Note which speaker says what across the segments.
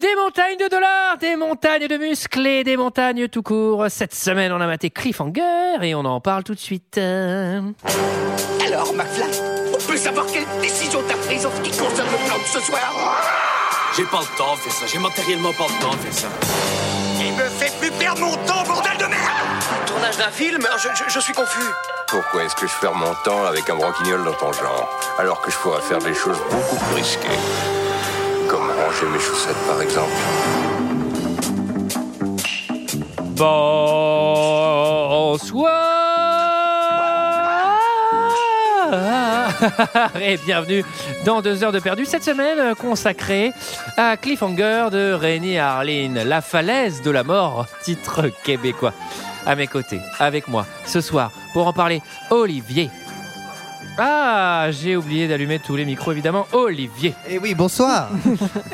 Speaker 1: Des montagnes de dollars, des montagnes de muscles et des montagnes tout court. Cette semaine, on a maté Cliffhanger et on en parle tout de suite. Euh,
Speaker 2: Alors, McFly, on peut savoir quelle décision t'as prise en ce qui concerne le plan de ce soir
Speaker 3: J'ai pas le temps de faire ça, j'ai matériellement pas le temps de faire ça.
Speaker 2: Il me fait plus perdre mon temps, bordel de merde
Speaker 4: Tournage d'un film je, je- je suis confus.
Speaker 5: Pourquoi est-ce que je perds mon temps avec un broquignol dans ton genre Alors que je pourrais faire des choses beaucoup plus risquées. Comme ranger mes chaussettes par exemple.
Speaker 1: Bonsoir et bienvenue dans deux heures de perdu. Cette semaine euh, consacrée à Cliffhanger de Rémi Harlin, La falaise de la mort, titre québécois. À mes côtés, avec moi, ce soir, pour en parler, Olivier. Ah, j'ai oublié d'allumer tous les micros évidemment. Olivier.
Speaker 6: Eh oui, bonsoir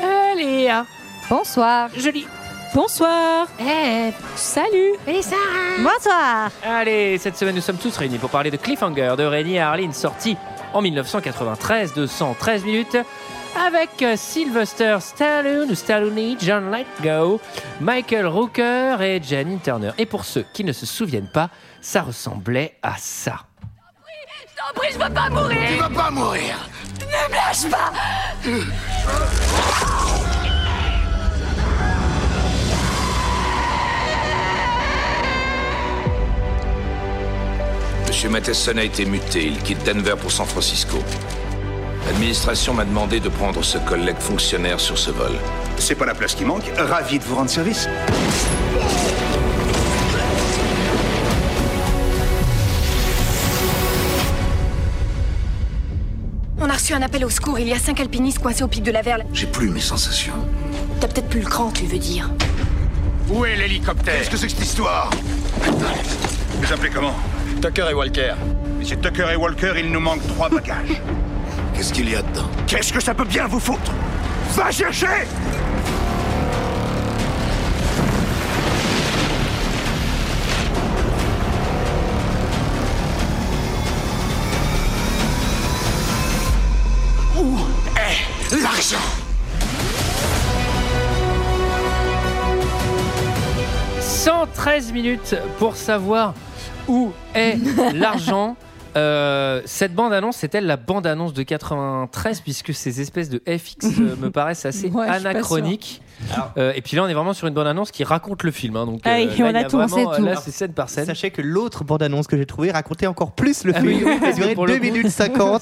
Speaker 1: Euh, Léa.
Speaker 7: Bonsoir.
Speaker 1: Jolie.
Speaker 7: Bonsoir. Salut. Bonsoir.
Speaker 1: Allez, cette semaine, nous sommes tous réunis pour parler de Cliffhanger de Rémi Harlin, sorti en 1993 de 113 minutes, avec euh, Sylvester Stallone, ou Stallone, John Lithgow, Michael Rooker et Janine Turner. Et pour ceux qui ne se souviennent pas, ça ressemblait à ça.
Speaker 2: Tu vas pas mourir
Speaker 8: Monsieur Matheson a été muté. Il quitte Denver pour San Francisco. L'administration m'a demandé de prendre ce collègue fonctionnaire sur ce vol.
Speaker 2: C'est pas la place qui manque, ravi de vous rendre service.
Speaker 9: On a reçu un appel au secours, il y a cinq alpinistes coincés au pic de la Verle.
Speaker 8: J'ai plus mes sensations.
Speaker 9: T'as peut-être plus le cran, tu veux dire.
Speaker 2: Où est l'hélicoptère Eh. Qu'est-ce que c'est que cette histoire Vous appelez comment
Speaker 8: Tucker et Walker.
Speaker 2: Monsieur Tucker et Walker, il nous manque trois bagages.
Speaker 8: Qu'est-ce qu'il y a dedans
Speaker 2: Qu'est-ce que ça peut bien vous foutre Va chercher Où est l'argent
Speaker 1: ...113 minutes pour savoir où est l'argent. Euh, cette bande-annonce, c'est elle la bande-annonce de 93 puisque ces espèces de FX euh, me paraissent assez
Speaker 7: Ouais, je suis pas
Speaker 1: anachroniques. Euh, et puis là, on est vraiment sur une bande-annonce qui raconte le film. hein, donc
Speaker 7: Ah oui,
Speaker 1: là,
Speaker 7: on a
Speaker 1: il y
Speaker 7: tout, on
Speaker 1: vraiment, euh,
Speaker 7: sait tout.
Speaker 1: Là, c'est scène par scène.
Speaker 6: Sachez que l'autre bande-annonce que j'ai trouvée racontait encore plus le
Speaker 1: Ah
Speaker 6: film.
Speaker 1: oui, oui, parce
Speaker 6: Elle
Speaker 1: que
Speaker 6: durait
Speaker 1: pour le
Speaker 6: 2
Speaker 1: coup-
Speaker 6: minutes 50.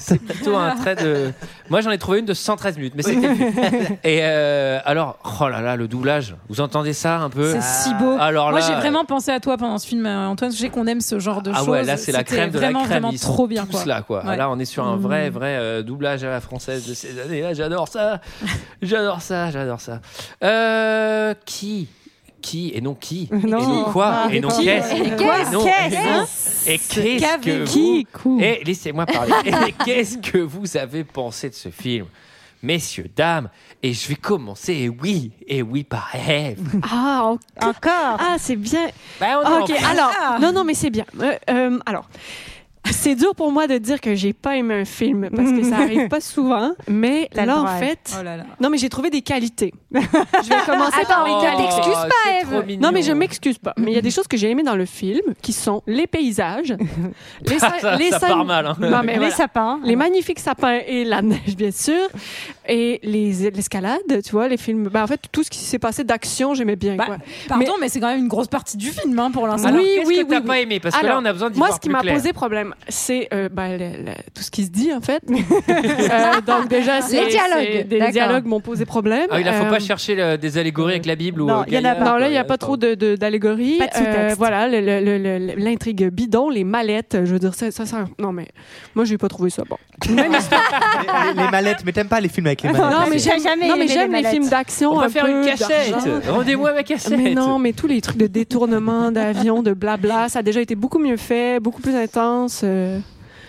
Speaker 1: C'est plutôt un trait de. Moi, j'en ai trouvé une de 113 minutes, mais c'était. le film. Et euh, alors, oh là là, le doublage. Vous entendez ça un peu
Speaker 7: C'est si beau.
Speaker 1: Alors
Speaker 10: Moi,
Speaker 1: là, euh,
Speaker 10: j'ai vraiment pensé à toi pendant ce film, euh, Antoine. Je sais qu'on aime ce genre de
Speaker 1: ah
Speaker 10: choses.
Speaker 1: ouais, là c'est la
Speaker 10: C'était
Speaker 1: crème de
Speaker 10: vraiment,
Speaker 1: la crème.
Speaker 10: Vraiment
Speaker 1: Ils sont
Speaker 10: trop bien,
Speaker 1: tous
Speaker 10: quoi.
Speaker 1: là, quoi.
Speaker 10: Ouais.
Speaker 1: Là, on est sur un vrai, vrai euh, doublage à la française de ces années-là. J'adore ça, j'adore ça, j'adore ça. Euh, qui, qui et non qui
Speaker 7: Non.
Speaker 1: et non quoi
Speaker 7: Ah,
Speaker 1: et non
Speaker 7: qui
Speaker 1: qu'est-ce
Speaker 7: Et
Speaker 1: et
Speaker 7: qu'est-ce
Speaker 1: non-
Speaker 7: Qu'est-ce
Speaker 1: et non- et qu'est-ce que
Speaker 10: Qu'avec
Speaker 1: vous
Speaker 10: qui cool.
Speaker 1: et laissez-moi parler. Et Qu'est-ce que vous avez pensé de ce film Messieurs, dames, et je vais commencer, et oui, et oui, par Eve.
Speaker 11: Ah, en-
Speaker 7: Encore.
Speaker 11: ah c'est bien.
Speaker 1: Bah, on est en
Speaker 11: Ok, ah,
Speaker 10: Ah
Speaker 1: plein.
Speaker 11: alors, non, non, mais c'est bien. Euh, euh, alors, c'est dur pour moi de dire que j'ai pas aimé un film parce que ça arrive pas souvent, mais
Speaker 7: T'as le
Speaker 11: là, en
Speaker 7: droit,
Speaker 11: fait,
Speaker 10: Oh là là.
Speaker 11: non, mais j'ai trouvé des qualités. je vais commencer par
Speaker 1: Oh,
Speaker 11: les qualités.
Speaker 1: c'est trop mignon.
Speaker 11: Non, mais je m'excuse pas. Mais il y a des choses que j'ai aimées dans le film qui sont les paysages, les,
Speaker 1: Ça,
Speaker 11: scè-
Speaker 1: ça,
Speaker 11: Euh, les
Speaker 1: ça
Speaker 11: scènes-
Speaker 1: part mal. hein.
Speaker 11: Non, mais
Speaker 7: les
Speaker 11: voilà.
Speaker 7: sapins.
Speaker 11: Les magnifiques sapins et la neige, bien sûr. Et les- l'escalade, tu vois, les films. Ben, en fait, tout ce qui s'est passé d'action, j'aimais bien.
Speaker 10: Bah,
Speaker 11: quoi.
Speaker 10: Pardon, mais, c'est quand même une grosse partie du film hein, pour l'instant.
Speaker 1: Alors,
Speaker 11: oui,
Speaker 1: qu'est-ce
Speaker 11: oui,
Speaker 1: que t'as
Speaker 11: oui,
Speaker 1: pas
Speaker 11: oui.
Speaker 1: aimé Parce que
Speaker 11: Alors,
Speaker 1: là, on a besoin d'y
Speaker 11: Moi,
Speaker 1: voir
Speaker 11: ce qui
Speaker 1: plus
Speaker 11: m'a
Speaker 1: clair.
Speaker 11: posé problème, c'est euh, ben, le- le- tout ce qui se dit, en fait. Euh, donc, déjà, c'est-
Speaker 7: dialogues,
Speaker 11: c'est- des
Speaker 7: d'accord.
Speaker 11: dialogues m'ont posé problème.
Speaker 1: Ah oui, là, faut
Speaker 11: Euh,
Speaker 1: pas chercher le- des allégories avec la Bible ou.
Speaker 7: non,
Speaker 1: euh,
Speaker 7: y en a
Speaker 1: Gaïa,
Speaker 7: pas.
Speaker 11: Non, là, il n'y
Speaker 1: quoi,
Speaker 11: a pas trop de- de- d'allégories.
Speaker 7: Pas
Speaker 11: Euh,
Speaker 7: de sous-texte.
Speaker 11: voilà, le- le- le- le- l'intrigue bidon, les mallettes, je veux dire, ça, ça, ça- Non, mais moi, j'ai pas trouvé ça bon.
Speaker 6: les, les- les mallettes, mais t'aimes pas les films avec
Speaker 1: Ah,
Speaker 6: les mallettes.
Speaker 11: Non, mais
Speaker 7: J'ai
Speaker 11: j'aime
Speaker 7: jamais
Speaker 11: non, mais
Speaker 7: aimé les
Speaker 11: j'aime les
Speaker 7: mallettes.
Speaker 11: films d'action.
Speaker 1: On va
Speaker 11: un
Speaker 1: faire
Speaker 11: peu
Speaker 1: une
Speaker 11: d'argent.
Speaker 1: cassette. Rendez-moi ma cassette.
Speaker 11: Mais non, mais tous les trucs de détournement d'avion, de blabla, ça a déjà été beaucoup mieux fait, beaucoup plus intense. euh.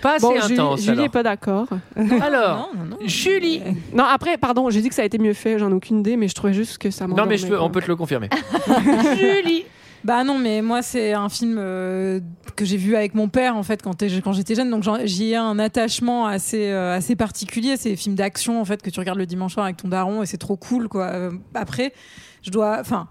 Speaker 1: Pas assez
Speaker 11: Bon, Ju-
Speaker 1: intense.
Speaker 11: Julie
Speaker 1: alors.
Speaker 11: n'est pas d'accord.
Speaker 1: Alors,
Speaker 10: Non, non, non.
Speaker 1: Julie.
Speaker 11: Non, après, pardon, j'ai dit que ça a été mieux fait, j'en ai aucune idée, mais je trouvais juste que ça
Speaker 1: Non,
Speaker 11: m'endormait.
Speaker 1: mais je peux- on peut te le confirmer.
Speaker 11: Julie
Speaker 7: Bah non, mais moi, c'est un film euh, que j'ai vu avec mon père, en fait, quand, t'es- quand j'étais jeune. Donc, j'en- j'y ai un attachement assez, euh, assez particulier. C'est les films d'action, en fait, que tu regardes le dimanche soir avec ton daron et c'est trop cool, quoi. Euh, après, je dois. Enfin.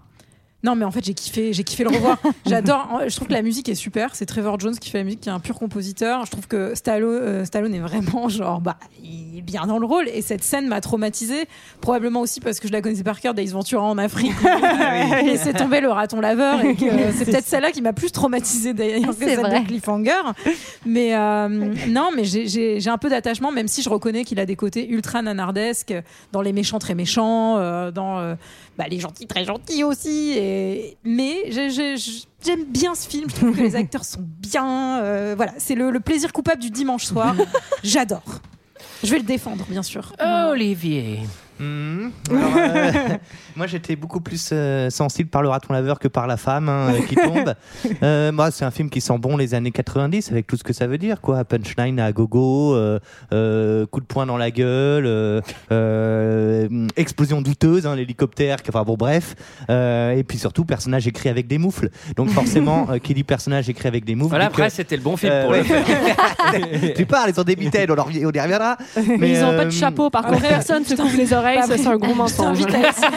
Speaker 7: Non mais en fait j'ai kiffé, j'ai kiffé le revoir. J'adore, en- je trouve que la musique est super. C'est Trevor Jones qui fait la musique, qui est un pur compositeur. Je trouve que Stallo- euh, Stallone est vraiment genre bah il est bien dans le rôle et cette scène m'a traumatisée. Probablement aussi parce que je la connaissais par cœur d'Ace Ventura en Afrique.
Speaker 11: oui.
Speaker 7: et c'est tombé le raton laveur et que, euh, c'est
Speaker 11: C'est
Speaker 7: peut-être celle-là qui m'a plus traumatisée d'ailleurs que
Speaker 11: C'est
Speaker 7: celle
Speaker 11: vrai.
Speaker 7: de Cliffhanger. Mais euh, non, mais j'ai- j'ai j'ai un peu d'attachement, même si je reconnais qu'il a des côtés ultra nanardesques euh, dans les méchants très méchants, euh, dans euh, bah, les gentils très gentils aussi. Et... Mais j'ai- j'ai- j'aime bien ce film, je trouve que les acteurs sont bien. euh, voilà, c'est le, le plaisir coupable du dimanche soir. J'adore. Je vais le défendre, bien sûr.
Speaker 1: Olivier.
Speaker 6: Alors, euh, moi, j'étais beaucoup plus euh, sensible par le raton laveur que par la femme hein, euh, qui tombe. Euh, moi, c'est un film qui sent bon les années 90 avec tout ce que ça veut dire, quoi. Punchline à gogo, euh, euh, coup de poing dans la gueule, euh, euh, hum, explosion douteuse, hein, l'hélicoptère. qui- Enfin bon, bref. Euh, et puis surtout, personnage écrit avec des moufles. Donc forcément, euh, qui dit personnage écrit avec des moufles.
Speaker 1: Voilà,
Speaker 6: dit que-
Speaker 1: après, c'était le bon film
Speaker 6: Euh,
Speaker 1: pour
Speaker 6: ouais.
Speaker 1: le faire.
Speaker 6: tu parles, ils ont des mitaines, on, leur- on y reviendra. euh,
Speaker 12: Mais, ils n'ont pas de chapeau,
Speaker 7: Ah
Speaker 12: par contre, personne ne se couvre les oreilles, ça c'est un gros mensonge.
Speaker 1: Moi, Ah,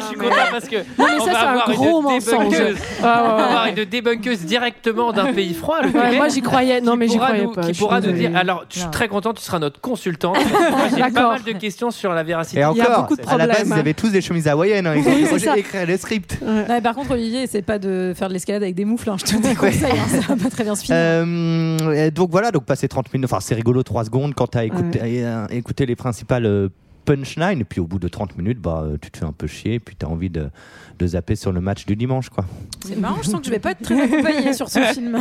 Speaker 1: je suis content parce que
Speaker 12: Non, mais
Speaker 1: on
Speaker 12: ça,
Speaker 1: va
Speaker 12: c'est un
Speaker 1: avoir
Speaker 12: gros
Speaker 1: une
Speaker 12: mensonge.
Speaker 1: débunkeuse.
Speaker 12: Ah, ouais, ouais.
Speaker 1: On va avoir une débunkeuse directement d'un pays froid. le
Speaker 12: Ouais,
Speaker 1: Québec,
Speaker 12: moi, j'y croyais. Non,
Speaker 1: qui
Speaker 12: mais j'y
Speaker 1: pourra
Speaker 12: croyais
Speaker 1: nous-
Speaker 12: pas,
Speaker 1: Qui
Speaker 12: je
Speaker 1: pourra
Speaker 12: suis
Speaker 1: nous
Speaker 12: désolée.
Speaker 1: dire. Alors, je suis très content, tu seras notre consultant. Moi, J'ai pas
Speaker 6: D'accord.
Speaker 1: mal de questions sur la véracité.
Speaker 6: Et encore, à la base, ils avaient tous des chemises hawaïennes. hein. Ils
Speaker 7: Oui,
Speaker 6: ont
Speaker 7: c'est ça.
Speaker 6: j'ai écrit le script.
Speaker 7: Non, mais par contre, Olivier, essaie pas de faire de l'escalade avec des moufles. hein, Je te déconseille, hein, ça va pas très bien se finir.
Speaker 6: Euh, et donc voilà, donc passer 30 minutes, enfin c'est rigolo 3 secondes quand t'as écouté, euh, écouté les principales euh, punchlines, et puis au bout de 30 minutes, bah, euh, tu te fais un peu chier, et puis t'as envie de, de zapper sur le match du dimanche. quoi.
Speaker 7: C'est marrant, je sens que je vais pas être très accompagnée sur ce film.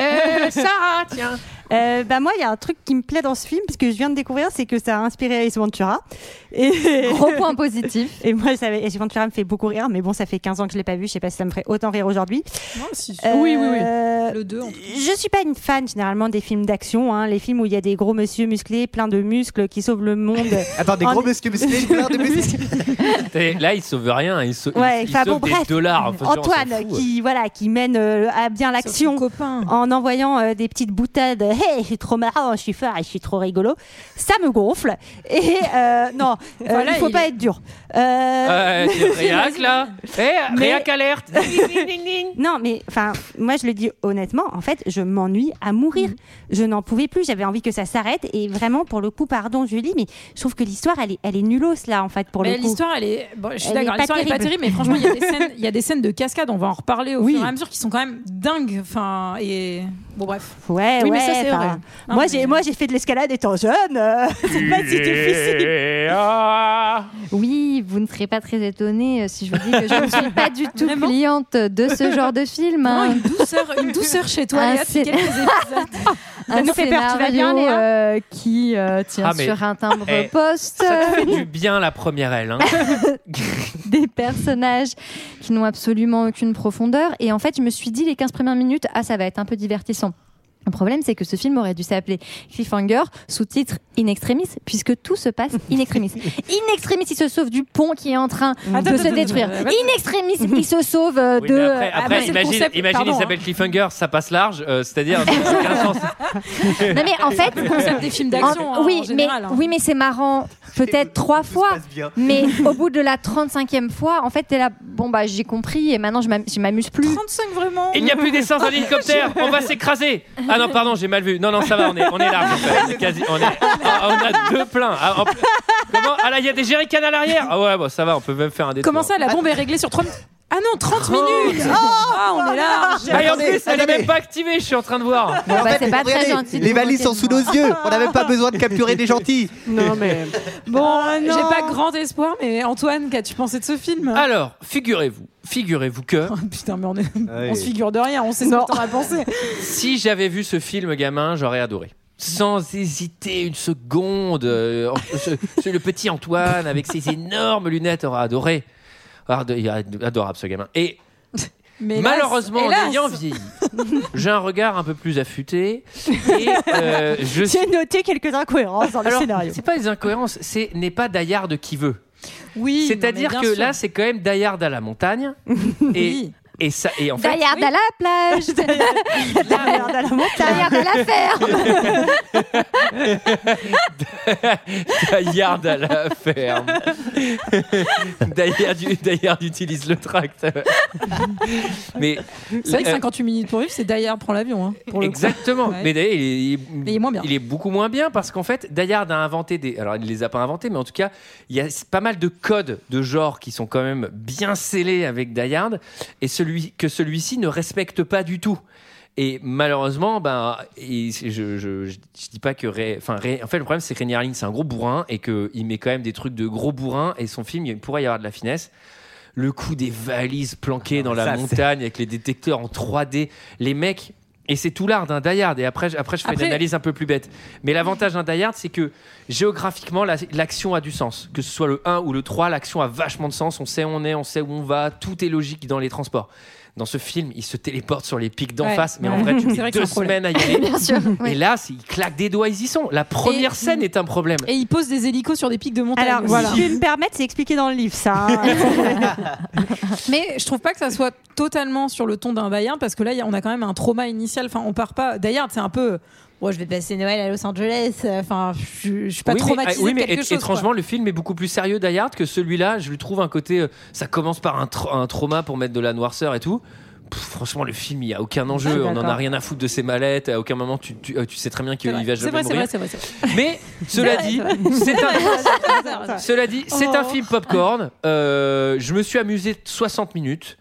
Speaker 2: Euh,
Speaker 1: Sarah, tiens.
Speaker 2: Euh, bah moi, il y a un truc qui me plaît dans ce film, parce que je viens de découvrir, c'est que ça a inspiré Ace Ventura. Et...
Speaker 11: Gros point positif.
Speaker 2: Et moi, ça, Ace Ventura me fait beaucoup rire, mais bon, ça fait 15 ans que je l'ai pas vu, je sais pas si ça me ferait autant rire aujourd'hui.
Speaker 7: Oui, oui, oui.
Speaker 2: Euh,
Speaker 7: Le 2, en tout cas.
Speaker 2: Je suis pas une fan généralement des films d'action, hein, les films où il y a des gros monsieur musclés, plein de muscles qui sauvent le monde.
Speaker 6: Attends, des
Speaker 2: En-
Speaker 6: gros muscles musclés, plein de muscles.
Speaker 1: Et Là, ils sauvent rien. Ils, sau-
Speaker 2: Ouais,
Speaker 1: ils- ils
Speaker 2: enfin,
Speaker 1: sauvent
Speaker 2: bon,
Speaker 1: des
Speaker 2: bref.
Speaker 1: dollars. Enfin, genre, on s'en
Speaker 2: Antoine
Speaker 1: fout.
Speaker 2: qui voilà qui mène euh, à bien l'action en envoyant euh, des petites boutades hey je suis trop marrant je suis fort et je suis trop rigolo ça me gonfle et euh, non euh,
Speaker 11: Voilà,
Speaker 2: il faut
Speaker 11: il-
Speaker 2: pas être dur Euh,
Speaker 1: Euh, c'est Réac, là. Eh,
Speaker 2: Mais-
Speaker 1: Réac alerte.
Speaker 2: non, mais enfin, moi je le dis honnêtement, en fait, je m'ennuie à mourir. Je n'en pouvais plus, j'avais envie que ça s'arrête. Et vraiment, pour le coup, pardon Julie, mais je trouve que l'histoire, elle est, elle est nullos là, en fait, pour
Speaker 7: Mais
Speaker 2: le coup.
Speaker 7: l'histoire, elle est. bon, je suis
Speaker 2: Elle
Speaker 7: d'accord,
Speaker 2: est pas
Speaker 7: l'histoire est pas
Speaker 2: terrible.
Speaker 7: terrible, mais franchement, il y a des scènes- il y, a des scènes de cascade, on va en reparler au fur et à mesure, qui sont quand même dingues. Enfin, et. Bon, bref.
Speaker 2: Ouais,
Speaker 7: Oui,
Speaker 2: ouais,
Speaker 7: mais ça, c'est
Speaker 2: enfin,
Speaker 7: vrai.
Speaker 2: Moi, j'ai, moi, j'ai fait de l'escalade étant jeune. euh, c'est pas si difficile.
Speaker 11: Oui, vous ne serez pas très étonnés euh, si je vous dis que je ne suis pas du tout cliente de ce genre de film.
Speaker 7: Vraiment,
Speaker 11: hein. Ah,
Speaker 7: une douceur, une douceur chez toi,
Speaker 11: Un
Speaker 7: Léa, depuis
Speaker 11: scén-
Speaker 7: quelques épisodes.
Speaker 11: Un
Speaker 12: Ça nous fait peur, tu vas bien,
Speaker 11: scénario,
Speaker 12: Léa
Speaker 11: Ah, euh, qui euh, tient
Speaker 1: Ah, mais-
Speaker 11: sur un timbre
Speaker 1: Eh,
Speaker 11: poste.
Speaker 1: Ça te fait du bien, la première aile. hein.
Speaker 11: des personnages qui n'ont absolument aucune profondeur. Et en fait, je me suis dit, les 15 premières minutes, ah, ça va être un peu divertissant. Le problème, c'est que ce film aurait dû s'appeler Cliffhanger, sous-titre In Extremis, puisque tout se passe in extremis. In extremis, il se sauve du pont qui est en train
Speaker 7: Attends,
Speaker 11: de
Speaker 7: attends,
Speaker 11: se
Speaker 7: attends,
Speaker 11: détruire.
Speaker 7: attends, attends.
Speaker 11: In extremis, il se sauve euh,
Speaker 1: Oui,
Speaker 11: de.
Speaker 1: mais après,
Speaker 11: Ah,
Speaker 1: après,
Speaker 11: bah, c'est le
Speaker 1: imagine,
Speaker 11: concept,
Speaker 1: imagine,
Speaker 11: pardon,
Speaker 1: il
Speaker 12: hein.
Speaker 1: s'appelle Cliffhanger, ça passe large, euh, c'est-à-dire.
Speaker 11: hein. Non, mais en fait.
Speaker 7: Le concept des films d'action,
Speaker 11: en-
Speaker 7: hein, en
Speaker 11: oui,
Speaker 7: général,
Speaker 11: mais,
Speaker 7: hein.
Speaker 11: oui, mais c'est marrant peut-être trois fois. Mais au bout de la 35e fois, en fait, t'es là, bon, bah, j'ai compris et maintenant je m'am- je m'amuse plus.
Speaker 7: 35 vraiment
Speaker 1: Il n'y a plus d'essence dans l'hélicoptère, on va s'écraser. Ah non, pardon, j'ai mal vu. Non, non, ça va, on est, on est large. en fait. On est quasi- on, est- ah, on a deux pleins. Ah, en plus- comment Ah là, il y a des jerrycans à l'arrière. Ah ouais, bon, ça va, on peut même faire un détour.
Speaker 7: Comment ça, la bombe est réglée sur 3 minutes Ah non, 30
Speaker 2: Oh,
Speaker 7: minutes Ah, on est là
Speaker 2: Bah,
Speaker 1: Ah, et en plus, elle est
Speaker 6: Attendez.
Speaker 1: même pas activée, je suis en train de voir.
Speaker 6: En fait, regardez, Les valises sont sous nos yeux. On n'a même pas besoin de capturer des gentils.
Speaker 12: Non, mais.
Speaker 7: Bon,
Speaker 2: ah,
Speaker 6: non.
Speaker 7: j'ai pas grand espoir, mais Antoine, qu'as-tu pensé de ce film
Speaker 2: Ah.
Speaker 1: Alors, figurez-vous, figurez-vous que
Speaker 7: Putain, mais on, est-
Speaker 1: Ah
Speaker 7: on se figure de rien, on sait ce que t'en as pensé.
Speaker 1: si j'avais vu ce film gamin, j'aurais adoré. Sans hésiter une seconde, euh, en- ce- ce- le petit Antoine avec ses énormes lunettes aura adoré. Ado- il est Adorable ce gamin. Et
Speaker 7: Mais hélas,
Speaker 1: malheureusement,
Speaker 7: hélas.
Speaker 1: en ayant vieilli, j'ai un regard un peu plus affûté. Et euh, je
Speaker 2: J'ai noté quelques incohérences dans le
Speaker 1: Alors,
Speaker 2: scénario.
Speaker 1: C'est pas des incohérences, c'est n'est pas Dayard qui veut.
Speaker 7: Oui.
Speaker 1: C'est-à-dire
Speaker 7: non, mais bien
Speaker 1: que
Speaker 7: sûr.
Speaker 1: là, c'est quand même Dayard à la montagne. et Et ça, et en fait,
Speaker 11: D'ailleurs, à la plage
Speaker 2: Ah,
Speaker 11: D'ailleurs, à la montagne à la ferme
Speaker 1: Gaillard à la ferme. Gaillard du- Gaillard utilise le tract. Mais
Speaker 7: C'est vrai que
Speaker 1: euh,
Speaker 7: 58 minutes pour vivre, c'est d'ailleurs prend l'avion. hein, pour le coup.
Speaker 1: Exactement.
Speaker 7: Ouais.
Speaker 1: Mais d'ailleurs, il est,
Speaker 7: Mais il est moins bien.
Speaker 1: il est beaucoup moins bien parce qu'en fait, Dayard a inventé des. Alors, il les a pas inventés, mais en tout cas, il y a pas mal de codes de genre qui sont quand même bien scellés avec Dayard et celui que celui-ci ne respecte pas du tout. Et malheureusement, ben, il- je, je, je- je dis pas que. Ray- enfin, Ray- en fait, le problème, c'est que Rainier Harling, c'est un gros bourrin et qu'il met quand même des trucs de gros bourrin et son film, il pourrait y avoir de la finesse. Le coup des valises planquées dans la
Speaker 6: Ah, ça, c'est-
Speaker 1: montagne avec les détecteurs en 3D, les mecs. Et c'est tout l'art d'un Dayard. Et après, je- après je fais
Speaker 7: Après-
Speaker 1: une analyse un peu plus bête. Mais l'avantage d'un Dayard, c'est que géographiquement, la- l'action a du sens. Que ce soit le 1 ou le 3, l'action a vachement de sens. On sait où on est, on sait où on va. Tout est logique dans les transports. Dans ce film, il se téléporte sur les pics d'en
Speaker 7: Ouais.
Speaker 1: face. Mais en
Speaker 7: Ouais.
Speaker 1: vrai, tu
Speaker 7: C'est
Speaker 1: mets
Speaker 7: vrai que
Speaker 1: deux
Speaker 7: c'est un problème.
Speaker 1: semaines à y aller.
Speaker 7: Bien sûr, ouais.
Speaker 1: Et là, c'est- il claque des doigts, ils y sont. La première
Speaker 7: Et-
Speaker 1: scène est un problème.
Speaker 7: Et il pose des hélicos sur des pics de montagne.
Speaker 2: Alors,
Speaker 7: voilà.
Speaker 2: si tu veux me permettre, c'est expliqué dans le livre, ça. hein.
Speaker 7: Mais je trouve pas que ça soit totalement sur le ton d'un Bayard parce que là, il y a- on a quand même un trauma initial. Enfin, on part pas. Bayard, c'est un peu. Bon, je vais passer Noël à Los Angeles. Enfin, je, je suis pas
Speaker 1: oui, mais,
Speaker 7: traumatisé.
Speaker 1: ah, oui, mais
Speaker 7: quelque
Speaker 1: é-
Speaker 7: chose,
Speaker 1: étrangement, le film est beaucoup plus sérieux d'Ayard que celui-là. Je lui trouve un côté. euh, Ça commence par un, tra- un trauma pour mettre de la noirceur et tout. Pff, franchement, le film, il n'y a aucun
Speaker 7: Ouais,
Speaker 1: enjeu. On n'en
Speaker 7: Ah, d'accord.
Speaker 1: a rien à foutre de ses mallettes. À aucun moment, tu, tu- euh, tu sais très bien qu'il
Speaker 7: quoi.
Speaker 1: il va
Speaker 7: C'est
Speaker 1: jamais
Speaker 7: vrai, c'est
Speaker 1: mourir.
Speaker 7: vrai, c'est vrai, c'est vrai.
Speaker 1: Mais cela
Speaker 7: vrai,
Speaker 1: dit,
Speaker 7: c'est vrai.
Speaker 1: c'est
Speaker 7: C'est vrai, c'est vrai, c'est
Speaker 1: un,
Speaker 7: vrai.
Speaker 1: cela dit, c'est un film popcorn. Euh, je me suis amusé 60 minutes.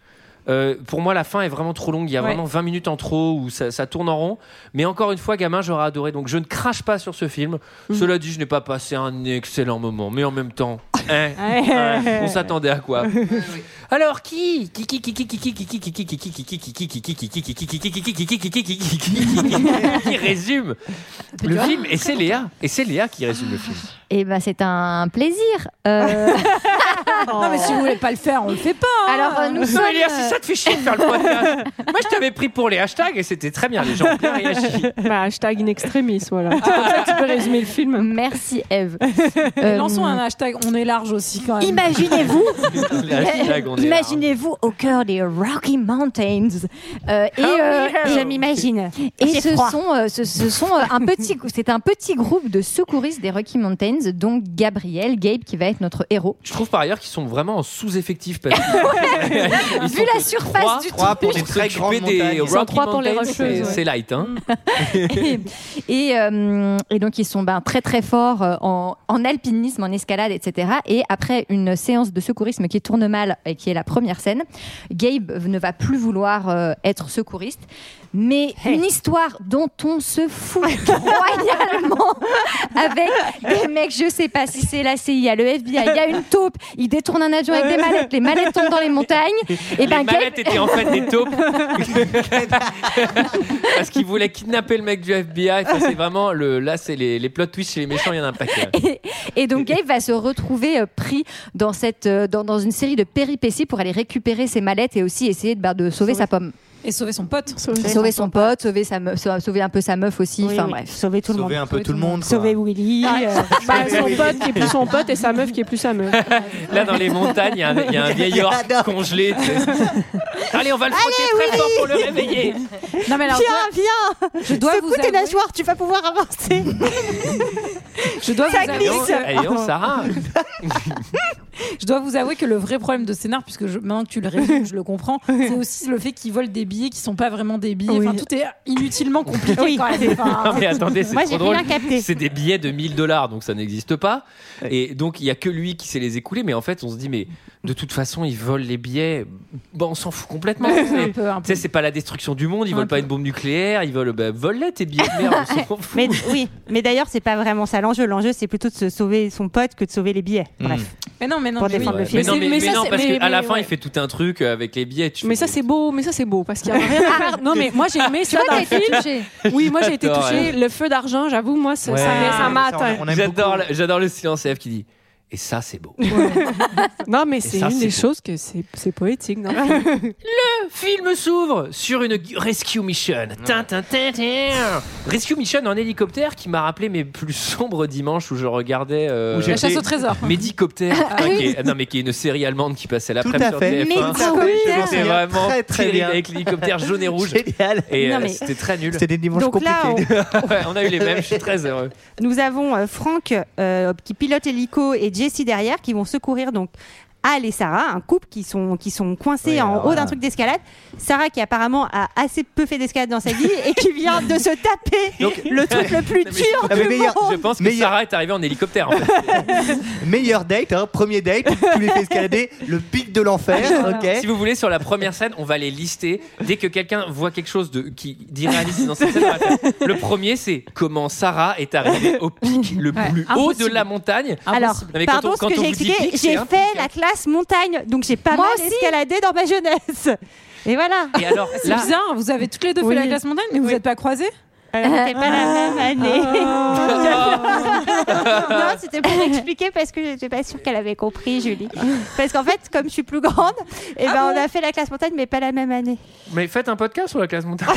Speaker 1: Euh, pour moi, la fin est vraiment trop longue. Il y a
Speaker 7: Ouais.
Speaker 1: vraiment 20 minutes en trop où ça, ça tourne en rond. Mais encore une fois, gamin, j'aurais adoré. Donc, je ne crache pas sur ce film. Cela dit, je n'ai pas passé un excellent moment. Mais en même temps, hein, hein, on s'attendait à quoi Alors, qui Qui qui qui qui qui qui qui qui qui qui qui qui qui qui qui qui résume le film et c'est Léa et c'est Léa qui résume le film.
Speaker 11: Et ben c'est un plaisir Euh,
Speaker 7: Non, mais si vous voulez pas le faire, on le fait pas. hein.
Speaker 11: Alors, euh, nous sommes,
Speaker 1: Léa,
Speaker 11: euh,
Speaker 1: si ça te fait chier de faire le podcast. Moi, je t'avais pris pour les hashtags et c'était très bien. Les gens ont bien réagi.
Speaker 12: Bah, hashtag in extremis, voilà. C'est comme ça que tu peux résumer le film.
Speaker 11: Merci Eve.
Speaker 2: Euh,
Speaker 11: Euh,
Speaker 7: Et Lançons un hashtag. On est large aussi quand même.
Speaker 11: Imaginez-vous,
Speaker 1: Les hashtags, on est là. hein.
Speaker 11: imaginez-vous au cœur des Rocky Mountains. Euh, et, euh, et-
Speaker 2: Je m'imagine.
Speaker 11: Et
Speaker 2: J'ai
Speaker 11: ce
Speaker 2: froid.
Speaker 11: sont, euh, ce, ce sont euh, un petit, c'est un petit groupe de secouristes des Rocky Mountains, donc Gabriel, Gabe qui va être notre héros.
Speaker 1: Je trouve par ailleurs qu'ils sont vraiment en sous-effectif parce que Ils
Speaker 11: Vu
Speaker 1: sont
Speaker 11: la surface du
Speaker 6: Trois pour les
Speaker 1: pour
Speaker 6: très grandes
Speaker 1: s'occuper des
Speaker 6: montagnes.
Speaker 1: Rocky
Speaker 12: sont trois pour les
Speaker 1: Mountains, c'est-
Speaker 12: Rocheuses, ouais.
Speaker 1: C'est light, hein.
Speaker 11: et, et, euh, et donc ils sont ben, très très forts euh, en, en alpinisme, en escalade, etc. Et après une séance de secourisme qui tourne mal et qui est la première scène, Gabe ne va plus vouloir euh, être secouriste. Mais une histoire dont on se fout royalement avec des mecs, je sais pas si c'est la CIA, le FBI, il y a une taupe, il détourne un avion avec des mallettes, les mallettes tombent dans les montagnes. Et ben
Speaker 1: les
Speaker 11: Gabe-
Speaker 1: mallettes étaient en fait des taupes. Parce qu'ils voulaient kidnapper le mec du FBI. Enfin, c'est vraiment le. Là, c'est les, les plot twists chez les méchants, il y en a un paquet.
Speaker 11: Et, et donc Gabe va se retrouver euh, pris dans, cette, euh, dans, dans une série de péripéties pour aller récupérer ses mallettes et aussi essayer de, bah, de
Speaker 2: Sauver.
Speaker 11: sauver, sa pomme.
Speaker 7: Et sauver son pote.
Speaker 11: Sauver son pote, sauver, sa me- sau- sauver un peu sa meuf aussi,
Speaker 2: Oui,
Speaker 11: enfin
Speaker 2: oui.
Speaker 11: bref.
Speaker 2: Sauver tout le monde.
Speaker 6: Sauver un peu tout le monde. quoi.
Speaker 2: Sauver Willy. euh,
Speaker 12: Bah, son pote qui est plus son pote et sa meuf qui est plus sa meuf.
Speaker 1: Là, dans les montagnes, il y a un, il y a un vieil orque congelé. tu sais. Allez, on va le frotter très fort pour le réveiller.
Speaker 7: Non, mais alors,
Speaker 2: Viens, viens
Speaker 7: je dois vous
Speaker 2: Secoue tes
Speaker 7: avouer-
Speaker 2: nageoires, tu vas pouvoir avancer
Speaker 7: je dois vous
Speaker 2: Ça
Speaker 7: avouer-
Speaker 1: Et on, et
Speaker 12: Oh.
Speaker 1: on, Sarah.
Speaker 7: Je dois vous avouer que le vrai problème de scénar, puisque je- maintenant que tu le résumes, je le comprends, c'est aussi le fait qu'ils volent des billets qui sont pas vraiment des billets.
Speaker 2: Oui.
Speaker 7: Enfin, tout est inutilement compliqué
Speaker 2: Oui.
Speaker 7: quand même. Enfin,
Speaker 1: Non, mais attendez, c'est
Speaker 2: Moi,
Speaker 1: trop
Speaker 2: j'ai
Speaker 1: drôle.
Speaker 2: rien capté.
Speaker 1: C'est des billets de 1000 dollars, donc ça n'existe pas. Et donc, il n'y a que lui qui sait les écouler. Mais en fait, on se dit, mais de toute façon, ils volent les billets. Bon, on s'en fout complètement.
Speaker 7: un
Speaker 1: C'est-
Speaker 7: peu, un
Speaker 1: Tu
Speaker 7: peu.
Speaker 1: sais, c'est pas la destruction du monde, ils
Speaker 7: Un
Speaker 1: veulent pas
Speaker 7: peu.
Speaker 1: une bombe nucléaire, ils veulent. Bah, vole-les tes billets de merde, on s'en fout.
Speaker 2: Mais oui, mais d'ailleurs, c'est pas vraiment ça l'enjeu. L'enjeu, c'est plutôt de se sauver son pote que de sauver les billets.
Speaker 6: Hmm.
Speaker 2: Bref.
Speaker 7: Mais non, mais non.
Speaker 2: Pour
Speaker 7: mais oui.
Speaker 2: défendre le
Speaker 1: Ouais.
Speaker 2: film.
Speaker 1: Mais non,
Speaker 12: Mais
Speaker 1: mais,
Speaker 12: c'est- mais
Speaker 1: mais
Speaker 12: ça,
Speaker 1: non,
Speaker 12: c'est-
Speaker 1: parce
Speaker 12: mais-
Speaker 1: qu'à la
Speaker 12: mais
Speaker 1: fin,
Speaker 12: ouais.
Speaker 1: il fait tout un truc euh, avec les billets. Tu
Speaker 12: Mais
Speaker 1: fais-
Speaker 12: ça c'est beau, mais ça c'est beau parce qu'il y a rien à faire. Non mais moi j'ai aimé ça
Speaker 11: Toi,
Speaker 12: dans
Speaker 11: t'as
Speaker 12: le
Speaker 11: été
Speaker 12: film.
Speaker 11: touchée.
Speaker 12: Oui, moi j'ai été
Speaker 1: J'adore,
Speaker 12: touchée. Le feu d'argent, j'avoue, moi ça,
Speaker 6: Ouais.
Speaker 12: ça, m'a- ça m'a
Speaker 6: Ça, on-
Speaker 12: atteint.
Speaker 6: on aime
Speaker 1: J'adore
Speaker 6: beaucoup.
Speaker 1: le- j'adore le silence F qui dit Et ça, c'est beau.
Speaker 12: non, mais
Speaker 1: Et
Speaker 12: c'est
Speaker 1: ça,
Speaker 12: une
Speaker 1: c'est
Speaker 12: des
Speaker 1: beau.
Speaker 12: choses que c'est c'est poétique. Non
Speaker 1: Le film s'ouvre sur une gu- rescue mission. Tin, tin, tin, tin. Rescue mission en hélicoptère qui m'a rappelé mes plus sombres dimanches où je regardais. euh,
Speaker 7: La chasse au trésor.
Speaker 1: Médicoptère.
Speaker 7: Ah
Speaker 1: putain,
Speaker 7: oui.
Speaker 1: qui est- non, mais qui est une série allemande qui passait la
Speaker 7: Tout
Speaker 1: midi
Speaker 7: à
Speaker 1: sur
Speaker 7: fait.
Speaker 6: Hein,
Speaker 1: TF1.
Speaker 7: Médicoptère. Ah oui.
Speaker 1: C'était
Speaker 7: Je m'en souviens
Speaker 1: vraiment
Speaker 7: très, très
Speaker 1: terrible
Speaker 7: bien.
Speaker 1: avec l'hélicoptère jaune et rouge. Et
Speaker 2: Non,
Speaker 1: euh,
Speaker 2: mais-
Speaker 1: c'était très nul.
Speaker 6: C'était des dimanches
Speaker 2: Donc là, compliqués.
Speaker 1: Ouais, on a eu les mêmes, je suis très heureux.
Speaker 2: Nous avons euh, Franck euh, qui pilote hélico et Jessie derrière qui vont secourir donc Al et Sarah, un couple qui sont, qui sont coincés
Speaker 11: Oui,
Speaker 2: en
Speaker 11: alors
Speaker 2: haut
Speaker 11: là.
Speaker 2: d'un truc d'escalade. Sarah qui apparemment a assez peu fait d'escalade dans sa vie et qui vient de se taper le truc le plus dur
Speaker 6: Ah,
Speaker 1: Mais
Speaker 2: du
Speaker 1: meilleur-
Speaker 2: monde.
Speaker 1: je pense que Sarah est arrivée en hélicoptère.
Speaker 7: Oh,
Speaker 1: en fait.
Speaker 6: Meilleur date, hein, premier date, tu les fais escalader le pic de l'enfer,
Speaker 2: Ah,
Speaker 6: ok
Speaker 1: Si vous voulez, sur la première scène, on va les lister. Dès que quelqu'un voit quelque chose de, qui d'irréaliste dans cette scène, on va le faire. le premier, c'est comment Sarah est arrivée au pic le
Speaker 2: Ouais,
Speaker 1: plus haut de
Speaker 2: impossible.
Speaker 1: la montagne.
Speaker 2: Alors,
Speaker 1: Non, mais quand
Speaker 2: pardon
Speaker 1: on-
Speaker 2: ce
Speaker 1: quand
Speaker 2: que
Speaker 1: on
Speaker 2: j'ai
Speaker 1: vous dit
Speaker 2: expliqué,
Speaker 1: pic, c'est
Speaker 2: j'ai
Speaker 1: un hein.
Speaker 2: fait la classe montagne, donc j'ai pas
Speaker 7: Moi
Speaker 2: mal
Speaker 7: aussi.
Speaker 2: escaladé dans ma jeunesse. Et voilà.
Speaker 1: Et alors,
Speaker 7: C'est bizarre, vous avez toutes les deux
Speaker 2: Oui.
Speaker 7: fait la classe montagne, mais vous n'êtes pas croisés
Speaker 2: Alors, c'était pas la même année. euh, non, c'était pour expliquer parce que j'étais pas sûre qu'elle avait compris, Julie. Parce qu'en fait, comme je suis plus grande, eh ben, on a fait la classe montagne, mais pas la même année.
Speaker 1: Mais faites un podcast sur la classe montagne.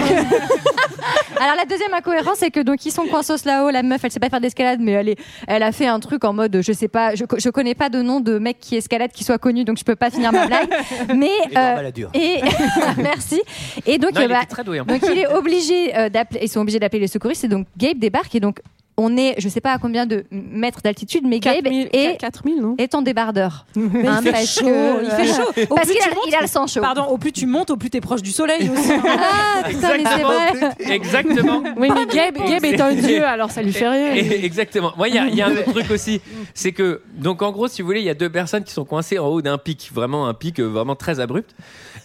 Speaker 11: Alors la deuxième incohérence, c'est que donc ils sont coinceaux là-haut. La meuf, elle sait pas faire d'escalade, mais elle est, elle a fait un truc en mode, je sais pas, je, co- je connais pas de nom de mec qui escalade qui soit connu, donc je peux pas finir ma blague. Mais
Speaker 1: Il est normal à dur.
Speaker 11: et merci. Et donc
Speaker 1: Non,
Speaker 11: eh
Speaker 1: il
Speaker 11: ben,
Speaker 2: bah,
Speaker 1: était très doué, en
Speaker 11: donc
Speaker 1: plus.
Speaker 11: il est obligé euh, d'appeler, ils sont obligés d'appeler les secouristes. Et donc Gabe débarque et donc on est, je sais pas à combien de mètres d'altitude, mais
Speaker 2: ben,
Speaker 11: Gabe est, est en débardeur. Hein,
Speaker 7: il, fait
Speaker 11: parce
Speaker 7: chaud,
Speaker 11: que-
Speaker 7: il fait chaud. Au
Speaker 11: Parce
Speaker 7: plus
Speaker 11: qu'il
Speaker 7: tu
Speaker 11: a, il a le sang chaud.
Speaker 7: Pardon, au plus tu montes, au plus t'es proche du soleil aussi.
Speaker 11: Ah, putain, mais c'est vrai.
Speaker 1: Exactement.
Speaker 12: Oui, mais Gabe, Gabe est un dieu, alors ça lui fait rien.
Speaker 1: Et- Exactement. Moi, il y a- il y, a un autre truc aussi. C'est que, donc en gros, si vous voulez, il y a deux personnes qui sont coincées en haut d'un pic, vraiment un pic euh, vraiment très abrupt.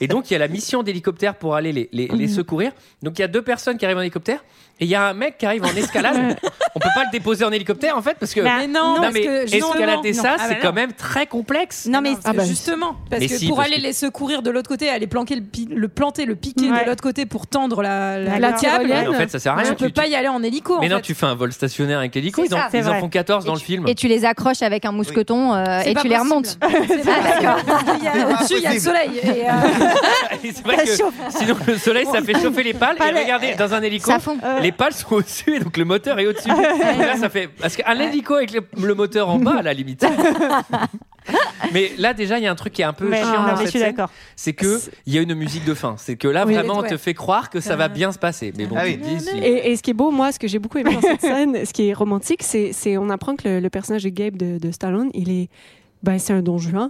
Speaker 1: Et donc, il y a la mission d'hélicoptère pour aller les, les- les
Speaker 7: Mm.
Speaker 3: Mhm.
Speaker 1: secourir. Donc, il y a deux personnes qui arrivent en hélicoptère. Et il y a un mec qui arrive en escalade. On peut pas le déposer en hélicoptère en fait parce que
Speaker 7: Bah non, parce
Speaker 1: mais
Speaker 7: que justement-
Speaker 1: escalader ça
Speaker 7: Non. Ah bah
Speaker 1: c'est
Speaker 7: non.
Speaker 1: quand même très complexe.
Speaker 2: Non mais
Speaker 7: Parce que justement, parce
Speaker 1: Mais
Speaker 7: que
Speaker 1: si,
Speaker 7: pour
Speaker 1: parce
Speaker 7: aller
Speaker 1: que-
Speaker 7: les secourir de l'autre côté, aller planquer le, pi- le planter, le piquer
Speaker 1: Ouais.
Speaker 7: de l'autre côté pour tendre la, la,
Speaker 1: D'accord.
Speaker 7: la câble,
Speaker 1: Ouais, en fait, ça sert à rien.
Speaker 7: Tu,
Speaker 1: Tu-
Speaker 7: peux pas y aller en hélico.
Speaker 1: mais
Speaker 7: en
Speaker 1: non,
Speaker 7: fait.
Speaker 1: tu fais un vol stationnaire avec l'hélico. Ils,
Speaker 7: C'est
Speaker 1: en,
Speaker 7: ça.
Speaker 1: ils en
Speaker 7: C'est
Speaker 1: font
Speaker 7: vrai.
Speaker 1: 14 dans le film.
Speaker 11: Et tu les accroches avec un mousqueton euh,
Speaker 7: C'est
Speaker 11: et
Speaker 7: pas
Speaker 11: tu les
Speaker 7: possible.
Speaker 11: remontes.
Speaker 7: Il y a- Au-dessus, il y a le soleil. et, euh,
Speaker 1: Et c'est vrai que sinon le soleil ça fait chauffer les pales et regardez dans un hélico
Speaker 11: Ça fond.
Speaker 1: les pales sont au-dessus et donc le moteur est
Speaker 2: Ah
Speaker 1: au-dessus Donc là ça fait parce qu'un hélico avec le, le moteur en bas à la limite mais là déjà il y a un truc qui est un peu
Speaker 2: Mais-
Speaker 1: chiant
Speaker 2: ah,
Speaker 1: dans cette
Speaker 2: mais je suis
Speaker 1: scène,
Speaker 2: d'accord.
Speaker 1: c'est que il y a une musique de fin c'est que là
Speaker 12: Oui,
Speaker 1: vraiment on
Speaker 12: ouais. Ah
Speaker 1: te fait croire que ça va bien se passer mais bon tu te dis, si-
Speaker 12: Et, et ce qui est beau, moi, ce que j'ai beaucoup aimé dans cette scène, ce qui est romantique, c'est, c'est on apprend que le, le personnage de Gabe de, de Stallone, il est, ben, c'est un don juan,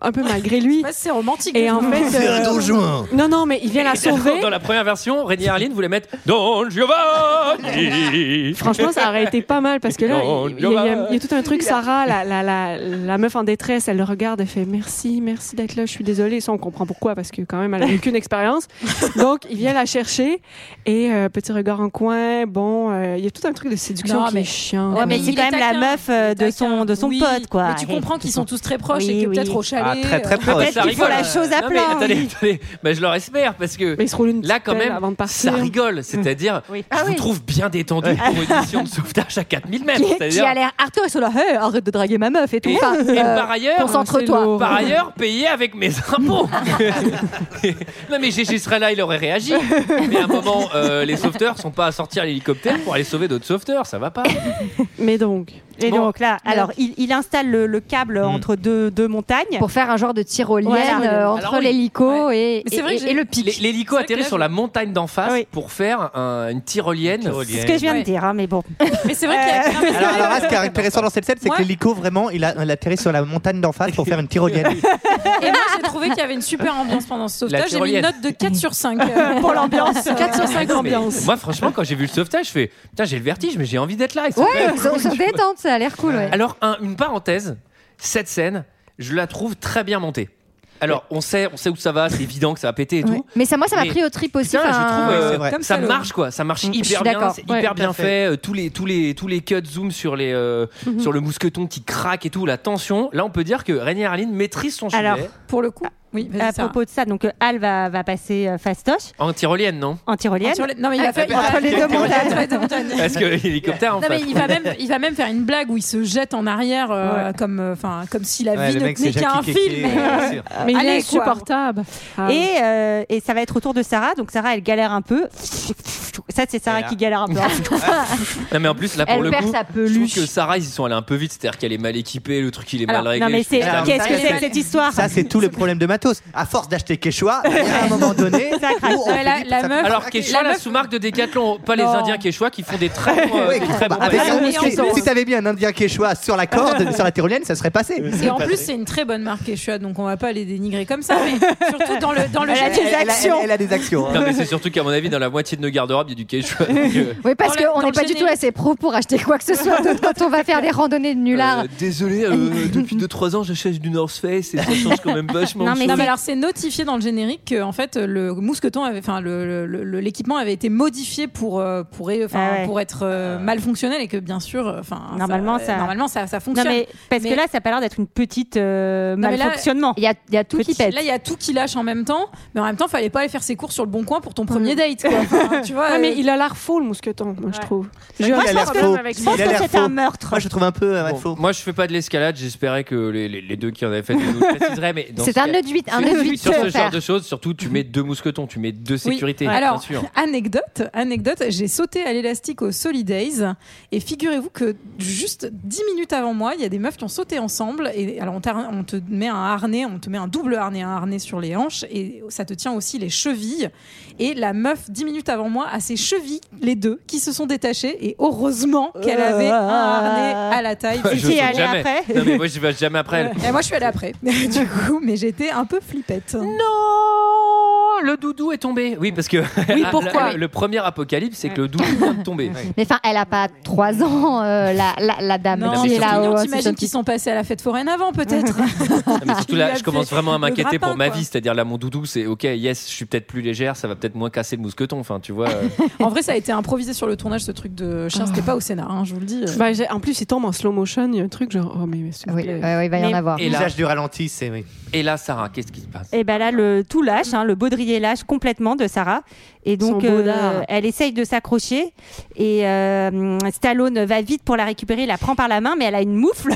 Speaker 12: un peu malgré lui.
Speaker 7: c'est romantique.
Speaker 12: Et en fait,
Speaker 1: C'est
Speaker 6: euh,
Speaker 1: un don juan.
Speaker 12: Non, non, mais il vient la
Speaker 1: Et alors,
Speaker 12: sauver.
Speaker 1: dans la première version Rainier Harlin voulait mettre Don Giovanni
Speaker 12: Franchement, ça aurait été pas mal parce que là,
Speaker 1: Don
Speaker 12: il il y, a- il y a-
Speaker 1: Giovanni.
Speaker 12: il y a tout un truc. Sarah, la, la, la, la meuf en détresse, elle le regarde, elle fait merci, merci d'être là, je suis désolée. Ça, on comprend pourquoi parce que quand même, elle n'a aucune expérience. Donc, il vient la chercher et euh, petit regard en coin. Bon, euh, il y a tout un truc de séduction
Speaker 7: Non,
Speaker 12: qui
Speaker 7: mais-
Speaker 12: est chiant.
Speaker 2: Ouais, mais
Speaker 7: mais
Speaker 2: c'est
Speaker 7: il
Speaker 2: quand
Speaker 7: est
Speaker 2: même la
Speaker 7: taquin,
Speaker 2: meuf euh, de son, de son
Speaker 7: Oui,
Speaker 2: pote, quoi.
Speaker 7: mais tu comprends qu'ils sont tous très proches
Speaker 2: Oui,
Speaker 7: et que
Speaker 2: oui.
Speaker 7: peut-être au chalet.
Speaker 2: Ah, très, très
Speaker 7: euh,
Speaker 2: proche. Peut-être
Speaker 1: ça
Speaker 2: qu'il faut
Speaker 1: rigole.
Speaker 2: la chose à
Speaker 1: Non,
Speaker 2: plein,
Speaker 1: Mais, attendez,
Speaker 2: oui.
Speaker 1: attendez. Mais je leur espère parce que là, quand
Speaker 12: pelle
Speaker 1: même,
Speaker 12: avant de
Speaker 1: ça
Speaker 12: partir.
Speaker 1: rigole. C'est-à-dire, je
Speaker 11: Ah
Speaker 1: vous
Speaker 11: oui.
Speaker 1: trouve bien détendu pour une édition de sauvetage à 4000 mètres.
Speaker 11: qui, qui
Speaker 1: C'est-à-dire-
Speaker 11: a l'air hardcore, ils sont là, Hey, arrête de draguer ma meuf et tout.
Speaker 1: Et,
Speaker 11: Enfin,
Speaker 1: et
Speaker 11: euh,
Speaker 1: par ailleurs,
Speaker 11: concentre-toi.
Speaker 1: par ailleurs, payé avec mes impôts. non mais GG serait là, il aurait réagi. Mais à un moment, euh, les sauveteurs sont pas à sortir l'hélicoptère pour aller sauver d'autres sauveteurs, ça va pas.
Speaker 12: Mais donc.
Speaker 2: Et
Speaker 1: Bon.
Speaker 2: donc là, alors il, il installe le, le câble entre deux, deux montagnes. Pour
Speaker 11: faire un genre de tyrolienne
Speaker 1: euh, entre
Speaker 11: Entre l'hélico et, et, et- et le pic.
Speaker 1: L- L'hélico atterrit sur la montagne d'en face pour faire un- une tyrolienne.
Speaker 2: C'est ce que je viens de dire, hein, mais bon.
Speaker 7: Mais c'est vrai qu'il y a-
Speaker 6: alors, alors là, ce qui est intéressant dans cette scène, c'est que l'hélico, vraiment, il a, il a atterri sur la montagne d'en face pour faire une tyrolienne.
Speaker 7: Et moi, j'ai trouvé qu'il y avait une super ambiance pendant ce
Speaker 1: La
Speaker 7: sauvetage. J'ai mis une
Speaker 1: tyrolienne.
Speaker 7: note de 4 sur 5 euh, pour l'ambiance. 4 sur 5
Speaker 1: Mais
Speaker 7: ambiance.
Speaker 1: Moi, franchement, quand j'ai vu le sauvetage, je fais Putain, j'ai le vertige, mais j'ai envie d'être là. et ça fait
Speaker 11: Ouais, ils
Speaker 1: cool,
Speaker 11: sont- sont
Speaker 1: tu vois.
Speaker 11: détentes, ça a l'air cool. Ouais.
Speaker 1: Alors, un- une parenthèse cette scène, je la trouve très bien montée. Alors, on sait, on sait où ça va, c'est évident que ça va péter et
Speaker 11: Ouais.
Speaker 1: tout.
Speaker 11: Mais ça, moi, ça m'a
Speaker 1: Mais-
Speaker 11: pris au trip aussi.
Speaker 1: Putain, je
Speaker 11: enfin,
Speaker 1: trouve euh,
Speaker 11: euh, comme
Speaker 1: ça
Speaker 11: salaud.
Speaker 1: marche quoi, ça marche
Speaker 11: Mm, je suis
Speaker 1: hyper bien,
Speaker 11: d'accord.
Speaker 1: c'est
Speaker 11: Ouais.
Speaker 1: hyper bien
Speaker 11: Tout à
Speaker 1: fait. euh, tous les tous les tous les cuts zoom sur les euh,
Speaker 2: Mhm.
Speaker 1: sur le mousqueton qui craque et tout, la tension. Là, on peut dire que Rainier Harlin maîtrise son sujet.
Speaker 2: Alors,
Speaker 7: pour le coup. Oui, vas-y,
Speaker 2: à
Speaker 7: Sarah.
Speaker 2: propos de ça, donc euh, Al va, va passer euh, fastoche
Speaker 1: En tyrolienne, non
Speaker 2: en tyrolienne.
Speaker 7: En tyrolienne. Non, mais il a fait-
Speaker 2: entre les deux montagnes.
Speaker 1: Parce que l'hélicoptère, en
Speaker 7: Non, mais
Speaker 1: fait.
Speaker 7: il va, même, il va même faire une blague où il se jette en arrière euh, comme, euh, 'fin, comme si la
Speaker 2: Ouais,
Speaker 7: vie
Speaker 2: le
Speaker 7: ne
Speaker 2: mec,
Speaker 7: tenait
Speaker 2: c'est
Speaker 7: qu'à un
Speaker 2: Jackie Kéké,
Speaker 7: film.
Speaker 6: euh,
Speaker 2: bien sûr. Mais il est
Speaker 7: Allez, quoi.
Speaker 2: insupportable. Et, euh, et ça va être au tour de Sarah. Donc Sarah, elle galère un peu. Ça, c'est Sarah
Speaker 1: Et là.
Speaker 2: qui galère un peu.
Speaker 1: Non, mais en plus, là, pour
Speaker 2: Elle
Speaker 1: le
Speaker 2: perd
Speaker 1: coup,
Speaker 2: sa
Speaker 1: je trouve que Sarah, ils y sont allés un peu vite. C'est-à-dire qu'elle est mal équipée, le truc, il est
Speaker 2: Alors,
Speaker 1: mal réglé.
Speaker 2: non, mais
Speaker 1: je trouve
Speaker 2: c'est-
Speaker 1: ça-
Speaker 2: qu'est-ce que c'est que cette histoire
Speaker 6: Ça, c'est tous les problèmes de matos. À force d'acheter Quechua, il y a un moment donné.
Speaker 2: Ça craque.
Speaker 6: où on
Speaker 7: Ouais, la-
Speaker 6: finit-
Speaker 7: la
Speaker 6: ça-
Speaker 7: meuf-
Speaker 1: Alors, Quechua, la, sous-marque de Decathlon, pas les
Speaker 6: Non.
Speaker 1: Indiens Quechua qui font des très bons. euh,
Speaker 6: Ouais,
Speaker 1: des très
Speaker 6: bah,
Speaker 1: bons
Speaker 6: avec
Speaker 1: bateaux.
Speaker 6: un- si- si t'avais mis un Indien quechua sur la corde, sur la tyrolienne, ça serait passé.
Speaker 7: Et en plus, c'est une très bonne marque Quechua, donc on va pas les dénigrer comme ça, mais surtout dans le dans le
Speaker 6: Elle a
Speaker 7: geste-
Speaker 6: des Elle a- actions. elle- elle a des actions, hein.
Speaker 1: Non, mais c'est surtout qu'à mon avis, dans la moitié de nos garde-robes, il y a du Quechua. donc, euh,
Speaker 11: Oui, parce qu'on n'est pas du tout assez pro pour acheter quoi que ce soit d'autre quand on va faire les randonnées de nulard.
Speaker 1: euh, désolé, euh, depuis 2-3 ans, j'achète du North Face et ça change quand même vachement.
Speaker 7: Non mais,
Speaker 1: de choses.
Speaker 7: alors c'est notifié dans le générique que en fait le mousqueton avait enfin le- le- le- le- l'équipement avait été modifié pour euh, pour et- enfin,
Speaker 2: Ah ouais.
Speaker 7: pour être euh, mal fonctionnel et que bien sûr euh, enfin
Speaker 2: Normalement, ça-
Speaker 7: normalement ça ça
Speaker 2: Non,
Speaker 7: fonctionne.
Speaker 2: mais parce que là, ça a pas l'air d'être une petite euh,
Speaker 7: Non, mais là-
Speaker 2: malfonctionnement.
Speaker 11: Il y a, tout
Speaker 7: Petit- Là, il y a tout qui lâche en même temps, mais en même temps, fallait pas aller faire ses courses sur le bon coin pour ton premier date. Quoi. Enfin, tu vois,
Speaker 12: Ah, mais
Speaker 7: euh,
Speaker 12: il a l'air faux, le mousqueton, moi, je trouve.
Speaker 6: Il a l'air faux.
Speaker 12: avec
Speaker 6: Il a l'air faux.
Speaker 2: meurtre.
Speaker 6: Moi, je le trouve un peu euh, ouais,
Speaker 1: Bon,
Speaker 6: faux.
Speaker 1: Moi, je fais pas de l'escalade. J'espérais que les, les- les deux qui en avaient fait, nous le préciseraient. mais dans
Speaker 11: C'est
Speaker 1: ce
Speaker 11: un
Speaker 1: cas-
Speaker 11: nœud de huit, un
Speaker 1: sur-
Speaker 11: nœud de huit
Speaker 1: Sur
Speaker 11: faut
Speaker 1: ce genre
Speaker 11: faire.
Speaker 1: de choses, surtout, tu mets deux mousquetons, tu mets deux
Speaker 7: Oui.
Speaker 1: sécurités.
Speaker 7: Alors,
Speaker 1: bien sûr.
Speaker 7: anecdote, anecdote, j'ai sauté à l'élastique au Solidays et figurez-vous que juste 10 minutes avant moi, il y a des meufs qui ont sauté ensemble et alors on, t'a- on te met un harnais, on te met un double harnais, un harnais sur les hanches et ça te tient aussi les chevilles et la meuf 10 minutes avant moi a ses chevilles les deux qui se sont détachées et heureusement qu'elle avait un harnais à la taille.
Speaker 1: Je saute jamais. Non, mais moi, je vais jamais après. elle.
Speaker 7: Et moi je suis allée après. du coup, mais j'étais un peu flippette.
Speaker 1: Non, le doudou est tombé. Oui, parce que
Speaker 11: pourquoi
Speaker 1: le, le premier apocalypse, c'est que le doudou vient de tomber.
Speaker 11: Mais enfin, elle a pas 3 ans, euh, la, la, la dame
Speaker 1: Non,
Speaker 11: qui
Speaker 1: mais
Speaker 11: est là-haut.
Speaker 7: Mignon,
Speaker 11: hein, c'est
Speaker 7: T'imagines
Speaker 11: gentil.
Speaker 7: qu'ils sont passés à la fête foraine avant, peut-être
Speaker 1: Non, mais surtout
Speaker 7: Il
Speaker 1: là,
Speaker 7: a
Speaker 1: je commence
Speaker 7: fait
Speaker 1: vraiment à
Speaker 7: le
Speaker 1: m'inquiéter
Speaker 7: grappin,
Speaker 1: pour ma
Speaker 7: quoi.
Speaker 1: vie. C'est-à-dire là, mon doudou, c'est ok, yes, je suis peut-être plus légère, ça va peut-être moins casser le mousqueton. Enfin, tu vois. euh.
Speaker 7: En vrai, ça a été improvisé sur le tournage, ce truc de chien. C'était pas au scénar, hein, je vous le dis.
Speaker 12: Bah, j'ai- en plus, il tombe en slow motion, il y a un truc genre, oh, mais, mais s'il vous plaît.
Speaker 6: Mais-
Speaker 1: Et là-
Speaker 6: L'usage du ralenti, c'est oui.
Speaker 1: Et là, Sarah, qu'est-ce qui se passe
Speaker 12: Eh
Speaker 2: Et ben là, le tout lâche, hein, le baudrier lâche complètement de Sarah. Et donc, euh,
Speaker 12: Son baudard.
Speaker 2: elle essaye de s'accrocher. Et euh, Stallone va vite pour la récupérer, la prend par la main, mais elle a une moufle.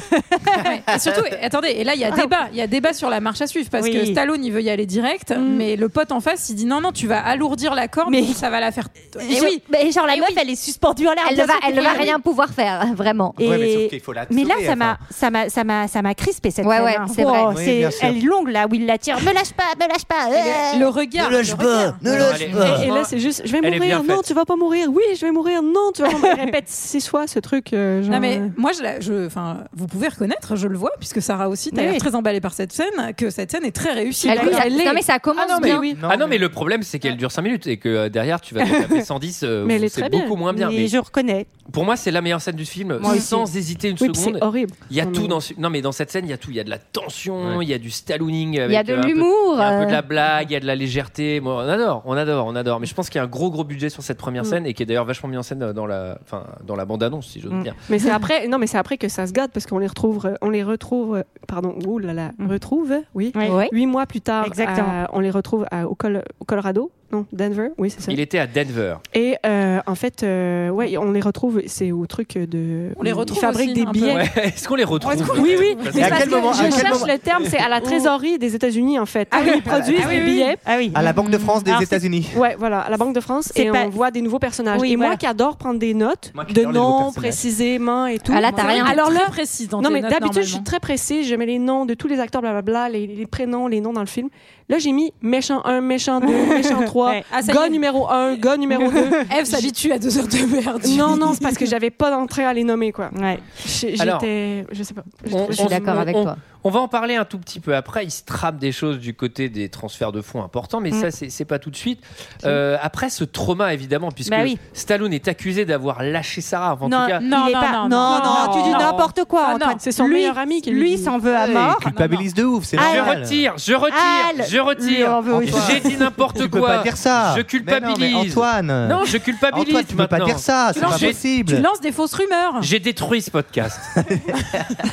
Speaker 7: Et surtout, attendez, et là, il y a débat. Il y a débat sur la marche à suivre parce
Speaker 2: Oui.
Speaker 7: que Stallone, il veut y aller direct, mais le pote en face, il dit non, non, tu vas alourdir la corde,
Speaker 2: Mais-
Speaker 7: ça va la faire.
Speaker 2: Et
Speaker 7: Et oui.
Speaker 2: mais genre la meuf, elle est suspendue en l'air.
Speaker 11: Eh Elle ne
Speaker 2: bien
Speaker 11: va,
Speaker 2: sûr
Speaker 11: elle
Speaker 2: qu'il
Speaker 11: ne va
Speaker 2: faut y
Speaker 11: rien
Speaker 2: aller.
Speaker 11: pouvoir faire, vraiment.
Speaker 2: Et-
Speaker 6: Ouais, mais sauf qu'il faut la
Speaker 2: mais là,
Speaker 6: sauver,
Speaker 2: ça
Speaker 6: enfin.
Speaker 2: m'a, ça m'a, ça m'a, ça m'a crispé cette
Speaker 11: Ouais,
Speaker 2: scène,
Speaker 11: ouais,
Speaker 2: hein.
Speaker 11: oh, c'est vrai.
Speaker 2: Wow,
Speaker 6: Oui,
Speaker 2: c'est-
Speaker 6: bien sûr.
Speaker 2: elle longue là où il la tire. Me lâche pas, me lâche pas. euh.
Speaker 7: Le regard.
Speaker 6: Ne lâche
Speaker 7: le
Speaker 6: pas,
Speaker 7: regard.
Speaker 6: ne Non, lâche elle est- pas.
Speaker 12: Et eh, là, c'est juste, je vais
Speaker 1: Elle est bien
Speaker 12: mourir, non,
Speaker 1: faite.
Speaker 12: tu vas pas mourir, oui, je vais mourir, non, tu vas pas mourir. Répète six fois ce truc. euh, genre,
Speaker 7: Non mais
Speaker 12: euh,
Speaker 7: moi je, la- je enfin vous pouvez reconnaître, je le vois puisque Sarah aussi t'as
Speaker 12: Oui.
Speaker 7: l'air très emballée par cette scène que cette scène est très réussie.
Speaker 11: Elle- oui, ça-
Speaker 7: l'est.
Speaker 11: non, mais ça commence
Speaker 7: Ah non, mais
Speaker 11: bien.
Speaker 7: oui.
Speaker 1: ah non, mais le problème, c'est qu'elle dure 5 minutes et que euh, derrière, tu vas te taper 110. euh,
Speaker 12: Mais elle
Speaker 1: où
Speaker 12: est
Speaker 1: c'est
Speaker 12: très
Speaker 1: beaucoup
Speaker 12: bien.
Speaker 1: moins bien.
Speaker 2: Mais
Speaker 1: Mais
Speaker 2: je reconnais.
Speaker 1: pour moi, c'est la meilleure scène du film,
Speaker 12: Moi aussi.
Speaker 1: sans hésiter une
Speaker 12: Oui, puis
Speaker 1: seconde.
Speaker 12: c'est horrible.
Speaker 1: Il y a
Speaker 12: Non,
Speaker 1: tout
Speaker 12: mais-
Speaker 1: dans ce- non mais dans cette scène il y a tout il y a de la tension il y a du stalooning avec,
Speaker 11: Il y a de
Speaker 1: euh, un peu-
Speaker 11: l'humour,
Speaker 1: il y a un peu
Speaker 11: euh.
Speaker 1: de la blague il y a de la légèreté Bon, on adore on adore on adore mais je pense qu'il y a un gros gros budget sur cette première
Speaker 12: Mm.
Speaker 1: scène et qui est d'ailleurs vachement mis en scène euh, dans la enfin dans la bande annonce si j'ose dire
Speaker 12: Mais c'est après, non, mais c'est après que ça se gâte parce qu'on les retrouve, euh, on les retrouve, euh, pardon, ouh là là, retrouve, oui,
Speaker 2: Ouais.
Speaker 11: Ouais.
Speaker 12: huit mois plus tard,
Speaker 2: Exactement.
Speaker 12: euh, on les retrouve à- au, Col- au Colorado, non, Denver, oui, c'est ça.
Speaker 1: il était à Denver
Speaker 12: Et euh, en fait, euh, ouais, on les retrouve, c'est au truc de,
Speaker 7: On les retrouve
Speaker 12: ils fabriquent
Speaker 7: aussi,
Speaker 12: des
Speaker 7: un peu.
Speaker 12: billets.
Speaker 1: Ouais, est-ce qu'on les retrouve
Speaker 7: Est-ce qu'on
Speaker 12: Oui, oui.
Speaker 1: Parce
Speaker 6: Mais à
Speaker 1: que-
Speaker 6: quel moment-
Speaker 12: Je
Speaker 6: à quel
Speaker 12: cherche
Speaker 6: moment-
Speaker 12: le terme, c'est à la trésorerie des États-Unis en fait. Ah, ils produisent
Speaker 2: Ah oui,
Speaker 12: des
Speaker 2: oui, oui.
Speaker 12: billets.
Speaker 2: Ah oui.
Speaker 6: À la Banque de France des
Speaker 12: Alors, c'est-
Speaker 6: États-Unis.
Speaker 12: Ouais, voilà, à la Banque de France
Speaker 2: C'est
Speaker 12: et
Speaker 2: pas-
Speaker 12: on voit des nouveaux personnages.
Speaker 2: Oui,
Speaker 12: et moi
Speaker 2: voilà.
Speaker 12: qui adore prendre des notes
Speaker 6: Moi qui
Speaker 12: de
Speaker 6: adore les nouveaux
Speaker 12: noms
Speaker 6: personnages.
Speaker 12: précisément et tout.
Speaker 11: Ah là, t'as rien.
Speaker 7: Alors là précis dans
Speaker 12: non
Speaker 7: tes
Speaker 12: mais
Speaker 7: notes,
Speaker 12: d'habitude je suis
Speaker 7: normalement.
Speaker 12: très précise, je mets les noms de tous les acteurs blablabla, les, les prénoms, les noms dans le film. Là, j'ai mis méchant 1, méchant 2, méchant 3,
Speaker 7: Ouais. Ah, ça y
Speaker 12: gars
Speaker 7: est.
Speaker 12: numéro 1, gars numéro 2.
Speaker 7: Eve s'habitue à deux heures de perdu.
Speaker 12: Non non, c'est parce que j'avais pas d'entrée à les nommer quoi.
Speaker 2: Ouais.
Speaker 12: J'ai-
Speaker 1: Alors,
Speaker 12: J'étais je sais pas. j'ai
Speaker 1: on-
Speaker 12: trouvé-
Speaker 11: Je suis
Speaker 1: on-
Speaker 11: d'accord
Speaker 1: on-
Speaker 11: avec
Speaker 1: on-
Speaker 11: toi.
Speaker 1: On va en parler un tout petit peu après. Il se trappe des choses du côté des transferts de fonds importants, mais
Speaker 2: Mm.
Speaker 1: ça, c'est c'est pas tout de suite. Euh, après, ce trauma, évidemment, puisque
Speaker 2: Bah oui.
Speaker 1: Stallone est accusé d'avoir lâché Sarah. Enfin, En
Speaker 2: Non,
Speaker 1: tout cas,
Speaker 2: il est pas- non, non, tu dis n'importe quoi.
Speaker 7: Ah,
Speaker 2: Antoine.
Speaker 7: non,
Speaker 12: c'est son
Speaker 2: Lui-
Speaker 12: meilleur ami qui lui
Speaker 2: Lui
Speaker 12: dit. Euh,
Speaker 2: s'en veut à
Speaker 6: Ouais,
Speaker 2: mort.
Speaker 6: il culpabilise de ouf, c'est
Speaker 2: Ah,
Speaker 1: Je
Speaker 6: normal.
Speaker 1: retire, je retire,
Speaker 2: Al-
Speaker 1: je
Speaker 2: Lui, on veut
Speaker 1: retire.
Speaker 2: aussi.
Speaker 1: J'ai dit
Speaker 6: Tu
Speaker 1: n'importe
Speaker 6: peux
Speaker 1: quoi.
Speaker 6: pas dire ça.
Speaker 1: Je
Speaker 6: Mais non,
Speaker 1: culpabilise.
Speaker 6: mais Antoine.
Speaker 1: Non, je culpabilise
Speaker 6: Antoine, tu peux pas
Speaker 1: maintenant.
Speaker 6: dire ça, c'est
Speaker 1: Non,
Speaker 6: pas
Speaker 1: j'ai-
Speaker 7: Tu
Speaker 6: possible.
Speaker 7: lances des fausses rumeurs.
Speaker 1: J'ai détruit ce podcast.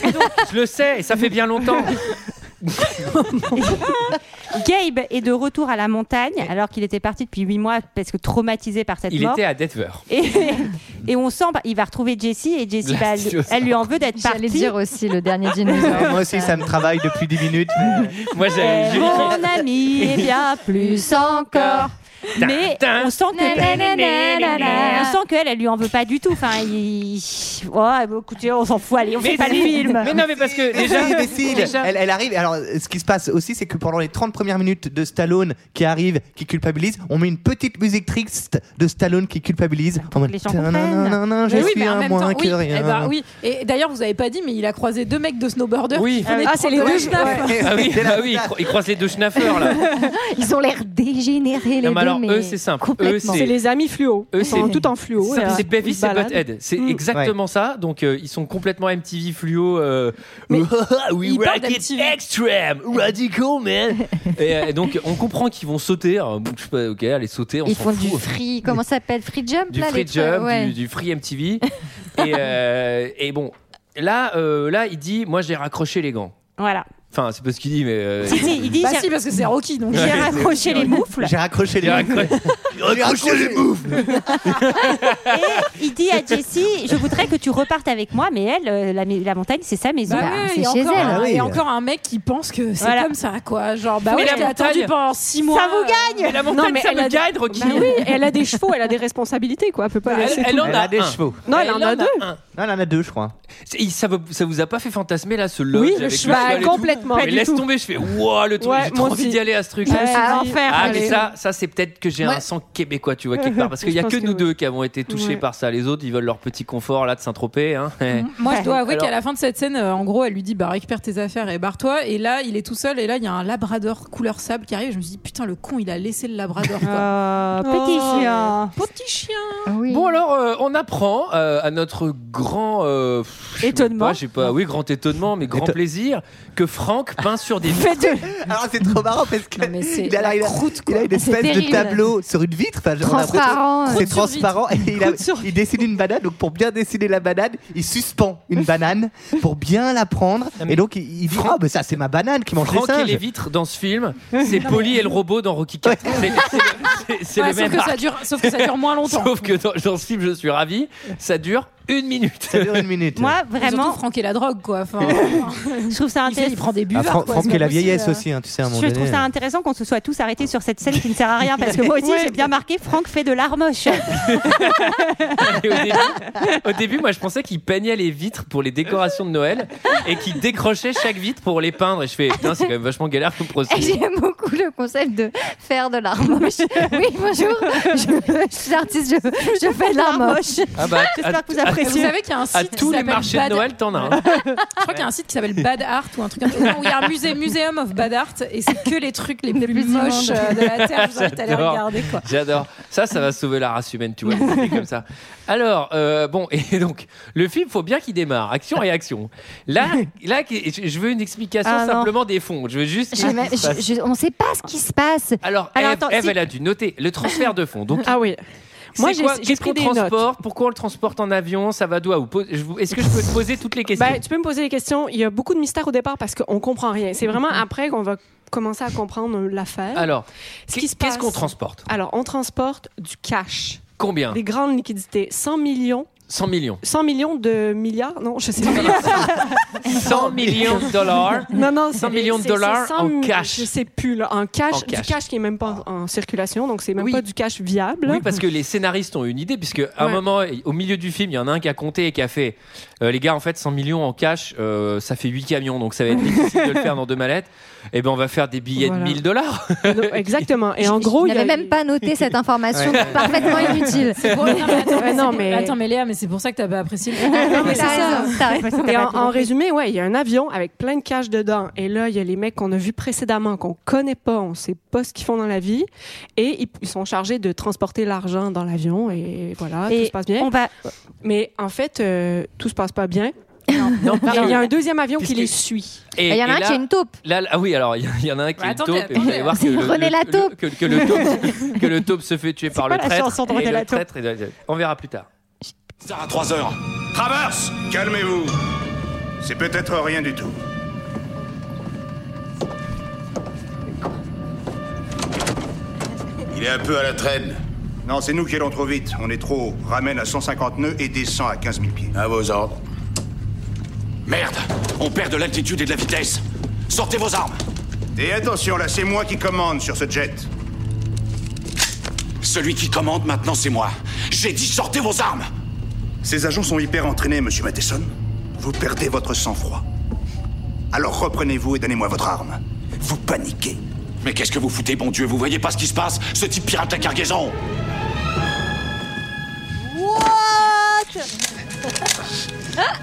Speaker 1: Et donc, je le sais, et ça fait bien longtemps.
Speaker 2: Gabe est de retour à la montagne alors qu'il était parti depuis 8 mois parce que traumatisé par cette
Speaker 1: Il
Speaker 2: mort.
Speaker 1: était à Denver.
Speaker 2: Et, et on sent, bah, il va retrouver Jessie et Jessie,
Speaker 1: La
Speaker 2: bah, elle,
Speaker 1: dinosaure.
Speaker 2: elle lui en veut d'être partie.
Speaker 11: dire aussi le dernier
Speaker 6: Ah, Moi aussi, ça me travaille depuis 10 minutes.
Speaker 1: Moi, j'ai. j'ai-
Speaker 2: Mon ami, et bien plus encore. Mais on sent que on sent qu'elle, elle lui en veut pas du tout. Enfin, il... ouais, bah, écoutez, on s'en fout, allez, on fait pas le film.
Speaker 1: Mais non, mais parce que
Speaker 6: Mais
Speaker 1: déjà.
Speaker 6: oui, mais si,
Speaker 1: déjà-
Speaker 6: elle, elle arrive. Alors, ce qui se passe aussi, c'est que pendant les 30 premières minutes de Stallone qui arrive, qui culpabilise, on met une petite musique triste de Stallone qui
Speaker 7: Bah,
Speaker 6: culpabilise. En mode,
Speaker 2: les gens
Speaker 6: Tadadadada,
Speaker 2: comprennent.
Speaker 6: je
Speaker 7: Mais oui,
Speaker 6: suis
Speaker 7: mais en
Speaker 6: un
Speaker 7: même
Speaker 6: moins
Speaker 7: temps,
Speaker 6: que
Speaker 7: oui.
Speaker 6: rien.
Speaker 7: Eh ben oui. Et d'ailleurs, vous avez pas dit, mais il a croisé deux mecs de snowboarder.
Speaker 1: Oui.
Speaker 7: qui venaient
Speaker 12: Ah,
Speaker 7: de
Speaker 12: c'est les
Speaker 7: prendre
Speaker 12: deux
Speaker 7: le snap.
Speaker 1: Ah oui, ah oui, ils cro- ils croisent les deux schnaffeurs là.
Speaker 11: Ils ont l'air dégénérés, les
Speaker 1: Non, mais
Speaker 11: deux,
Speaker 1: alors,
Speaker 11: mais
Speaker 1: eux, c'est simple. Eux,
Speaker 11: complètement.
Speaker 12: C'est
Speaker 1: c'est.
Speaker 12: les amis fluo.
Speaker 1: Eux,
Speaker 12: Ils sont
Speaker 1: c'est-
Speaker 12: tout en fluo. et, euh,
Speaker 1: C'est Bevis,
Speaker 12: ils se
Speaker 1: c'est
Speaker 12: baladent.
Speaker 1: Butthead. C'est
Speaker 12: Mm.
Speaker 1: exactement ça. Donc, euh, ils sont complètement MTV fluo. euh, we
Speaker 7: ils parlent
Speaker 1: rock it extreme, radical man. et, euh, donc, on comprend qu'ils vont sauter. Alors, bon, je sais pas, ok, allez sauter. On
Speaker 11: Ils
Speaker 1: s'en
Speaker 11: font
Speaker 1: fout.
Speaker 11: du free, comment ça s'appelle Free jump
Speaker 1: du
Speaker 11: là,
Speaker 1: free
Speaker 11: les trucs,
Speaker 1: jump,
Speaker 11: ouais.
Speaker 1: du, du free MTV. et, euh, et bon, là, euh, là, il dit, moi, j'ai raccroché les gants.
Speaker 2: Voilà.
Speaker 1: Enfin, c'est pas ce qu'il dit, mais. euh,
Speaker 2: Si, si, il dit,
Speaker 7: Bah
Speaker 2: j'ai-
Speaker 7: si, parce que c'est Rocky, donc.
Speaker 2: j'ai raccroché les moufles.
Speaker 6: J'ai
Speaker 1: j'ai
Speaker 6: raccroché les.
Speaker 1: raccroché-
Speaker 2: Et il dit à Jessie, je voudrais que tu repartes avec moi, mais elle, euh, la, la montagne, c'est sa maison.
Speaker 7: Bah
Speaker 11: Bah,
Speaker 7: ouais,
Speaker 11: c'est
Speaker 7: et,
Speaker 11: chez
Speaker 7: encore,
Speaker 11: elle.
Speaker 7: un-
Speaker 6: Ah oui.
Speaker 7: et encore un mec qui pense que c'est
Speaker 2: Voilà.
Speaker 7: comme ça, quoi. Genre, bah
Speaker 1: Mais
Speaker 7: ouais,
Speaker 1: la
Speaker 7: j'ai attendu
Speaker 1: montagne-
Speaker 7: pendant six mois.
Speaker 2: ça vous gagne
Speaker 1: Mais la montagne,
Speaker 12: Non, mais
Speaker 1: ça
Speaker 12: elle
Speaker 1: me
Speaker 12: a-
Speaker 1: gagne, Rocky.
Speaker 12: Bah oui, elle a des chevaux, elle a des responsabilités, quoi. Elle peut pas
Speaker 1: Elle,
Speaker 12: laisser
Speaker 1: Bah, elle
Speaker 12: tout-
Speaker 1: en
Speaker 6: Elle
Speaker 1: a,
Speaker 6: a des
Speaker 1: un.
Speaker 6: chevaux.
Speaker 12: Non, elle en a deux.
Speaker 1: un.
Speaker 6: Non, elle en a deux, je crois.
Speaker 1: C'est- il- Ça, vous- ça vous a pas fait fantasmer là ce lodge
Speaker 12: Oui,
Speaker 1: avec
Speaker 12: le
Speaker 1: le
Speaker 12: cheval,
Speaker 1: et tout
Speaker 12: complètement.
Speaker 1: Mais laisse tomber, je fais waouh le truc,
Speaker 12: Ouais,
Speaker 1: j'ai
Speaker 12: moi
Speaker 1: trop envie
Speaker 12: aussi. Bah,
Speaker 1: d'y aller à ce truc.
Speaker 12: Ouais, à l'enfer,
Speaker 1: Ah
Speaker 12: allez.
Speaker 1: mais ça, ça c'est peut-être que j'ai un sang québécois, tu vois quelque part, parce qu'il
Speaker 12: Je
Speaker 1: y a
Speaker 12: pense
Speaker 1: que
Speaker 12: que
Speaker 1: nous
Speaker 12: oui.
Speaker 1: deux qui avons été touchés
Speaker 12: Ouais. Mhm.
Speaker 1: par ça. Les autres, ils veulent leur petit confort là de Saint-Tropez. Hein.
Speaker 7: Moi, je dois avouer
Speaker 1: Alors-
Speaker 7: qu'à la fin de cette scène, euh, en gros, elle lui dit bah récupère tes affaires et barre-toi. Et là, il est tout seul. Et là, il y a un labrador couleur sable qui arrive. Je me dis putain, le con, il a laissé le labrador. quoi.
Speaker 2: Ah,
Speaker 12: Oh.
Speaker 2: Petit chien.
Speaker 7: Petit chien.
Speaker 11: Ah oui.
Speaker 1: Bon alors, euh, on apprend euh, à notre grand euh, pff, je sais même
Speaker 12: Étonnement.
Speaker 1: pas, je sais pas, oui, grand étonnement, mais grand
Speaker 6: Éton-
Speaker 1: plaisir que Franck peint sur des vitres.
Speaker 6: Alors c'est trop marrant parce que
Speaker 7: Non, mais c'est
Speaker 6: il, a,
Speaker 7: la
Speaker 6: il a-
Speaker 7: croûte,
Speaker 6: il a une espèce de
Speaker 11: terrible.
Speaker 6: tableau sur une vitre. Enfin, on a l'impression-
Speaker 11: Transparent, euh.
Speaker 6: C'est
Speaker 7: Croûte sur vitre.
Speaker 6: transparent et il, a- il dessine une banane. Donc pour bien dessiner la banane, il suspend une banane pour bien la prendre.
Speaker 1: mais-
Speaker 6: Et donc il, il dit ah mais ça c'est ma banane qui mange les
Speaker 1: Franck et
Speaker 6: singes.
Speaker 1: les vitres dans ce film, c'est Polly et le robot dans Rocky 4. C'est- c'est- c'est- C'est
Speaker 7: Ouais,
Speaker 1: le
Speaker 7: sauf,
Speaker 1: même
Speaker 7: que
Speaker 1: arc.
Speaker 7: ça dure, sauf que ça dure moins longtemps.
Speaker 1: Sauf que dans, dans ce film, je suis ravi, ça dure une minute.
Speaker 6: Ça dure une minute.
Speaker 2: Moi,
Speaker 7: Et Surtout
Speaker 2: vraiment,
Speaker 7: Franck et la drogue, quoi. Enfin,
Speaker 2: je trouve ça
Speaker 7: il, fait- il
Speaker 2: intéressant.
Speaker 7: prend des
Speaker 6: Ah,
Speaker 7: buvards.
Speaker 6: Fran-
Speaker 7: quoi,
Speaker 6: Franck
Speaker 7: c'est
Speaker 6: et la
Speaker 7: pas possible,
Speaker 6: vieillesse
Speaker 7: euh.
Speaker 6: aussi, hein, tu sais, à un moment
Speaker 2: Je trouve
Speaker 6: donné.
Speaker 2: ça intéressant qu'on se soit tous arrêtés sur cette scène qui ne sert à rien parce que moi aussi j'ai bien marqué Franck fait de l'armoche.
Speaker 1: Et au, début, au début, moi, je pensais qu'il peignait les vitres pour les décorations de Noël et qu'il décrochait chaque vitre pour les peindre. Et je fais, putain, c'est quand même vachement galère comme
Speaker 11: Et
Speaker 1: procédé.
Speaker 11: J'aime beaucoup le concept de faire de l'armoche. Oui, bonjour, je, je suis artiste, je, je fais de l'armoche.
Speaker 1: Ah bah, à,
Speaker 2: J'espère que vous
Speaker 7: Et Vous
Speaker 2: appréciez.
Speaker 7: savez qu'il y a un site
Speaker 1: à
Speaker 7: qui
Speaker 1: tous les
Speaker 7: s'appelle
Speaker 1: marchés
Speaker 7: Bad-
Speaker 1: de Noël, t'en as hein. un.
Speaker 7: Je crois qu'il y a un site qui s'appelle Bad Art ou un truc comme ça. Non, où il y a un musée, Museum of Bad Art, et c'est que les trucs les plus,
Speaker 11: plus
Speaker 7: moches
Speaker 11: immondes.
Speaker 7: euh, de la terre. Je vous invite à aller
Speaker 1: J'adore.
Speaker 7: regarder quoi.
Speaker 1: J'adore. Ça, ça va sauver la race humaine, tu vois, des trucs comme ça. Alors, euh, bon, et donc, le film, faut bien qu'il démarre. Action, réaction. Là, là je je veux une explication
Speaker 11: Ah, non.
Speaker 1: simplement des fonds. Je veux juste.
Speaker 11: Je- je- je- on ne sait pas ce qui se passe.
Speaker 1: Alors,
Speaker 11: Alors,
Speaker 1: Eve,
Speaker 11: attends,
Speaker 1: Eve,
Speaker 11: si-
Speaker 1: elle a dû noter le transfert de fonds. Donc,
Speaker 12: Ah oui. Moi,
Speaker 1: c'est
Speaker 12: j'ai-
Speaker 1: quoi
Speaker 12: j'ai
Speaker 1: Qu'est-ce
Speaker 12: pris
Speaker 1: qu'on
Speaker 12: des notes.
Speaker 1: transporte Pourquoi on le transporte en avion Ça va d'où à où Pose- je vous- Est-ce que je peux te poser toutes les questions
Speaker 12: Bah, tu peux me poser des questions. Il y a beaucoup de mystères au départ parce qu'on comprend rien. C'est vraiment après qu'on va commencer à comprendre l'affaire.
Speaker 1: Alors,
Speaker 12: Ce
Speaker 1: qu'est-
Speaker 12: qui se passe-
Speaker 1: qu'est-ce qu'on transporte
Speaker 12: Alors, on transporte du cash,
Speaker 2: Ah.
Speaker 1: Combien
Speaker 12: des grandes liquidités, 100 millions,
Speaker 1: 100 millions.
Speaker 12: 100 millions de milliards, non, je sais pas.
Speaker 1: 100 millions de dollars.
Speaker 12: Non, non,
Speaker 1: 100
Speaker 12: c'est-
Speaker 1: millions de
Speaker 12: c'est-
Speaker 1: dollars
Speaker 12: c'est 100
Speaker 1: en
Speaker 12: mi-
Speaker 1: cash.
Speaker 12: Je sais plus, là, en cash,
Speaker 1: En cash.
Speaker 12: du cash qui est même pas
Speaker 2: Ah.
Speaker 12: en, en circulation, donc c'est même
Speaker 1: Oui.
Speaker 12: pas du cash viable.
Speaker 1: Oui, parce que les scénaristes ont une idée, puisque à un
Speaker 12: Ouais.
Speaker 1: moment, au milieu du film, il y en a un qui a compté et qui a fait euh, Les gars, en fait, 100 millions en cash, euh, ça fait 8 camions, donc ça va être difficile de le faire dans deux mallettes. Et ben on va faire des billets
Speaker 12: Voilà.
Speaker 1: de 1000 dollars.
Speaker 12: Non, Exactement. Et en
Speaker 11: Je-
Speaker 12: gros,
Speaker 11: je
Speaker 12: il y a
Speaker 11: n'avais même pas noté cette information donc parfaitement inutile.
Speaker 7: Bon, non, mais attends, mais
Speaker 12: Ouais, non,
Speaker 7: c'est-
Speaker 12: mais-
Speaker 7: attends, mais Léa, mais c'est pour ça que t'as pas apprécié le
Speaker 11: Non, mais
Speaker 7: c'est
Speaker 11: t'as
Speaker 7: ça.
Speaker 11: raison, t'as raison.
Speaker 12: Et en, en résumé, ouais, il y a un avion avec plein de cash dedans. Et là, il y a les mecs qu'on a vus précédemment, qu'on connaît pas, on sait pas ce qu'ils font dans la vie. Et ils, ils sont chargés de transporter l'argent dans l'avion. Et voilà, tout
Speaker 2: Et
Speaker 12: se passe bien.
Speaker 2: on va
Speaker 12: Mais en fait, euh, tout se passe pas bien.
Speaker 1: Non,
Speaker 12: Il y a un deuxième avion qui
Speaker 1: Puisque-
Speaker 12: les suit.
Speaker 1: Et,
Speaker 11: Bah, Il y en a
Speaker 1: et
Speaker 11: un
Speaker 1: là-
Speaker 11: qui a une taupe.
Speaker 1: Là, là- ah oui, alors il y en- il y, en a un qui
Speaker 7: Bah,
Speaker 1: est une
Speaker 7: attendez,
Speaker 1: taupe, et vous allez voir que
Speaker 11: C'est
Speaker 1: le,
Speaker 11: René
Speaker 1: le-
Speaker 11: la
Speaker 1: le-
Speaker 11: taupe.
Speaker 1: que, que le taupe, que le taupe se fait tuer par le
Speaker 2: pas la
Speaker 1: traître.
Speaker 2: chanson de René
Speaker 1: et
Speaker 2: la
Speaker 1: le
Speaker 2: taupe.
Speaker 1: traître est- on verra plus tard.
Speaker 13: Ça à 3 heures.
Speaker 3: Traverse Calmez-vous. C'est peut-être rien du tout. Il est un peu à la traîne. Non, c'est nous qui allons trop vite. On est trop haut. Ramène à 150 nœuds et descend à 15 000 pieds. À vos ordres.
Speaker 13: Merde On perd de l'altitude et de la vitesse. Sortez vos armes
Speaker 3: Et attention, là, c'est moi qui commande sur ce jet.
Speaker 13: Celui qui commande maintenant, c'est moi. J'ai dit sortez vos armes
Speaker 3: Ces agents sont hyper entraînés, monsieur Matheson. Vous perdez votre sang-froid. Alors reprenez-vous et donnez-moi votre arme. Vous paniquez.
Speaker 13: Mais qu'est-ce que vous foutez, bon Dieu Vous voyez pas ce qui se passe Ce type pirate la cargaison
Speaker 14: What Ah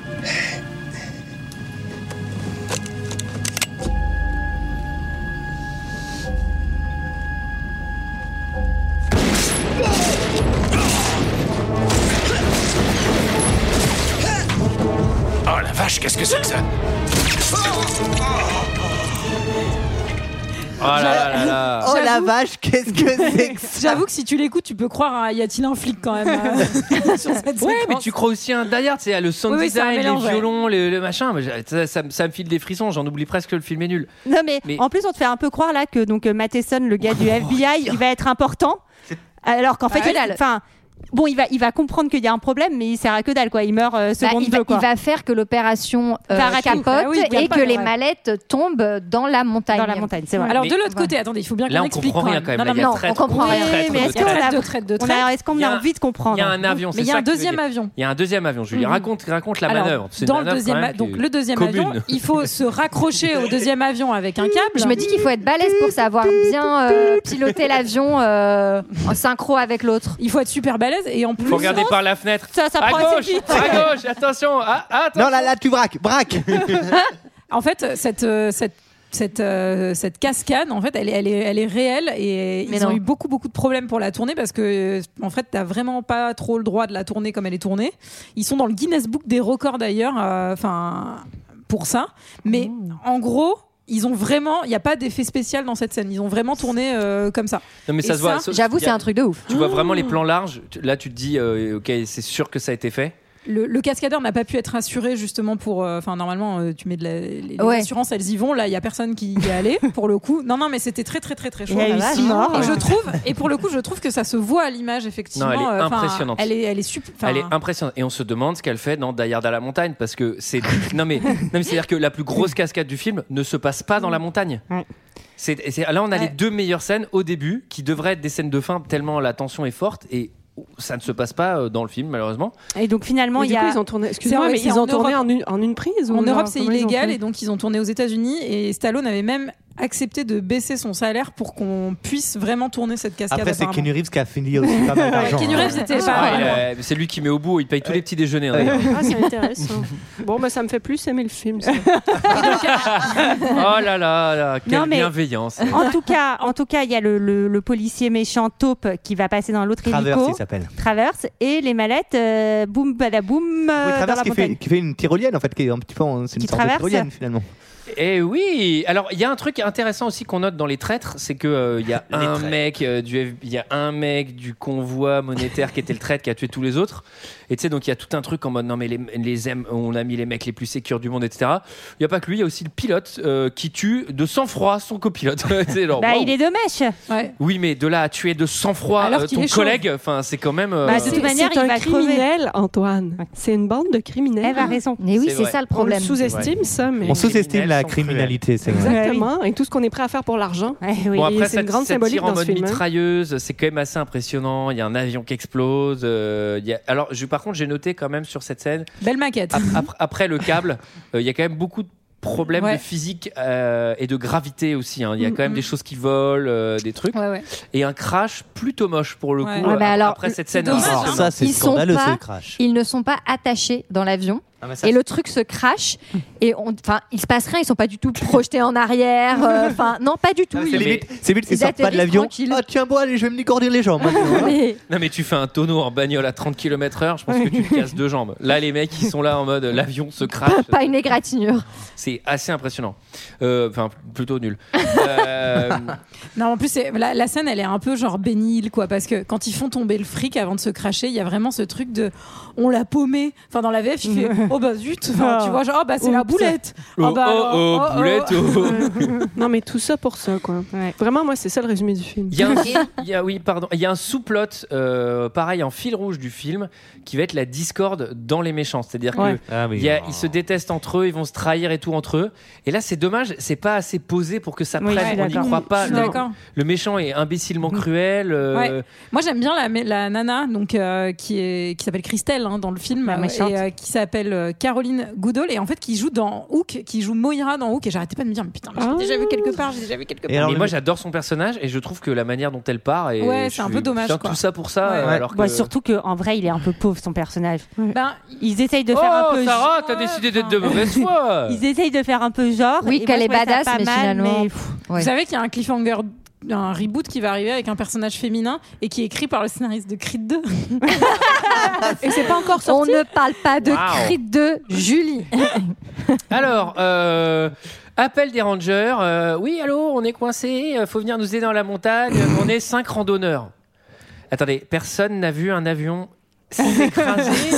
Speaker 13: Oh la vache, qu'est-ce que c'est que ça
Speaker 1: Oh là là là là.
Speaker 7: J'avoue-
Speaker 6: Oh la vache, qu'est-ce que c'est que ça
Speaker 7: J'avoue que si tu l'écoutes, tu peux croire, hein, y a-t-il un flic quand même euh, sur cette
Speaker 1: Ouais,
Speaker 7: séquence.
Speaker 1: mais tu crois aussi à un Die Hard, c'est à le sound
Speaker 7: Oui, oui, c'est un
Speaker 1: design,
Speaker 7: mélange,
Speaker 1: les
Speaker 7: ouais.
Speaker 1: violons, le, le machin. Mais j'ai- Ça, ça me- ça me file des frissons, j'en oublie presque que le film est nul.
Speaker 2: Non mais,
Speaker 1: Mais-
Speaker 2: en plus on te fait un peu croire là que donc euh, Matheson, le gars du FBI, il va être important, alors qu'en
Speaker 11: Bah
Speaker 2: fait,
Speaker 11: ouais.
Speaker 2: il- enfin, bon, il va, il va comprendre qu'il y a un problème, mais il sert à que dalle quoi. Il meurt euh,
Speaker 11: Bah,
Speaker 2: seconde
Speaker 11: il, va,
Speaker 2: deux, quoi.
Speaker 11: il va faire que l'opération euh,
Speaker 2: Par à tout.
Speaker 11: capote
Speaker 2: Ah oui, il vient
Speaker 11: et
Speaker 2: pas,
Speaker 11: que
Speaker 2: ouais.
Speaker 11: les mallettes tombent dans la montagne. Dans la montagne,
Speaker 2: c'est vrai.
Speaker 7: Alors
Speaker 1: Mais-
Speaker 7: de l'autre côté, attendez, il faut bien
Speaker 1: Là,
Speaker 7: qu'on
Speaker 1: on
Speaker 7: explique.
Speaker 1: comprend rien quand même. Là, il y a
Speaker 7: Non,
Speaker 1: traître,
Speaker 7: on comprend
Speaker 1: traître,
Speaker 7: rien.
Speaker 1: traître,
Speaker 7: Mais est-ce
Speaker 1: traître.
Speaker 7: qu'on a-
Speaker 1: Traître.
Speaker 7: traître de
Speaker 1: On a-
Speaker 7: traître
Speaker 1: est-ce qu'on a Il y a un- envie
Speaker 2: de comprendre
Speaker 1: Il y a un avion, c'est
Speaker 7: Mais il y a
Speaker 1: ça
Speaker 7: un
Speaker 1: que tu veux
Speaker 7: deuxième
Speaker 1: dire.
Speaker 7: avion.
Speaker 1: Il y a un deuxième avion, Julie.
Speaker 7: Mhm.
Speaker 1: Raconte, raconte la
Speaker 7: Alors,
Speaker 1: manœuvre. C'est une
Speaker 7: dans le
Speaker 1: manœuvre,
Speaker 7: deuxième,
Speaker 1: quand
Speaker 7: a-
Speaker 1: même,
Speaker 7: donc
Speaker 1: qui est
Speaker 7: le deuxième
Speaker 1: commune.
Speaker 7: avion, il faut se raccrocher au deuxième avion avec un câble.
Speaker 11: Je me dis qu'il faut être balèze pour savoir bien euh, piloter l'avion euh, en synchro avec l'autre.
Speaker 7: Il faut être super balèze et en plus.
Speaker 1: Faut regarder par la fenêtre.
Speaker 7: Ça, ça
Speaker 1: à
Speaker 7: prend assez
Speaker 1: gauche,
Speaker 7: vite.
Speaker 1: à gauche, attention, ah, ah, attention.
Speaker 7: tu braques, braques. en fait, cette euh, cette cette, euh, cette cascade, en fait, elle, est- elle, est, elle est réelle et
Speaker 11: Mais
Speaker 7: ils ont
Speaker 11: non.
Speaker 7: eu beaucoup, beaucoup de problèmes pour la tourner parce que, euh, en fait, t'as vraiment pas trop le droit de la tourner comme elle est tournée. Ils sont dans le Guinness Book des records d'ailleurs, euh, enfin, pour ça. Mais
Speaker 11: Oh.
Speaker 7: en gros, ils ont vraiment, il n'y a pas d'effet spécial dans cette scène. Ils ont vraiment tourné euh, comme ça.
Speaker 1: Non, mais
Speaker 7: Et
Speaker 1: ça se voit.
Speaker 7: j'avoue,
Speaker 1: Il y a-
Speaker 7: c'est un truc de ouf. Mmh.
Speaker 1: Tu vois vraiment les plans larges. Tu- Là, tu te dis, euh, ok, c'est sûr que ça a été fait.
Speaker 7: Le, le cascadeur n'a pas pu être assuré justement pour. euh, Enfin, normalement, euh, tu mets de la, les, les
Speaker 11: Ouais.
Speaker 7: assurances, elles y vont. Là, il y a personne qui y est allé pour le coup. Non, non, mais c'était très, très, très, très chaud.
Speaker 11: Il y a
Speaker 7: la
Speaker 11: eu
Speaker 7: vache.
Speaker 11: six morts.
Speaker 7: Et je trouve. Et pour le coup, je trouve que ça se voit à l'image effectivement.
Speaker 1: Non, elle est
Speaker 7: euh, enfin,
Speaker 1: impressionnante.
Speaker 7: Elle est, elle est super. enfin,
Speaker 1: Elle est impressionnante. Et on se demande ce qu'elle fait dans Die Hard à la montagne parce que c'est. non, mais, non, mais c'est-à-dire que la plus grosse cascade du film ne se passe pas dans la montagne. C'est, et c'est- là, on a les deux meilleures scènes au début qui devraient être des scènes de fin tellement la tension est forte et ça ne se passe pas euh, dans le film, malheureusement.
Speaker 2: Et donc finalement,
Speaker 12: Mais
Speaker 2: il
Speaker 12: du
Speaker 2: y a.
Speaker 12: coup, ils ont tourné- excusez-moi,
Speaker 7: C'est en-
Speaker 12: mais
Speaker 7: c'est
Speaker 12: ils
Speaker 7: en
Speaker 12: ont tourné
Speaker 7: Europe.
Speaker 12: en une, en une prise ou
Speaker 7: En
Speaker 12: genre,
Speaker 7: Europe, c'est
Speaker 12: comment ils ont
Speaker 7: illégal
Speaker 12: fait
Speaker 7: et donc ils ont tourné aux États-Unis et Stallone avait même accepté de baisser son salaire pour qu'on puisse vraiment tourner cette cascade.
Speaker 6: Après, c'est
Speaker 7: apparemment.
Speaker 6: Kenny Reeves qui a fini aussi pas mal d'argent.
Speaker 7: Keanu
Speaker 6: hein.
Speaker 7: Reeves, c'était
Speaker 1: Ah,
Speaker 7: pas.
Speaker 1: il, euh, c'est lui qui met au bout, il paye tous les petits déjeuners. hein, d'ailleurs.
Speaker 12: Ah, c'est intéressant. bon, bah, ça me fait plus aimer le film. ça.
Speaker 1: oh là là, là, quelle
Speaker 2: Non, mais-
Speaker 1: bienveillance. hein.
Speaker 2: En tout cas, en tout cas, il y a le, le- le policier méchant taupe qui va passer dans l'autre hélico.
Speaker 6: Travers, il s'appelle.
Speaker 2: Traverse et les mallettes, euh, boum badaboum, euh,
Speaker 6: Oui,
Speaker 2: dans
Speaker 6: Travers
Speaker 2: la
Speaker 6: qui fait,
Speaker 2: montagne.
Speaker 6: qui fait une tyrolienne en fait, qui est un petit peu, en- c'est une
Speaker 2: Qui
Speaker 6: sorte
Speaker 2: traverse.
Speaker 6: de tyrolienne finalement.
Speaker 1: Et Eh oui, alors il y a un truc intéressant aussi qu'on note dans les traîtres, c'est que euh, il y a un mec euh, du F- il y a un mec du convoi monétaire qui était le traître qui a tué tous les autres. Et tu sais donc il y a tout un truc en mode non mais les, les M- on a mis les mecs les plus sécures du monde etc. Il y a pas que lui, il y a aussi le pilote euh, qui tue de sang-froid son copilote. C'est genre,
Speaker 2: Bah,
Speaker 1: wow.
Speaker 2: il est de mèche.
Speaker 1: Oui mais de là à tuer de sang-froid
Speaker 2: Alors
Speaker 1: euh,
Speaker 2: qu'il
Speaker 1: ton
Speaker 2: est chauve.
Speaker 1: collègue, enfin c'est quand même. euh,
Speaker 12: Bah, c'est- c'est un criminel, Antoine. C'est une bande de criminels.
Speaker 2: Elle a raison.
Speaker 11: Mais
Speaker 1: oui, C'est c'est vrai. ça le problème.
Speaker 12: On
Speaker 1: C'est
Speaker 12: sous-estime
Speaker 1: vrai.
Speaker 12: ça, mais
Speaker 6: On sous-estime la
Speaker 12: hein.
Speaker 6: criminalité, c'est vrai.
Speaker 12: exactement. Et tout ce qu'on est prêt à faire pour l'argent.
Speaker 1: Bon, après,
Speaker 12: c'est
Speaker 1: ça,
Speaker 12: une grande
Speaker 1: ça
Speaker 12: symbolique
Speaker 1: tire en
Speaker 12: dans ce
Speaker 1: mode
Speaker 12: film. hein.
Speaker 1: mitrailleuse, c'est quand même assez impressionnant. Il y a un avion qui explose. euh, il y a- Alors, je, par contre, j'ai noté quand même sur cette scène,
Speaker 7: Belle maquette.
Speaker 1: après, après le câble, euh, il y a quand même beaucoup de problèmes
Speaker 7: Ouais.
Speaker 1: de physique euh, et de gravité aussi. hein. Il y a
Speaker 7: Mm,
Speaker 1: quand même
Speaker 7: mm.
Speaker 1: des choses qui volent, euh, des trucs.
Speaker 7: Ouais, ouais.
Speaker 1: Et un crash plutôt moche pour le
Speaker 11: Ouais.
Speaker 1: coup,
Speaker 11: Ah, bah
Speaker 1: euh,
Speaker 11: alors,
Speaker 1: après cette scène.
Speaker 11: c'est dommage,
Speaker 1: Alors,
Speaker 6: Ah,
Speaker 11: hein. Ils sont pas- Ils ne sont pas attachés dans l'avion.
Speaker 1: Ah, mais ça,
Speaker 11: et
Speaker 1: c'est-
Speaker 11: le truc se crache et on, enfin, il se passe rien. Ils sont pas du tout projetés en arrière. euh, Enfin, non, pas du tout.
Speaker 6: C'est
Speaker 11: Ils-
Speaker 6: limite, c'est limite qu'ils
Speaker 11: ils
Speaker 6: sortent pas de
Speaker 11: atterrissent
Speaker 6: l'avion.
Speaker 11: tranquilles.
Speaker 6: Ah tiens, bon, allez, je vais me décordir les jambes.
Speaker 11: Mais-
Speaker 1: Non mais tu fais un tonneau en bagnole à 30 km/h, je pense que tu te casses deux jambes. Là les mecs ils sont là en mode l'avion se crache.
Speaker 11: pas, pas une égratignure.
Speaker 1: C'est assez impressionnant. Euh, Enfin, plutôt nul. Euh,
Speaker 7: Non, en plus, c'est- la, la scène, elle est un peu genre bénile, quoi, parce que quand ils font tomber le fric avant de se cracher, il y a vraiment ce truc de on l'a paumé. Enfin, dans la VF, il fait oh bah zut, enfin, tu vois, genre, oh bah c'est la
Speaker 12: Oups.
Speaker 7: boulette.
Speaker 12: Oh,
Speaker 7: bah,
Speaker 12: oh, oh, boulette,
Speaker 1: oh.
Speaker 12: non, mais tout ça pour ça, quoi. Vraiment, moi, c'est ça le résumé du film.
Speaker 1: Il y a un, il y a- oui, pardon. Il y a un sous-plot, euh, pareil, en fil rouge du film, qui va être la discorde dans les méchants. C'est-à-dire que
Speaker 12: Ouais.
Speaker 6: Ah oui.
Speaker 1: il y a- ils se détestent entre eux, ils vont se trahir et tout entre eux. Et là, c'est dommage, c'est pas assez posé pour que ça
Speaker 7: Oui, je
Speaker 1: prenne.
Speaker 7: suis
Speaker 1: On n'y
Speaker 7: d'accord.
Speaker 1: croit
Speaker 7: Je
Speaker 1: pas.
Speaker 7: suis
Speaker 1: Le-
Speaker 7: d'accord. Mm.
Speaker 1: Le méchant est imbécilement cruel. euh,
Speaker 7: Ouais. Moi j'aime bien la, mé- la nana donc euh, qui est qui s'appelle Christelle hein, dans le film euh,
Speaker 2: méchante.
Speaker 7: et euh, qui s'appelle euh, Caroline Goodall et en fait qui joue dans Hook, qui joue Moira dans Hook et j'arrêtais pas de me dire mais putain mais je l'ai déjà vu quelque part, j'ai déjà vu quelque
Speaker 1: Et
Speaker 7: part.
Speaker 1: moi j'adore son personnage et je trouve que la manière dont elle part est
Speaker 7: Ouais,
Speaker 1: je
Speaker 7: c'est un
Speaker 1: suis-
Speaker 7: peu dommage,
Speaker 1: putain,
Speaker 7: quoi.
Speaker 1: tout ça pour ça
Speaker 7: Ouais.
Speaker 1: euh, alors que
Speaker 2: Bah, surtout qu'en vrai, il est un peu pauvre son personnage.
Speaker 7: Ben,
Speaker 2: ils essayent de
Speaker 1: oh
Speaker 2: faire un peu.
Speaker 1: Sarah t'as décidé d'être de mauvaise foi
Speaker 2: Ils essayent de faire un peu genre.
Speaker 11: Oui,
Speaker 2: et
Speaker 11: qu'elle
Speaker 2: moi,
Speaker 11: est
Speaker 2: je trouvais ça
Speaker 11: badass,
Speaker 2: pas
Speaker 11: mais
Speaker 2: mal,
Speaker 11: finalement,
Speaker 2: mais-
Speaker 11: pff,
Speaker 7: Vous savez qu'il y a un cliffhanger un reboot qui va arriver avec un personnage féminin et qui est écrit par le scénariste de Creed 2.
Speaker 11: Et c'est pas encore sorti. On ne parle pas de
Speaker 1: Waouh.
Speaker 11: Creed 2, Julie.
Speaker 1: alors euh, appel des rangers euh, oui allô on est coincé euh, faut venir nous aider dans la montagne on est cinq randonneurs attendez personne n'a vu un avion s'écraser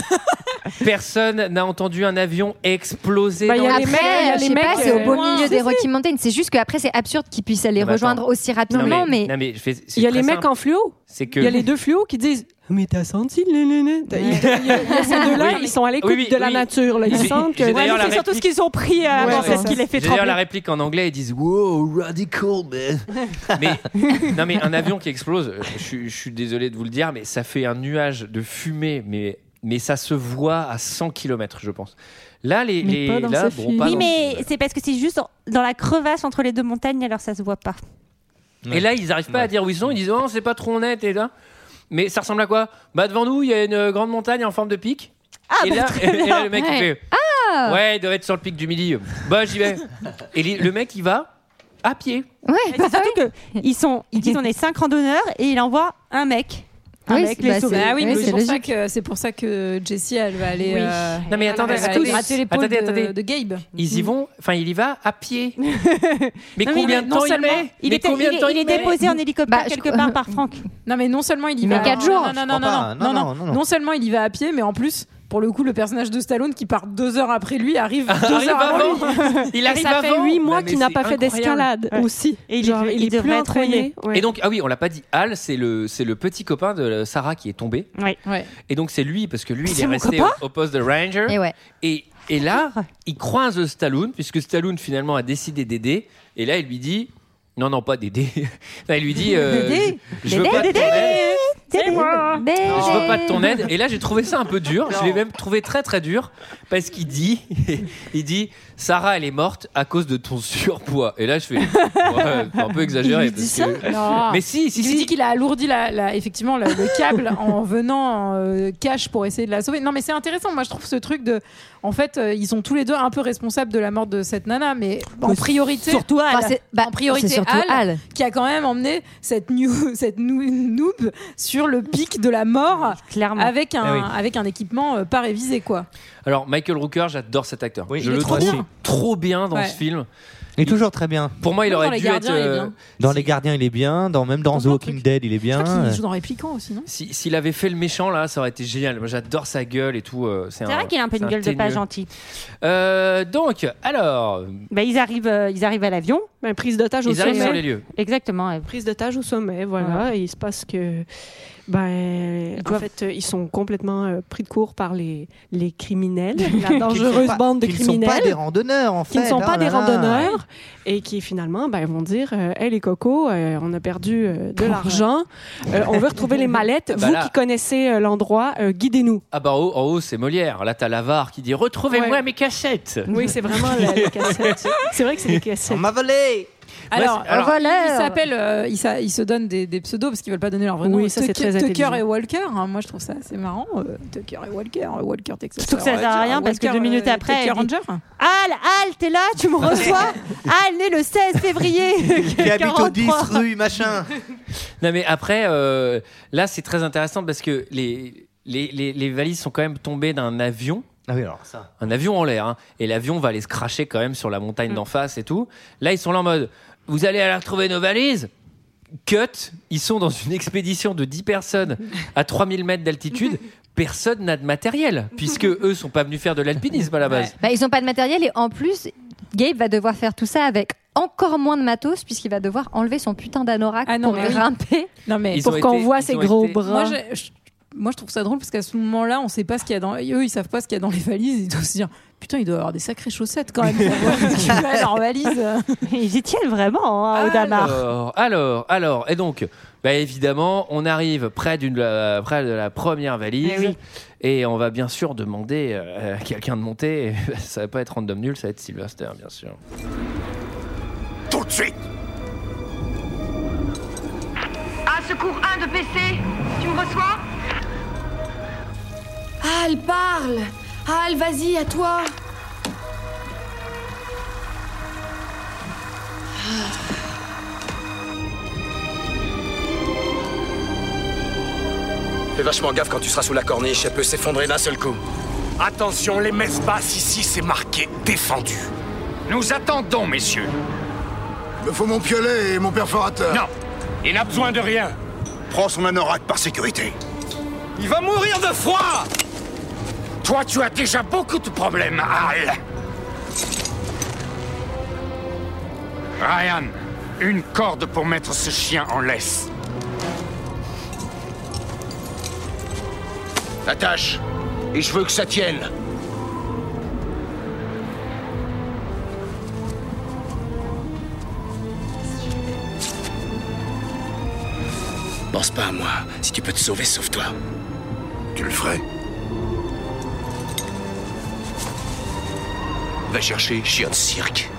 Speaker 1: Personne n'a entendu un avion exploser.
Speaker 12: Bah,
Speaker 1: dans
Speaker 12: y a
Speaker 1: le
Speaker 12: les
Speaker 1: ciel.
Speaker 12: mecs, y a
Speaker 11: je sais pas, c'est
Speaker 7: euh,
Speaker 11: au beau milieu des
Speaker 12: si.
Speaker 11: Rocky Mountains. C'est juste qu'après, c'est absurde qu'ils puissent les
Speaker 1: Non, mais
Speaker 11: rejoindre
Speaker 1: attends.
Speaker 11: aussi rapidement,
Speaker 1: Non, mais-
Speaker 11: mais.
Speaker 1: non, mais je fais- c'est
Speaker 12: Il y a
Speaker 1: très
Speaker 12: les mecs
Speaker 1: simple.
Speaker 12: en fluo.
Speaker 1: C'est que Ah
Speaker 12: Il y a les deux fluos qui disent Mais t'as senti le- le- le- t'as- Il y a- il y a ces deux-là,
Speaker 1: Oui.
Speaker 12: ils sont à l'écoute
Speaker 1: Oui, oui,
Speaker 12: de la
Speaker 1: oui.
Speaker 12: nature. Là. Ils
Speaker 1: J'ai-
Speaker 12: sentent que.
Speaker 1: j'ai d'ailleurs la
Speaker 12: c'est surtout
Speaker 1: réplique.
Speaker 12: ce qu'ils ont pris euh, avant, c'est ce qui les fait
Speaker 1: J'ai d'ailleurs la
Speaker 12: trembler.
Speaker 1: réplique en anglais, ils disent Wow, radical, man. mais, non, mais un avion qui explose, euh, je, suis- je suis désolé de vous le dire, mais ça fait un nuage de fumée, mais, mais ça se voit à 100 km, je pense. Là, les. les- là, bon, pas
Speaker 2: oui,
Speaker 1: dans-
Speaker 2: mais c'est parce que c'est juste dans la crevasse entre les deux montagnes, alors ça se voit pas.
Speaker 1: Et là, ils n'arrivent pas à dire où ils sont, ils disent Oh, c'est pas trop net, et là. Mais ça ressemble à quoi Bah, devant nous, il y a une euh, grande montagne en forme de pic. et,
Speaker 2: Ah,
Speaker 14: bah,
Speaker 1: là,
Speaker 14: très
Speaker 1: et là,
Speaker 14: bien.
Speaker 1: le mec, il
Speaker 14: Ouais.
Speaker 1: fait
Speaker 14: Ah
Speaker 1: Ouais, il doit être sur le pic du midi. Bah, j'y vais. Et li- le mec, il va à pied.
Speaker 11: Ouais,
Speaker 2: c'est surtout que ils sont, ils disent on est cinq randonneurs et il envoie un mec. Un
Speaker 7: Oui,
Speaker 2: mec
Speaker 7: c'est-
Speaker 2: les
Speaker 7: bah,
Speaker 2: sauve.
Speaker 7: c'est- Ah oui, mais c'est pour ça que c'est pour ça que Jessie elle va aller.
Speaker 1: Oui.
Speaker 7: euh,
Speaker 1: Non, mais
Speaker 7: elle
Speaker 1: attendez,
Speaker 7: va aller
Speaker 1: attendez.
Speaker 7: gratter l'épaule
Speaker 1: Attendez,
Speaker 7: de-
Speaker 1: attendez.
Speaker 7: de Gabe.
Speaker 1: Ils y vont, enfin il y va à pied. mais
Speaker 7: Non, mais
Speaker 1: combien de
Speaker 7: non
Speaker 1: temps il
Speaker 7: seulement-
Speaker 1: met Mais
Speaker 7: était-
Speaker 1: combien de temps
Speaker 7: il
Speaker 1: met
Speaker 2: déposé en hélicoptère
Speaker 7: quelque part par
Speaker 2: Franck.
Speaker 7: Bah, euh, Non mais non seulement il y
Speaker 1: Il met
Speaker 7: va.
Speaker 1: quatre
Speaker 7: non,
Speaker 1: jours,
Speaker 7: Non
Speaker 1: je
Speaker 7: non
Speaker 1: crois
Speaker 7: non non
Speaker 1: pas.
Speaker 7: non, non, non, seulement il y va à pied, mais en plus. Pour le coup, le personnage de Stallone qui part deux heures après lui arrive deux
Speaker 1: Arrive
Speaker 7: heures avant.
Speaker 1: avant. Il arrive
Speaker 12: ça fait
Speaker 1: avant.
Speaker 12: huit mois
Speaker 1: Non, mais
Speaker 12: qu'il n'a
Speaker 1: c'est
Speaker 12: pas fait
Speaker 1: incroyable.
Speaker 12: d'escalade aussi.
Speaker 2: Et il,
Speaker 12: Genre, il, est plus
Speaker 2: devrait être
Speaker 12: entraîné.
Speaker 1: Et donc, ah oui, on l'a pas dit, Al, c'est le, c'est le petit copain de euh, Sarah qui est tombé. Et donc, c'est lui, parce que lui, il
Speaker 14: C'est
Speaker 1: est
Speaker 14: mon
Speaker 1: resté
Speaker 14: copain
Speaker 1: au, au poste de Ranger.
Speaker 7: Eh
Speaker 14: Et ouais.
Speaker 1: et, et là,
Speaker 7: Ah.
Speaker 1: il croise Stallone, puisque Stallone finalement a décidé d'aider. Et là, il lui dit Non, non, pas d'aider. Non, il lui dit euh,
Speaker 14: Dédé.
Speaker 1: Je je veux pas de ton aide.
Speaker 14: C'est moi
Speaker 1: Je veux pas de ton aide. Et là, j'ai trouvé ça un peu dur. Je l'ai même trouvé très très dur parce qu'il dit, il dit, Sarah, elle est morte à cause de ton surpoids. Et là, je fais ouais, c'est un peu exagéré.
Speaker 7: Il lui dit
Speaker 1: parce que-
Speaker 7: ça Non.
Speaker 1: Mais si, si,
Speaker 7: Il lui dit
Speaker 1: si.
Speaker 7: qu'il a alourdi la, la- effectivement le, le câble en venant euh, cash pour essayer de la sauver. Non, mais c'est intéressant. Moi, je trouve ce truc de. En fait, euh, ils sont tous les deux un peu responsables de la mort de cette nana, mais en
Speaker 2: Mais
Speaker 7: priorité.
Speaker 2: surtout Al.
Speaker 7: Enfin, c'est- bah, en priorité
Speaker 2: c'est surtout
Speaker 7: Al,
Speaker 2: Al.
Speaker 7: qui a quand même emmené cette new, cette nou- noob sur le pic de la mort, avec un
Speaker 1: Ah oui. Eh
Speaker 7: avec un équipement euh, pas révisé, quoi.
Speaker 1: Alors, Michael Rooker, j'adore cet acteur. je
Speaker 7: Il est
Speaker 1: le
Speaker 7: trop
Speaker 1: trouve
Speaker 7: bien.
Speaker 1: trop bien dans
Speaker 7: Ouais.
Speaker 1: ce film.
Speaker 6: Il est toujours très bien.
Speaker 1: Pour moi, il
Speaker 7: Dans
Speaker 1: aurait
Speaker 7: Les
Speaker 1: dû
Speaker 7: Gardiens,
Speaker 1: être.
Speaker 7: il est
Speaker 1: euh,
Speaker 7: bien.
Speaker 6: Dans Les Gardiens, il est bien. Dans même dans The Walking Dead, il est bien.
Speaker 7: Il joue dans Réplicant aussi, non
Speaker 1: si- S'il avait fait le méchant là, ça aurait été génial. Moi, j'adore sa gueule et tout. euh, C'est
Speaker 2: C'est vrai qu'il a un peu
Speaker 1: c'est
Speaker 2: une gueule de pas
Speaker 1: teigneux.
Speaker 2: gentil.
Speaker 1: Euh, donc, alors,
Speaker 2: Bah, ils arrivent, euh, ils arrivent à l'avion.
Speaker 7: Bah,
Speaker 12: prise d'otage au
Speaker 1: Ils arrivent
Speaker 12: sommet.
Speaker 1: sur les lieux.
Speaker 2: Exactement.
Speaker 12: Prise d'otage au sommet, voilà. Et il se passe que, ben, en fait, euh, ils sont complètement euh, pris de court par les, les criminels, la
Speaker 6: Qu'ils sont
Speaker 12: dangereuse
Speaker 6: pas-
Speaker 12: bande de
Speaker 6: qu'ils ne sont pas
Speaker 12: criminels.
Speaker 6: des randonneurs, en
Speaker 12: Qui ne
Speaker 6: fait.
Speaker 12: sont pas
Speaker 6: Oh
Speaker 12: des
Speaker 6: là là.
Speaker 12: randonneurs et qui finalement, ben, vont dire, euh, hey les cocos, euh, on a perdu euh, de l'argent, euh, on veut retrouver les mallettes.
Speaker 1: Bah
Speaker 12: Vous
Speaker 1: là-
Speaker 12: qui connaissez euh, l'endroit, euh, guidez-nous.
Speaker 1: ah bah en haut, en haut, c'est Molière. Là, t'as l'avare qui dit retrouvez-moi mes cassettes.
Speaker 12: Oui, c'est vraiment la- les cassettes. C'est vrai que c'est les cassettes.
Speaker 6: On m'a volé
Speaker 7: Alors,
Speaker 1: c'est- alors-
Speaker 7: alors, ils s'appellent, euh, ils, s'a- ils se donnent des, des pseudos parce qu'ils veulent pas donner leur vrai nom.
Speaker 12: Oui, ça, c'est
Speaker 7: Tucker-
Speaker 12: très intelligent.
Speaker 7: Tucker et Walker, hein, moi je trouve ça assez marrant. euh, Tucker et Walker, euh, Walker Texas.
Speaker 2: Surtout que ça
Speaker 7: Ranger,
Speaker 2: sert à rien parce que
Speaker 7: Walker,
Speaker 2: deux minutes
Speaker 7: euh,
Speaker 2: après,
Speaker 7: Tucker
Speaker 2: elle dit-
Speaker 7: Ranger.
Speaker 2: Al, Al, t'es
Speaker 12: Ah,
Speaker 2: là, tu me reçois. Al, né le 16 février.
Speaker 6: Qui habite au 10
Speaker 2: 43.
Speaker 6: rue, machin.
Speaker 1: Non mais après, euh, là c'est très intéressant parce que les, les, les, les valises sont quand même tombées d'un avion.
Speaker 6: Ah oui, alors ça.
Speaker 1: Un avion en l'air. hein. et l'avion va les cracher quand même sur la
Speaker 12: Mm.
Speaker 1: montagne d'en face et tout. Là ils sont là en mode, vous allez aller retrouver nos valises Cut, ils sont dans une expédition de 10 personnes à 3000 mètres d'altitude. personne n'a de matériel, puisque eux sont pas venus faire de l'alpinisme à la base.
Speaker 11: Bah, ils n'ont pas de matériel et en plus, Gabe va devoir faire tout ça avec encore moins de matos puisqu'il va devoir enlever son putain d'anorak
Speaker 7: Ah non,
Speaker 11: pour
Speaker 7: mais oui.
Speaker 11: grimper
Speaker 7: Non, mais-
Speaker 12: Pour qu'on voit ses gros bras.
Speaker 7: Moi, je, je- moi, je trouve ça drôle parce qu'à ce moment-là, on sait pas ce qu'il y a dans. Eux, ils savent pas ce qu'il y a dans les valises. Ils doivent se dire Putain, il doit avoir des sacrées chaussettes quand même. pour voir ce qu'il y a dans leur valise.
Speaker 12: Ils y tiennent vraiment hein, au Danemark.
Speaker 1: Alors, alors, alors, et donc, bah, évidemment, on arrive près, d'une, euh, près de la première valise
Speaker 12: Eh oui.
Speaker 1: et on va bien sûr demander euh, à quelqu'un de monter. ça va pas être random nul, ça va être Sylvester, bien sûr.
Speaker 3: Tout de suite
Speaker 14: Ah, secours 1 de PC, tu me reçois
Speaker 9: Ah, elle parle Ah, elle, vas-y, à toi
Speaker 4: Fais vachement gaffe quand tu seras sous la corniche, elle peut s'effondrer d'un seul coup.
Speaker 13: Attention, les messes basses ici, c'est marqué défendu. Nous attendons, messieurs.
Speaker 3: Me faut mon piolet et mon perforateur.
Speaker 13: Non, il n'a besoin de rien.
Speaker 3: Prends son anorak par sécurité.
Speaker 13: Il va mourir de froid Toi, tu as déjà beaucoup de problèmes, Al. Ryan, une corde pour mettre ce chien en laisse.
Speaker 8: Attache. Et je veux que ça tienne.
Speaker 4: Pense pas à moi. Si tu peux te sauver, sauve-toi.
Speaker 3: Tu le ferais
Speaker 4: Va chercher chien de cirque.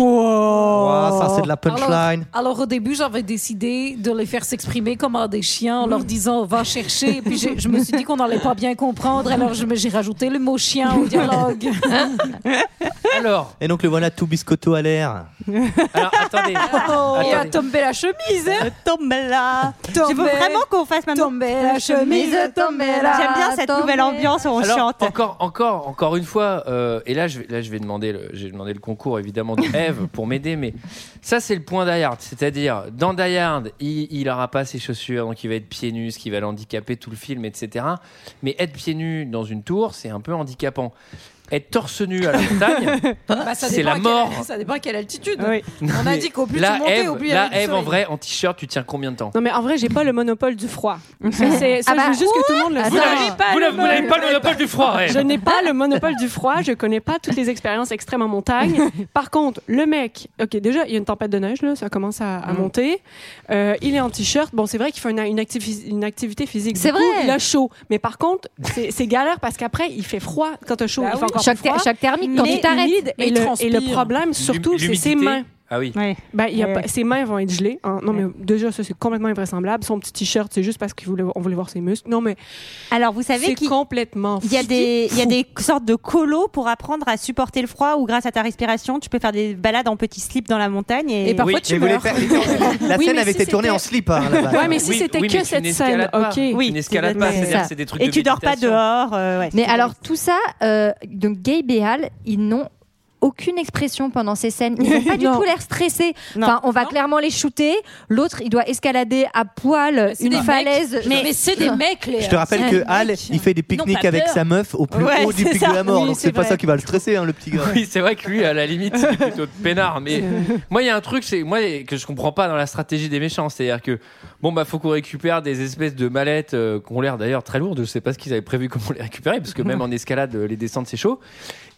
Speaker 6: Oh, ça, c'est de la punchline.
Speaker 7: Alors, alors, au début, j'avais décidé de les faire s'exprimer comme à des chiens en leur disant va chercher. Et puis j'ai- je me suis dit qu'on n'allait pas bien comprendre. Alors je me- j'ai rajouté le mot chien au dialogue.
Speaker 1: Alors.
Speaker 6: Et donc le voilà tout biscotto à l'air.
Speaker 1: Alors attendez.
Speaker 7: Et Oh, a tombé la chemise. hein.
Speaker 2: Tombé là. Je veux
Speaker 7: Tombé.
Speaker 2: vraiment qu'on fasse maintenant.
Speaker 7: Tombé la chemise, tombé là.
Speaker 2: J'aime bien cette
Speaker 7: Tombé.
Speaker 2: nouvelle ambiance où on
Speaker 1: Alors,
Speaker 2: chante.
Speaker 1: Encore, encore, encore une fois. euh, et là, je vais, là, je vais demander, le, j'ai demandé le concours évidemment de Eve pour m'aider. Mais ça, c'est le point d'Ayard. C'est-à-dire, dans Dayard, il n'aura pas ses chaussures, donc il va être pieds nus, ce qui va l'handicaper tout le film, etc. Mais être pieds nus dans une tour, c'est un peu handicapant. Être torse nu à la montagne,
Speaker 7: Bah, ça
Speaker 1: Hein c'est
Speaker 7: dépend
Speaker 1: la
Speaker 7: à quelle-
Speaker 1: mort.
Speaker 7: ça dépend à quelle altitude.
Speaker 1: Non,
Speaker 7: On a
Speaker 1: mais
Speaker 7: dit qu'au plus
Speaker 1: là,
Speaker 7: tu montais,
Speaker 1: Ève-
Speaker 7: au plus il y
Speaker 1: là,
Speaker 7: avait du
Speaker 1: Eve, en
Speaker 7: soleil.
Speaker 1: vrai, en t-shirt, tu tiens combien de temps
Speaker 12: Non mais en vrai j'ai pas le monopole du froid. Ça, c'est- ça,
Speaker 2: Ah bah,
Speaker 12: je veux juste que tout le monde le
Speaker 2: Vous
Speaker 12: sache.
Speaker 1: Ah
Speaker 2: n'avez-
Speaker 12: Je n'ai
Speaker 1: vous n'avez- vous n'avez pas le monopole du froid, ouais.
Speaker 12: Je n'ai
Speaker 2: Ah,
Speaker 12: pas le monopole du froid. Je connais pas toutes les expériences extrêmes en montagne. Par contre le mec, ok déjà il y a une tempête de neige là, ça commence à, à
Speaker 11: Mm.
Speaker 12: monter. Euh, il est en t-shirt. Bon c'est vrai qu'il fait une, une activi- une activité physique. Du
Speaker 11: C'est
Speaker 12: coup,
Speaker 11: vrai.
Speaker 12: Il a chaud. Mais par contre c'est c'est galère parce qu'après il fait froid quand t'as chaud.
Speaker 11: Bah
Speaker 12: il
Speaker 11: oui.
Speaker 12: fait encore
Speaker 11: Choc
Speaker 12: plus froid.
Speaker 11: thé- choc thermique quand
Speaker 12: Mais
Speaker 11: tu t'arrêtes.
Speaker 12: humide
Speaker 11: Mais
Speaker 12: Et,
Speaker 11: il
Speaker 12: le, et le
Speaker 11: transpire.
Speaker 12: problème surtout c'est ses
Speaker 1: l'humidité.
Speaker 12: mains.
Speaker 1: Ah oui.
Speaker 12: Ben, il y a
Speaker 1: Ouais,
Speaker 12: pas-
Speaker 1: ouais.
Speaker 12: Ses mains vont être gelées. hein. Non, mais déjà, ça, c'est complètement invraisemblable. Son petit t-shirt, c'est juste parce qu'on voulait, on voulait voir ses muscles. Non, mais.
Speaker 2: Alors, vous savez
Speaker 12: C'est
Speaker 2: qu'il-
Speaker 12: complètement.
Speaker 2: Il y, a des, il y a des sortes de colos pour apprendre à supporter le froid ou grâce à ta respiration, tu peux faire des balades en petit slip dans la montagne. Et,
Speaker 12: Et parfois, Oui, tu mais vous meurs. les
Speaker 6: La
Speaker 12: Oui,
Speaker 6: scène
Speaker 12: mais
Speaker 6: avait
Speaker 12: si
Speaker 6: été tournée
Speaker 12: c'était-
Speaker 6: en slip. hein, là-bas.
Speaker 12: Ouais, mais si
Speaker 1: Oui,
Speaker 12: c'était
Speaker 1: oui, mais
Speaker 12: que
Speaker 1: tu
Speaker 12: cette
Speaker 1: n'escalades
Speaker 12: scène,
Speaker 1: pas.
Speaker 12: ok.
Speaker 1: Tu n'escalades pas,
Speaker 2: c'est
Speaker 1: c'est-à-dire
Speaker 2: ça.
Speaker 1: c'est des trucs
Speaker 2: Et
Speaker 1: de
Speaker 2: tu dors pas
Speaker 1: méditation.
Speaker 2: dehors. euh, ouais,
Speaker 11: Mais
Speaker 2: c'est-
Speaker 11: alors tout ça, euh, donc Gabe et Hal, ils n'ont aucune expression pendant ces scènes. Ils n'ont pas du
Speaker 12: Non.
Speaker 11: tout l'air stressés.
Speaker 2: Non.
Speaker 11: Enfin, on va clairement les shooter. L'autre, il doit escalader à
Speaker 12: Euh,
Speaker 11: poil
Speaker 7: C'est
Speaker 11: une
Speaker 7: des
Speaker 11: falaise.
Speaker 7: mecs. Mais, c'est des mecs, Léa.
Speaker 6: Je te rappelle que Hal, il fait des
Speaker 7: Non,
Speaker 6: pique-niques
Speaker 7: pas
Speaker 6: avec
Speaker 7: peur.
Speaker 6: sa meuf au plus
Speaker 7: Ouais,
Speaker 6: haut du
Speaker 7: c'est
Speaker 6: pic
Speaker 7: ça.
Speaker 6: de la mort.
Speaker 7: Oui,
Speaker 6: donc
Speaker 7: c'est
Speaker 6: c'est pas
Speaker 7: vrai.
Speaker 6: ça qui va le stresser, hein, le petit gars.
Speaker 1: Oui, c'est vrai que lui, à la limite, c'est plutôt de peinard. Mais moi, il y a un truc, c'est moi que je comprends pas dans la stratégie des méchants, c'est-à-dire que bon, bah, faut qu'on récupère des espèces de mallettes euh, qui ont l'air d'ailleurs très lourdes. Je sais pas ce qu'ils avaient prévu comment les récupérer, parce que même en escalade, euh, les descentes c'est chaud.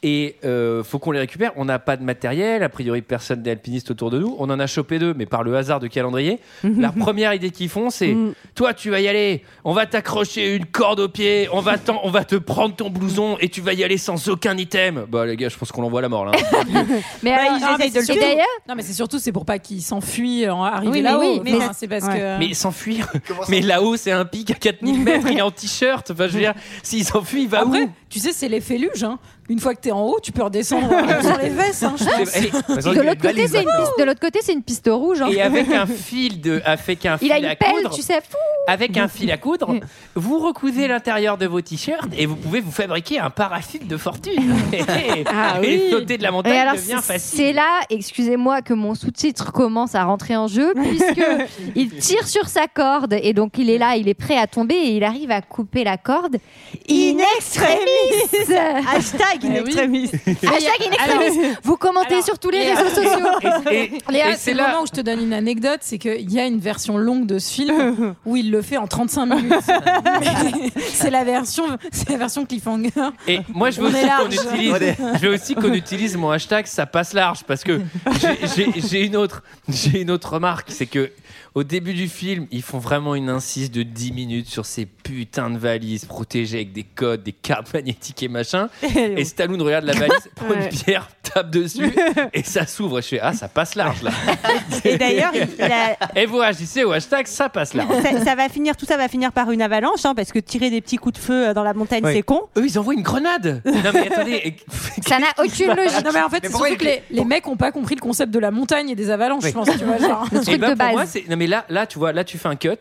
Speaker 1: Et euh, faut qu'on les récupère. On n'a pas de matériel. A priori, personne n'est alpiniste autour de nous. On en a chopé deux, mais par le hasard de calendrier. La première idée qu'ils font, c'est
Speaker 11: Mm.
Speaker 1: toi, tu vas y aller. On va t'accrocher une corde au pied. On va, t'en- on va te prendre ton blouson et tu vas y aller sans aucun item. Bah les gars, je pense qu'on l'envoie à la mort là. hein.
Speaker 11: Mais
Speaker 12: Bah,
Speaker 11: alors,
Speaker 7: Non, mais
Speaker 11: et
Speaker 7: c'est surtout-
Speaker 11: d'ailleurs,
Speaker 7: Non, mais c'est surtout, c'est pour pas qu'ils s'enfuient en
Speaker 11: Oui, mais
Speaker 7: arrivant là-haut.
Speaker 11: oui, mais
Speaker 7: Enfin,
Speaker 11: ça-
Speaker 7: c'est parce
Speaker 11: ouais.
Speaker 7: que.
Speaker 1: Mais s'enfuir. Mais là-haut, c'est un pic à 4000 mètres. Il est en t-shirt. Enfin, je veux dire, s'il s'enfuit, il va
Speaker 7: Après,
Speaker 1: où
Speaker 7: tu sais, c'est l'effet luge. Hein. Une fois que t'es en haut, tu peux redescendre euh, sur les vestes. Hein, je pense.
Speaker 1: Et-
Speaker 11: Ah, de l'autre côté, c'est une piste. De l'autre côté, c'est une piste rouge. hein.
Speaker 1: Et avec un fil de, avec un fil
Speaker 11: il a une
Speaker 1: à
Speaker 11: pelle,
Speaker 1: coudre,
Speaker 11: tu sais. Mm. fou.
Speaker 1: avec un fil à coudre, vous recousez l'intérieur de vos t-shirts et vous pouvez vous fabriquer un parachute de fortune.
Speaker 11: Ah
Speaker 1: et
Speaker 11: oui.
Speaker 1: sauter de la montagne
Speaker 11: Et alors,
Speaker 1: devient
Speaker 11: c'est-
Speaker 1: facile.
Speaker 11: C'est là, excusez-moi, que mon sous-titre commence à rentrer en jeu, puisque il tire sur sa corde et donc il est là, il est prêt à tomber et il arrive à couper la corde. In extremis
Speaker 15: Hashtag in extremis
Speaker 11: Hashtag in extremis Vous commentez sur tous les réseaux sociaux.
Speaker 7: Léa, c'est le moment où je te donne une anecdote, c'est qu'il y a une version longue de ce film où il le fait en 35 minutes. c'est la version, c'est la version cliffhanger.
Speaker 1: Et moi, je veux
Speaker 7: On est
Speaker 1: aussi qu'on
Speaker 7: large.
Speaker 1: utilise,
Speaker 7: On est-
Speaker 1: je veux aussi qu'on utilise mon hashtag ça passe large parce que j'ai- j'ai j'ai une autre, j'ai une autre remarque, c'est que au début du film, ils font vraiment une incise de 10 minutes sur ces putains de valises protégées avec des codes, des cartes magnétiques et machin. Et Stallone regarde la valise, prend
Speaker 15: Ouais.
Speaker 1: une pierre, tape dessus et ça s'ouvre. Et je fais ah ça passe large là.
Speaker 15: Et d'ailleurs, il- il a-
Speaker 1: Et vous agissez au hashtag ça passe large.
Speaker 15: ça, ça va finir, tout ça va finir par une avalanche, hein, parce que tirer des petits coups de feu euh, dans la montagne,
Speaker 1: Oui.
Speaker 15: c'est con.
Speaker 1: Eux, ils envoient une grenade. Non mais attendez,
Speaker 11: Ça n'a aucune logique.
Speaker 7: Non mais en fait,
Speaker 1: Mais
Speaker 7: c'est
Speaker 1: pourquoi
Speaker 7: surtout que
Speaker 1: il-
Speaker 7: les, les mecs ont pas compris le concept de la montagne et des avalanches, je pense. Tu vois, genre.
Speaker 1: Et ben, pour moi, c'est- non mais là, là, tu vois, là, tu fais un cut.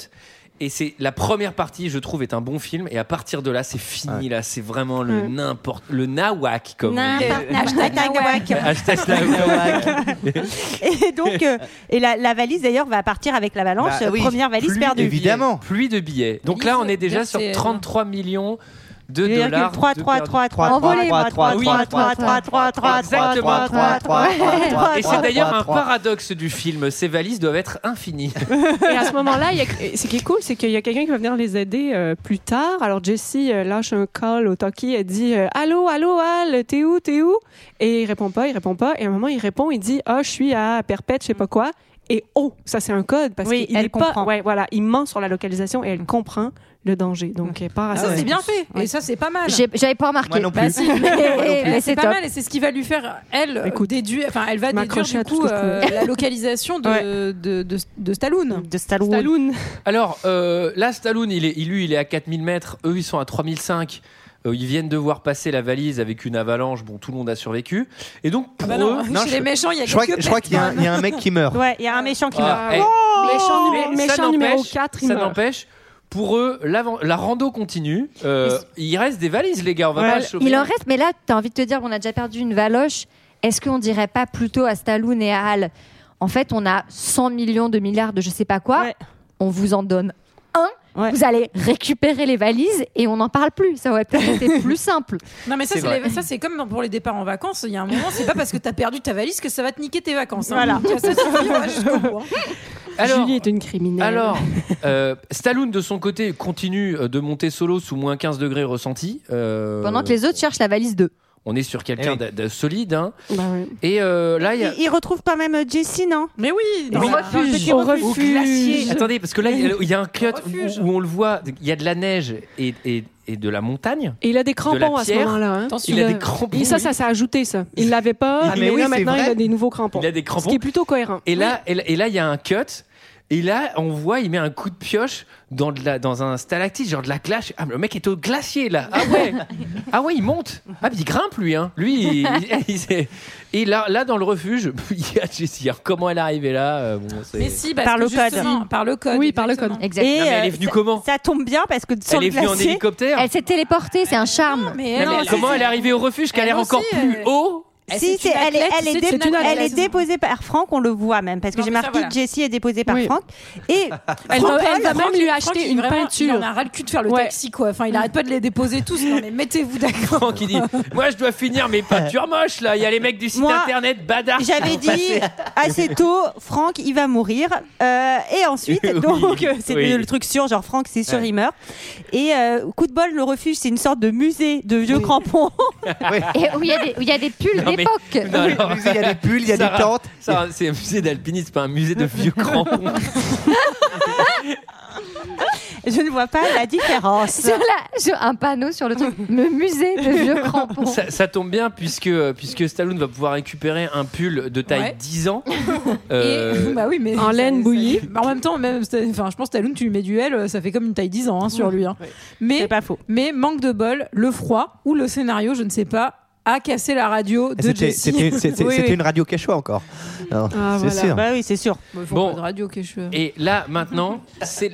Speaker 1: Et c'est la première partie, je trouve, est un bon film. Et à partir de là, c'est fini. Là, c'est vraiment le
Speaker 15: Mm.
Speaker 1: n'importe, le nawak comme. on dit.
Speaker 15: Hashtag nawak.
Speaker 1: Hashtag nawak.
Speaker 15: Et donc, euh, et la, la valise d'ailleurs va partir avec l'avalanche.
Speaker 1: Bah oui,
Speaker 15: première valise
Speaker 1: pluie
Speaker 15: perdue.
Speaker 1: de billets, pluie de billets. Donc là, on est déjà sur
Speaker 15: c'est-
Speaker 1: 33 millions de
Speaker 15: Virgule
Speaker 1: dollars.
Speaker 15: euh, trois,
Speaker 1: de
Speaker 15: trois,
Speaker 1: perdus.
Speaker 15: trois, trois, Envolé, trois, trois, trois,
Speaker 1: Oui.
Speaker 15: trois, trois, trois, trois, trois,
Speaker 1: Exactement.
Speaker 15: trois, trois, trois, trois, trois,
Speaker 1: Et c'est
Speaker 15: trois,
Speaker 1: d'ailleurs
Speaker 15: trois,
Speaker 1: un
Speaker 15: trois.
Speaker 1: paradoxe du film. Ces valises doivent être infinies.
Speaker 12: Et à ce moment-là, il y a- ce qui est cool, c'est qu'il y a quelqu'un qui va venir les aider euh, plus tard. Alors Jessie euh, lâche un call au talkie, elle dit euh, Allô, allô, Al, t'es où, t'es où Et il répond pas, il répond pas. Et à un moment, il répond, il dit Ah, je suis à Perpète, je sais pas quoi. Et oh, ça c'est un code parce
Speaker 15: Oui,
Speaker 12: qu'il
Speaker 15: elle
Speaker 12: est pas-
Speaker 15: comprend.
Speaker 12: ouais, voilà, il ment sur la localisation et elle comprend le danger. Donc elle
Speaker 11: Ah
Speaker 12: part à
Speaker 7: Ah, Ça,
Speaker 12: sa-
Speaker 7: c'est bien fait. Et ça, c'est pas mal.
Speaker 11: J'ai- J'avais pas remarqué.
Speaker 12: Moi non plus.
Speaker 7: Bah, si.
Speaker 12: Moi non plus.
Speaker 7: Mais
Speaker 12: C'est
Speaker 7: c'est pas
Speaker 12: top.
Speaker 7: mal et c'est ce qui va lui faire, elle, euh, déduire. Enfin, elle va déduire
Speaker 12: m'accrochais
Speaker 7: du
Speaker 12: à tout
Speaker 7: coup
Speaker 12: ce que je
Speaker 7: euh,
Speaker 12: pouvais.
Speaker 7: la localisation de, de, de, de Stallone.
Speaker 15: De Stallone.
Speaker 1: Alors euh, là, Stallone, il est, il- lui, il est à 4000 mètres. Eux, ils sont à 3005. Euh, ils viennent de voir passer la valise avec une avalanche. Bon, tout le monde a survécu. Et donc, pour
Speaker 7: bah
Speaker 1: eux,
Speaker 7: non, chez les méchants, il y a
Speaker 6: Je crois,
Speaker 7: quelques
Speaker 6: je crois qu'il y, a un- il y a un mec qui meurt.
Speaker 15: Ouais, il y a un méchant qui
Speaker 1: Ah,
Speaker 15: meurt.
Speaker 1: eh.
Speaker 11: Oh
Speaker 12: Méchant numéro-
Speaker 1: Mais ça
Speaker 12: méchant numéro
Speaker 1: n'empêche-
Speaker 12: 4, il
Speaker 1: Ça
Speaker 12: meurt.
Speaker 1: n'empêche. Pour eux, l'avan- la rando continue. Euh, il reste des valises, les gars. On va pas chauffer.
Speaker 11: Il en reste, mais là, t'as envie de te dire, on a déjà perdu une valoche. Est-ce qu'on dirait pas plutôt à Stallone et à Hal En fait, on a 100 millions de milliards de je sais pas Bah quoi. On vous en donne un. Vous allez récupérer les valises et on n'en parle plus. Ça aurait peut-être été plus simple.
Speaker 7: Non mais ça
Speaker 11: C'est
Speaker 7: c'est
Speaker 11: vrai.
Speaker 7: les- ça, c'est comme dans- pour les départs en vacances, il y a un moment c'est pas parce que t'as perdu ta valise que ça va te niquer tes vacances. hein.
Speaker 11: Voilà.
Speaker 7: Tu vois, ça suffit, ouais, jusqu'au bout, hein.
Speaker 12: Julie est une criminelle.
Speaker 1: Alors, euh, Stallone, de son côté, continue euh, de monter solo sous moins 15 degrés ressenti. Euh,
Speaker 11: Pendant que les autres cherchent la valise 2.
Speaker 1: On est sur quelqu'un de, de solide. hein.
Speaker 12: Bah
Speaker 1: Et euh, là, il y a.
Speaker 15: Il, il retrouve quand même euh, Jessie, non
Speaker 7: Mais oui,
Speaker 1: Mais-
Speaker 15: Au glacier.
Speaker 1: Attendez, parce que là, il y a- il y a un cut où, où on le voit, il y a de la neige et, et- et de la montagne.
Speaker 12: Et il a des
Speaker 1: De la
Speaker 12: crampons à ce
Speaker 1: pierre.
Speaker 12: moment-là. hein.
Speaker 1: Attention. Il a des crampons,
Speaker 12: Et ça,
Speaker 1: oui.
Speaker 12: ça s'est ajouté, ça. Il l'avait pas,
Speaker 1: Ah, mais
Speaker 12: mais,
Speaker 1: oui,
Speaker 12: là,
Speaker 1: c'est
Speaker 12: maintenant,
Speaker 1: vrai.
Speaker 12: il a des nouveaux crampons.
Speaker 1: Il a des crampons.
Speaker 12: Ce qui est plutôt cohérent.
Speaker 1: Et là, et là- et là, il y a un cut. Et là, on voit, il met un coup de pioche dans, de la, dans un stalactite, genre de la glace. Ah, mais le mec est au glacier, là. Ah ouais. ah ouais, il monte. Ah, mais il grimpe, lui. Hein. Lui, il, il- il s'est- Et là, là, dans le refuge, il y a Jessie. Alors, comment elle est arrivée là euh, bon, c'est-
Speaker 7: Mais si, parce que justement, Par le code.
Speaker 12: Oui, par le code.
Speaker 1: Exactement. Non, mais elle est venue
Speaker 15: ça-
Speaker 1: comment
Speaker 15: Ça tombe bien parce que sur
Speaker 1: Elle
Speaker 15: le
Speaker 1: est venue en
Speaker 15: glacier-
Speaker 1: hélicoptère
Speaker 11: Elle s'est téléportée, c'est un charme.
Speaker 1: Non, mais comment elle est arrivée au refuge qu'elle a l'air encore plus haut
Speaker 7: Elle,
Speaker 15: Si,
Speaker 7: c'est une
Speaker 15: c'est- elle, est,
Speaker 7: athlète,
Speaker 15: elle est
Speaker 7: c'est une
Speaker 15: dé-
Speaker 7: athlète.
Speaker 15: elle est déposée par Franck, on le voit même, parce que
Speaker 7: Non,
Speaker 15: j'ai
Speaker 7: mais ça,
Speaker 15: marqué
Speaker 7: voilà.
Speaker 15: Jessie est déposée par
Speaker 7: Oui.
Speaker 15: Franck. Et
Speaker 7: Elle,
Speaker 15: Franck,
Speaker 7: Bah, va- elle va
Speaker 15: Franck,
Speaker 7: même lui
Speaker 15: Franck,
Speaker 7: acheter
Speaker 15: il-
Speaker 7: une
Speaker 15: vraiment,
Speaker 7: peinture.
Speaker 15: il en a
Speaker 7: ras le cul de faire le taxi quoi. Enfin, il arrête pas de les déposer tous. Non mais mettez-vous d'accord.
Speaker 1: Franck, il dit Moi, je dois finir mes peintures moches, là. Il y a les mecs du site
Speaker 15: Moi,
Speaker 1: internet badard. qui
Speaker 15: J'avais
Speaker 1: sont
Speaker 15: dit
Speaker 1: passés.
Speaker 15: assez tôt, Franck, il va mourir. Euh, et ensuite,
Speaker 1: Oui,
Speaker 15: donc, euh, c'est
Speaker 1: oui.
Speaker 15: le truc sûr, genre Franck, c'est sûr,
Speaker 1: Ouais.
Speaker 15: il meurt. Et euh, coup de bol, le refuge, c'est une sorte de musée de vieux crampons.
Speaker 11: Et où il y a des- où il y, a des pulls
Speaker 1: Non, mais-
Speaker 11: d'époque.
Speaker 1: Non, alors-
Speaker 6: Il y a des pulls, il y a
Speaker 1: Sarah-
Speaker 6: des tentes.
Speaker 1: Sarah, C'est un musée d'alpinisme, pas un musée de vieux crampons.
Speaker 15: Je ne vois pas la différence.
Speaker 11: Sur la- sur un panneau sur le truc, le musée de vieux crampons.
Speaker 1: Ça, ça tombe bien puisque, euh, puisque Stallone va pouvoir récupérer un pull de taille
Speaker 7: Ouais.
Speaker 1: 10 ans.
Speaker 7: Et-
Speaker 1: Euh,
Speaker 7: bah oui, mais en laine bouillie. en même temps, même, c'est- enfin, je pense Taloun, tu lui mets du L, ça fait comme une taille 10 ans hein, sur lui. hein. Mais,
Speaker 15: pas faux.
Speaker 7: Mais manque de bol, le froid ou le scénario, je ne sais pas. a cassé la radio de
Speaker 6: C'était
Speaker 7: Jessie.
Speaker 6: c'était- c'était- c'était
Speaker 7: Oui, oui.
Speaker 6: une radio cachot encore. Alors,
Speaker 15: Ah,
Speaker 6: c'est sûr.
Speaker 11: Bah,
Speaker 15: Bah
Speaker 7: oui, c'est sûr. Bon, ils font
Speaker 1: Bon.
Speaker 7: pas de radio que je
Speaker 1: Et là, maintenant, c'est.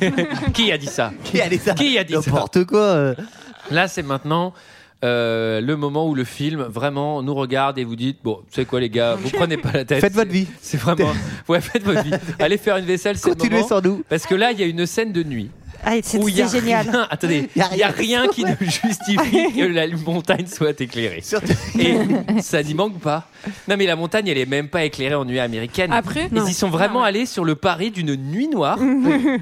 Speaker 1: Qui a dit ça
Speaker 6: Qui a dit ça
Speaker 1: Qui a dit ça
Speaker 6: N'importe quoi. euh.
Speaker 1: Là, c'est maintenant euh, le moment où le film vraiment nous regarde et vous dites Bon, tu sais quoi, les gars, vous prenez pas la tête.
Speaker 6: Faites votre vie.
Speaker 1: C'est vraiment. Ouais, faites votre vie. Allez faire une vaisselle, c'est le
Speaker 6: Continuez
Speaker 1: moment.
Speaker 6: sans nous.
Speaker 1: Parce que là, il y a une scène de nuit.
Speaker 2: Ah, c'est
Speaker 1: où il y a
Speaker 2: c'est génial.
Speaker 1: rien- Attendez,
Speaker 2: Il y a
Speaker 1: il y a
Speaker 2: rien.
Speaker 1: rien qui ne justifie que la montagne soit éclairée. Et ça n'y manque pas. Non, mais la montagne, elle est même pas éclairée en nuit américaine.
Speaker 7: Après
Speaker 1: ils
Speaker 7: Non.
Speaker 1: y sont vraiment allés sur le pari d'une nuit noire.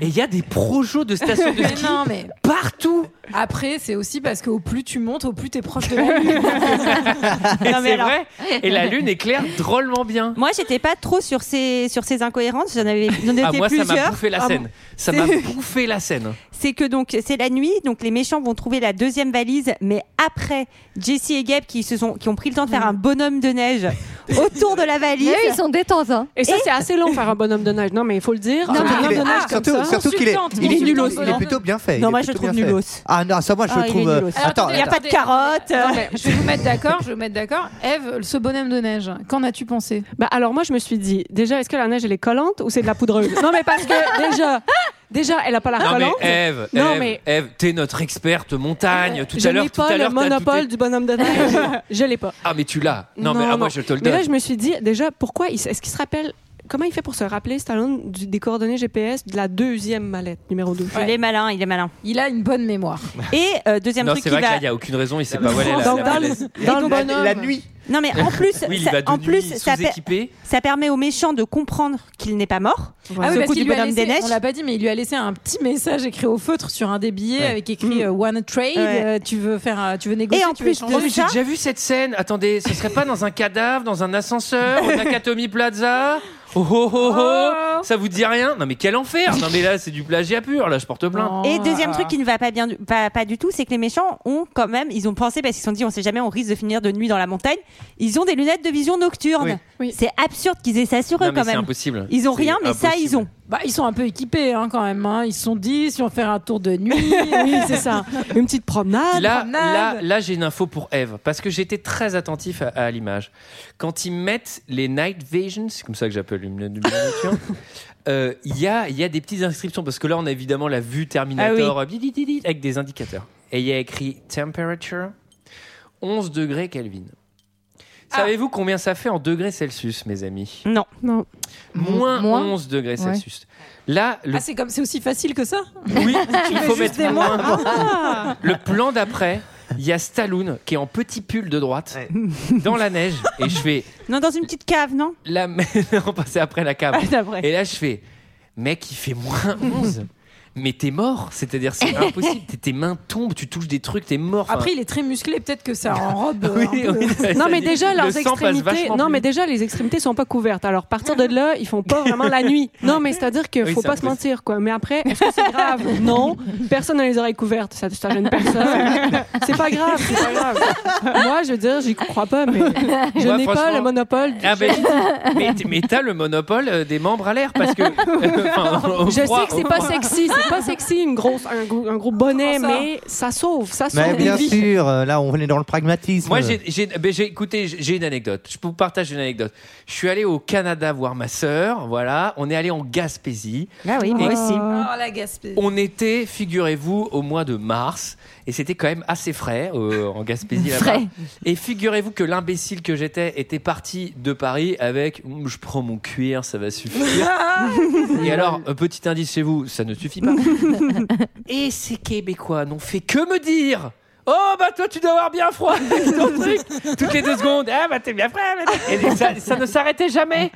Speaker 1: et il y a des projets de stations de
Speaker 7: Mais
Speaker 1: ski.
Speaker 7: non, mais
Speaker 1: partout.
Speaker 7: Après, c'est aussi parce qu'au plus tu montes, au plus t'es proche de la lune.
Speaker 1: Et
Speaker 2: Non, mais
Speaker 1: c'est
Speaker 2: alors-
Speaker 1: vrai. Et la lune éclaire drôlement bien.
Speaker 15: Moi, j'étais pas trop sur ces, sur ces incohérences. J'en avais j'en
Speaker 1: Ah,
Speaker 15: étais
Speaker 1: moi, ça
Speaker 15: plusieurs.
Speaker 1: m'a bouffé la
Speaker 15: Ah,
Speaker 1: scène.
Speaker 15: bon.
Speaker 1: Ça
Speaker 15: C'est-
Speaker 1: m'a bouffé la scène.
Speaker 15: c'est que donc c'est la nuit, donc les méchants vont trouver la deuxième valise, mais après Jesse et Gabe qui se sont qui ont pris le temps de faire
Speaker 12: Mm.
Speaker 15: un bonhomme de neige autour de la valise.
Speaker 11: Mais eux, ils sont détendus. Hein.
Speaker 15: Et ça,
Speaker 12: c'est assez long faire un bonhomme de neige. Non, mais il faut le dire.
Speaker 15: Non,
Speaker 12: un
Speaker 15: mais-
Speaker 12: bonhomme de
Speaker 6: Il est- ah,
Speaker 12: neige comme ça.
Speaker 6: surtout surtout qu'il est,
Speaker 12: Consultante,
Speaker 6: il est nul
Speaker 12: consultante,
Speaker 6: Il est
Speaker 12: non.
Speaker 6: plutôt bien fait.
Speaker 12: Non,
Speaker 6: il est
Speaker 12: moi, je
Speaker 6: plutôt
Speaker 12: le trouve
Speaker 6: bien fait.
Speaker 12: nulos.
Speaker 6: Ah non, ça moi je
Speaker 7: Ah,
Speaker 6: le
Speaker 7: il est
Speaker 6: trouve. euh,
Speaker 7: nul aussi.
Speaker 6: Attends,
Speaker 7: Attendez,
Speaker 6: attends.
Speaker 7: attendez, attendez, attendez, je vais vous mettre d'accord, je vais vous mettre d'accord. Eve, ce bonhomme de neige, qu'en as-tu pensé
Speaker 12: Bah alors moi je me suis dit déjà est-ce que la neige elle est collante ou c'est de la poudreuse Non mais parce que déjà déjà elle a pas la
Speaker 11: Ah,
Speaker 1: Non mais
Speaker 12: collante.
Speaker 1: Eve,
Speaker 12: Non,
Speaker 1: Eve,
Speaker 12: mais-
Speaker 1: Eve, t'es notre experte montagne. Tout
Speaker 12: je
Speaker 1: à l'heure,
Speaker 12: n'ai
Speaker 1: tout
Speaker 12: pas
Speaker 1: à
Speaker 12: le
Speaker 1: l'heure, t'as-
Speaker 12: monopole du bonhomme de neige. je l'ai pas.
Speaker 1: Ah mais tu l'as. Non, mais ah, moi je te le
Speaker 12: Mais
Speaker 1: donne.
Speaker 12: là je me suis dit déjà pourquoi il- est-ce qu'il se rappelle comment il fait pour se rappeler Stallone du- des coordonnées GPS de la deuxième mallette numéro 12
Speaker 15: Il est malin, il est malin.
Speaker 7: Il a une bonne mémoire.
Speaker 15: Et euh, deuxième
Speaker 1: Non,
Speaker 15: truc
Speaker 1: c'est
Speaker 15: qui
Speaker 1: vrai qu'il
Speaker 15: va
Speaker 1: n'y a aucune raison. Il sait pas où elle est.
Speaker 15: Donc,
Speaker 1: la-
Speaker 15: dans le-
Speaker 1: la- la-
Speaker 15: dans le
Speaker 1: la-
Speaker 15: bonhomme.
Speaker 1: la nuit.
Speaker 15: Non mais en plus,
Speaker 1: Oui, il
Speaker 15: ça,
Speaker 1: va de
Speaker 15: en
Speaker 1: nuit,
Speaker 15: plus ça, per-
Speaker 1: sous-équipé.
Speaker 15: ça permet aux méchants de comprendre qu'il n'est pas mort.
Speaker 7: Ah oui,
Speaker 15: Ce
Speaker 7: parce
Speaker 15: coup du
Speaker 7: qu'il lui a
Speaker 15: bonhomme
Speaker 7: laissé,
Speaker 15: des neiges.
Speaker 7: on l'a pas dit, mais il lui a laissé un petit message écrit au feutre sur un des billets
Speaker 15: Ouais.
Speaker 7: avec écrit euh, One Trade,
Speaker 15: Ouais.
Speaker 7: euh, tu veux faire, euh, tu veux négocier, tu veux
Speaker 1: Oh,
Speaker 7: changer.
Speaker 1: mais j'ai déjà vu cette scène. Attendez, ce serait pas dans un cadavre, dans un ascenseur, au Nakatomi Plaza Oh oh oh oh Ça vous dit rien Non mais quel enfer Non mais là c'est du plagiat pur. Là je porte plainte.
Speaker 12: Ah.
Speaker 15: Et deuxième truc qui ne va pas bien, du- pas, pas du tout, c'est que les méchants ont quand même, ils ont pensé parce qu'ils se sont dit, on sait jamais, on risque de finir de nuit dans la montagne. Ils ont des lunettes de vision nocturne. C'est absurde qu'ils aient ça sur eux
Speaker 1: Non, mais
Speaker 15: quand
Speaker 1: c'est
Speaker 15: même.
Speaker 1: impossible.
Speaker 15: Ils ont
Speaker 1: C'est
Speaker 15: rien, mais ça
Speaker 1: impossible.
Speaker 15: ils ont.
Speaker 7: Bah, ils sont un peu équipés hein, quand même. hein. Ils se sont dit, si on fait un tour de nuit, oui, c'est ça.
Speaker 12: Une petite promenade.
Speaker 1: Là, là, là j'ai une info pour Eve, parce que j'étais très attentif à, à l'image. Quand ils mettent les night visions, c'est comme ça que j'appelle une une nocturne, euh, il y, a, il y a des petites inscriptions, parce que là, on a évidemment la vue Terminator
Speaker 7: Ah
Speaker 1: euh, di- di- di- avec des indicateurs. Et il y a écrit temperature 11 degrés Kelvin.
Speaker 7: Ah.
Speaker 1: Savez-vous combien ça fait en degrés Celsius, mes amis
Speaker 15: Non.
Speaker 12: Non.
Speaker 1: Moins,
Speaker 7: Moins
Speaker 1: 11 degrés
Speaker 7: Ouais.
Speaker 1: Celsius. Là, le
Speaker 7: Ah, c'est comme, c'est aussi facile que ça.
Speaker 1: oui, il
Speaker 7: mets
Speaker 1: faut mettre
Speaker 7: juste des mois.
Speaker 1: moins.
Speaker 12: Ah.
Speaker 1: Le plan d'après, il y a Stallone qui est en petit pull de droite dans la neige et je fais
Speaker 15: Non, dans une petite cave, non
Speaker 1: la mer- non, passer après la cave.
Speaker 15: Ah, d'après.
Speaker 1: et là je fais mec, il fait moins 11. Mais t'es mort, c'est-à-dire c'est
Speaker 12: Ah.
Speaker 1: impossible. Tes- Tes mains tombent, tu touches des trucs, t'es mort. Enfin,
Speaker 7: Après, il est très musclé, peut-être que ça enrobe. euh,
Speaker 1: Oui,
Speaker 7: un peu.
Speaker 1: oui, ça-
Speaker 12: Non mais
Speaker 1: ça-
Speaker 12: déjà
Speaker 1: le
Speaker 12: leurs
Speaker 1: sang passe
Speaker 12: extrémités,
Speaker 1: vachement
Speaker 12: non mais
Speaker 1: plus
Speaker 12: déjà les extrémités sont pas couvertes. Alors partir de là, ils font pas vraiment la nuit. Non mais c'est à dire que
Speaker 1: Oui,
Speaker 12: faut
Speaker 1: c'est
Speaker 12: pas se
Speaker 1: impossible.
Speaker 12: mentir quoi. Mais après, est-ce que c'est grave Non, personne n'a les oreilles couvertes, ça ça gêne personne. C'est pas grave, c'est pas grave. Moi je veux dire, j'y crois pas mais je
Speaker 1: Moi,
Speaker 12: n'ai pas
Speaker 1: franchement-
Speaker 12: le monopole. du-
Speaker 1: Ah ben, mais mais t'as le monopole euh, des membres à l'air parce que. euh, enfin, on- on
Speaker 12: Je sais
Speaker 1: croit-
Speaker 12: que c'est pas sexy, c'est pas sexy une grosse un, gros- un gros bonnet
Speaker 1: Comment ça
Speaker 12: mais ça sauve, ça sauve
Speaker 6: Mais
Speaker 12: des
Speaker 6: bien
Speaker 12: vies.
Speaker 6: sûr, euh, là on est dans le pragmatisme.
Speaker 1: Moi, j'ai, j'ai- ben, j'ai- écoutez, j'ai j'ai une anecdote. Je vous partage une anecdote. Je suis allé au Canada voir ma sœur. Voilà, on est allé en Gaspésie.
Speaker 15: Ah oui,
Speaker 1: Et
Speaker 15: moi aussi.
Speaker 7: Oh, la Gaspé.
Speaker 1: On était, figurez-vous, au mois de mars, et c'était quand même assez frais euh, en Gaspésie là-bas.
Speaker 7: Frais.
Speaker 1: Et figurez-vous que l'imbécile que j'étais était parti de Paris avec Hum, je prends mon cuir, ça va suffire. et alors, un petit indice chez vous, ça ne suffit pas. et ces Québécois n'ont fait que me dire. Oh bah toi tu dois avoir bien froid avec ton truc. Toutes les deux secondes Ah bah t'es bien frais mais t'es- Et ça, ça ne s'arrêtait jamais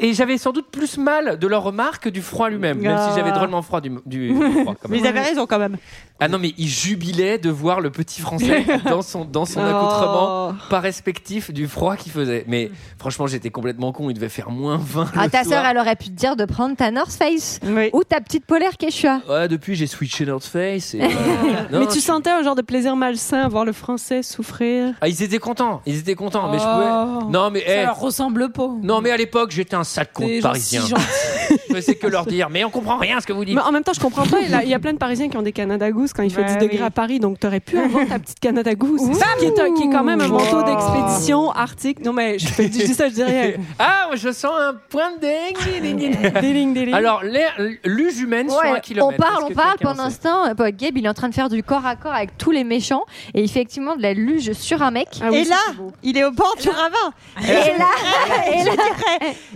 Speaker 1: Et j'avais sans doute plus mal de leur remarque que du froid lui-même Même si j'avais drôlement froid du, du froid quand
Speaker 15: Mais
Speaker 1: même.
Speaker 15: ils avaient raison quand même.
Speaker 1: Ah non, mais il jubilait de voir le petit français dans son, dans son
Speaker 15: Oh.
Speaker 1: accoutrement, pas respectif du froid qu'il faisait. Mais franchement, j'étais complètement con, il devait faire moins 20.
Speaker 11: Ah,
Speaker 1: le
Speaker 11: ta
Speaker 1: soir.
Speaker 11: sœur, elle aurait pu te dire de prendre ta North Face ou ta petite polaire Quechua.
Speaker 1: Ouais, depuis j'ai switché North Face. et, euh, non,
Speaker 12: mais tu
Speaker 1: je-
Speaker 12: sentais un genre de plaisir malsain à voir le français souffrir.
Speaker 1: Ah, ils étaient contents, ils étaient contents, mais je
Speaker 12: Oh.
Speaker 1: pouvais. Non, mais.
Speaker 7: Ça
Speaker 1: eh,
Speaker 7: leur ressemble pas.
Speaker 1: Non, mais à l'époque, j'étais un sale
Speaker 7: Des
Speaker 1: compte
Speaker 7: gens
Speaker 1: parisien.
Speaker 7: si gentils.
Speaker 1: Je sais que leur dire, mais on comprend rien à ce que vous dites.
Speaker 12: Mais en même temps, je comprends pas. Il a- il y a plein de Parisiens qui ont des Canada Goose quand il fait
Speaker 7: Bah
Speaker 12: 10 degrés
Speaker 7: oui.
Speaker 12: à Paris, donc t'aurais pu avoir ta petite Canada Goose. C'est ça qui est, un- qui est quand même un manteau d'expédition arctique. Non, mais je, fais- je dis ça, je dis rien.
Speaker 1: Ah, je sens un point de dingue.
Speaker 12: Déling, déling.
Speaker 1: Alors, l'air- l'use humaine sur un
Speaker 11: Ouais,
Speaker 1: kilomètre.
Speaker 11: on parle,
Speaker 1: Est-ce
Speaker 11: on
Speaker 1: que
Speaker 11: parle
Speaker 1: quelqu'un
Speaker 11: pendant
Speaker 1: sait
Speaker 11: ce temps. euh, bah, Gabe, il est en train de faire du corps à corps avec tous les méchants et effectivement de la luge sur un mec.
Speaker 7: Ah
Speaker 2: oui, Et ça, là, c'est
Speaker 11: il est au bord du ravin.
Speaker 2: Et là, et là,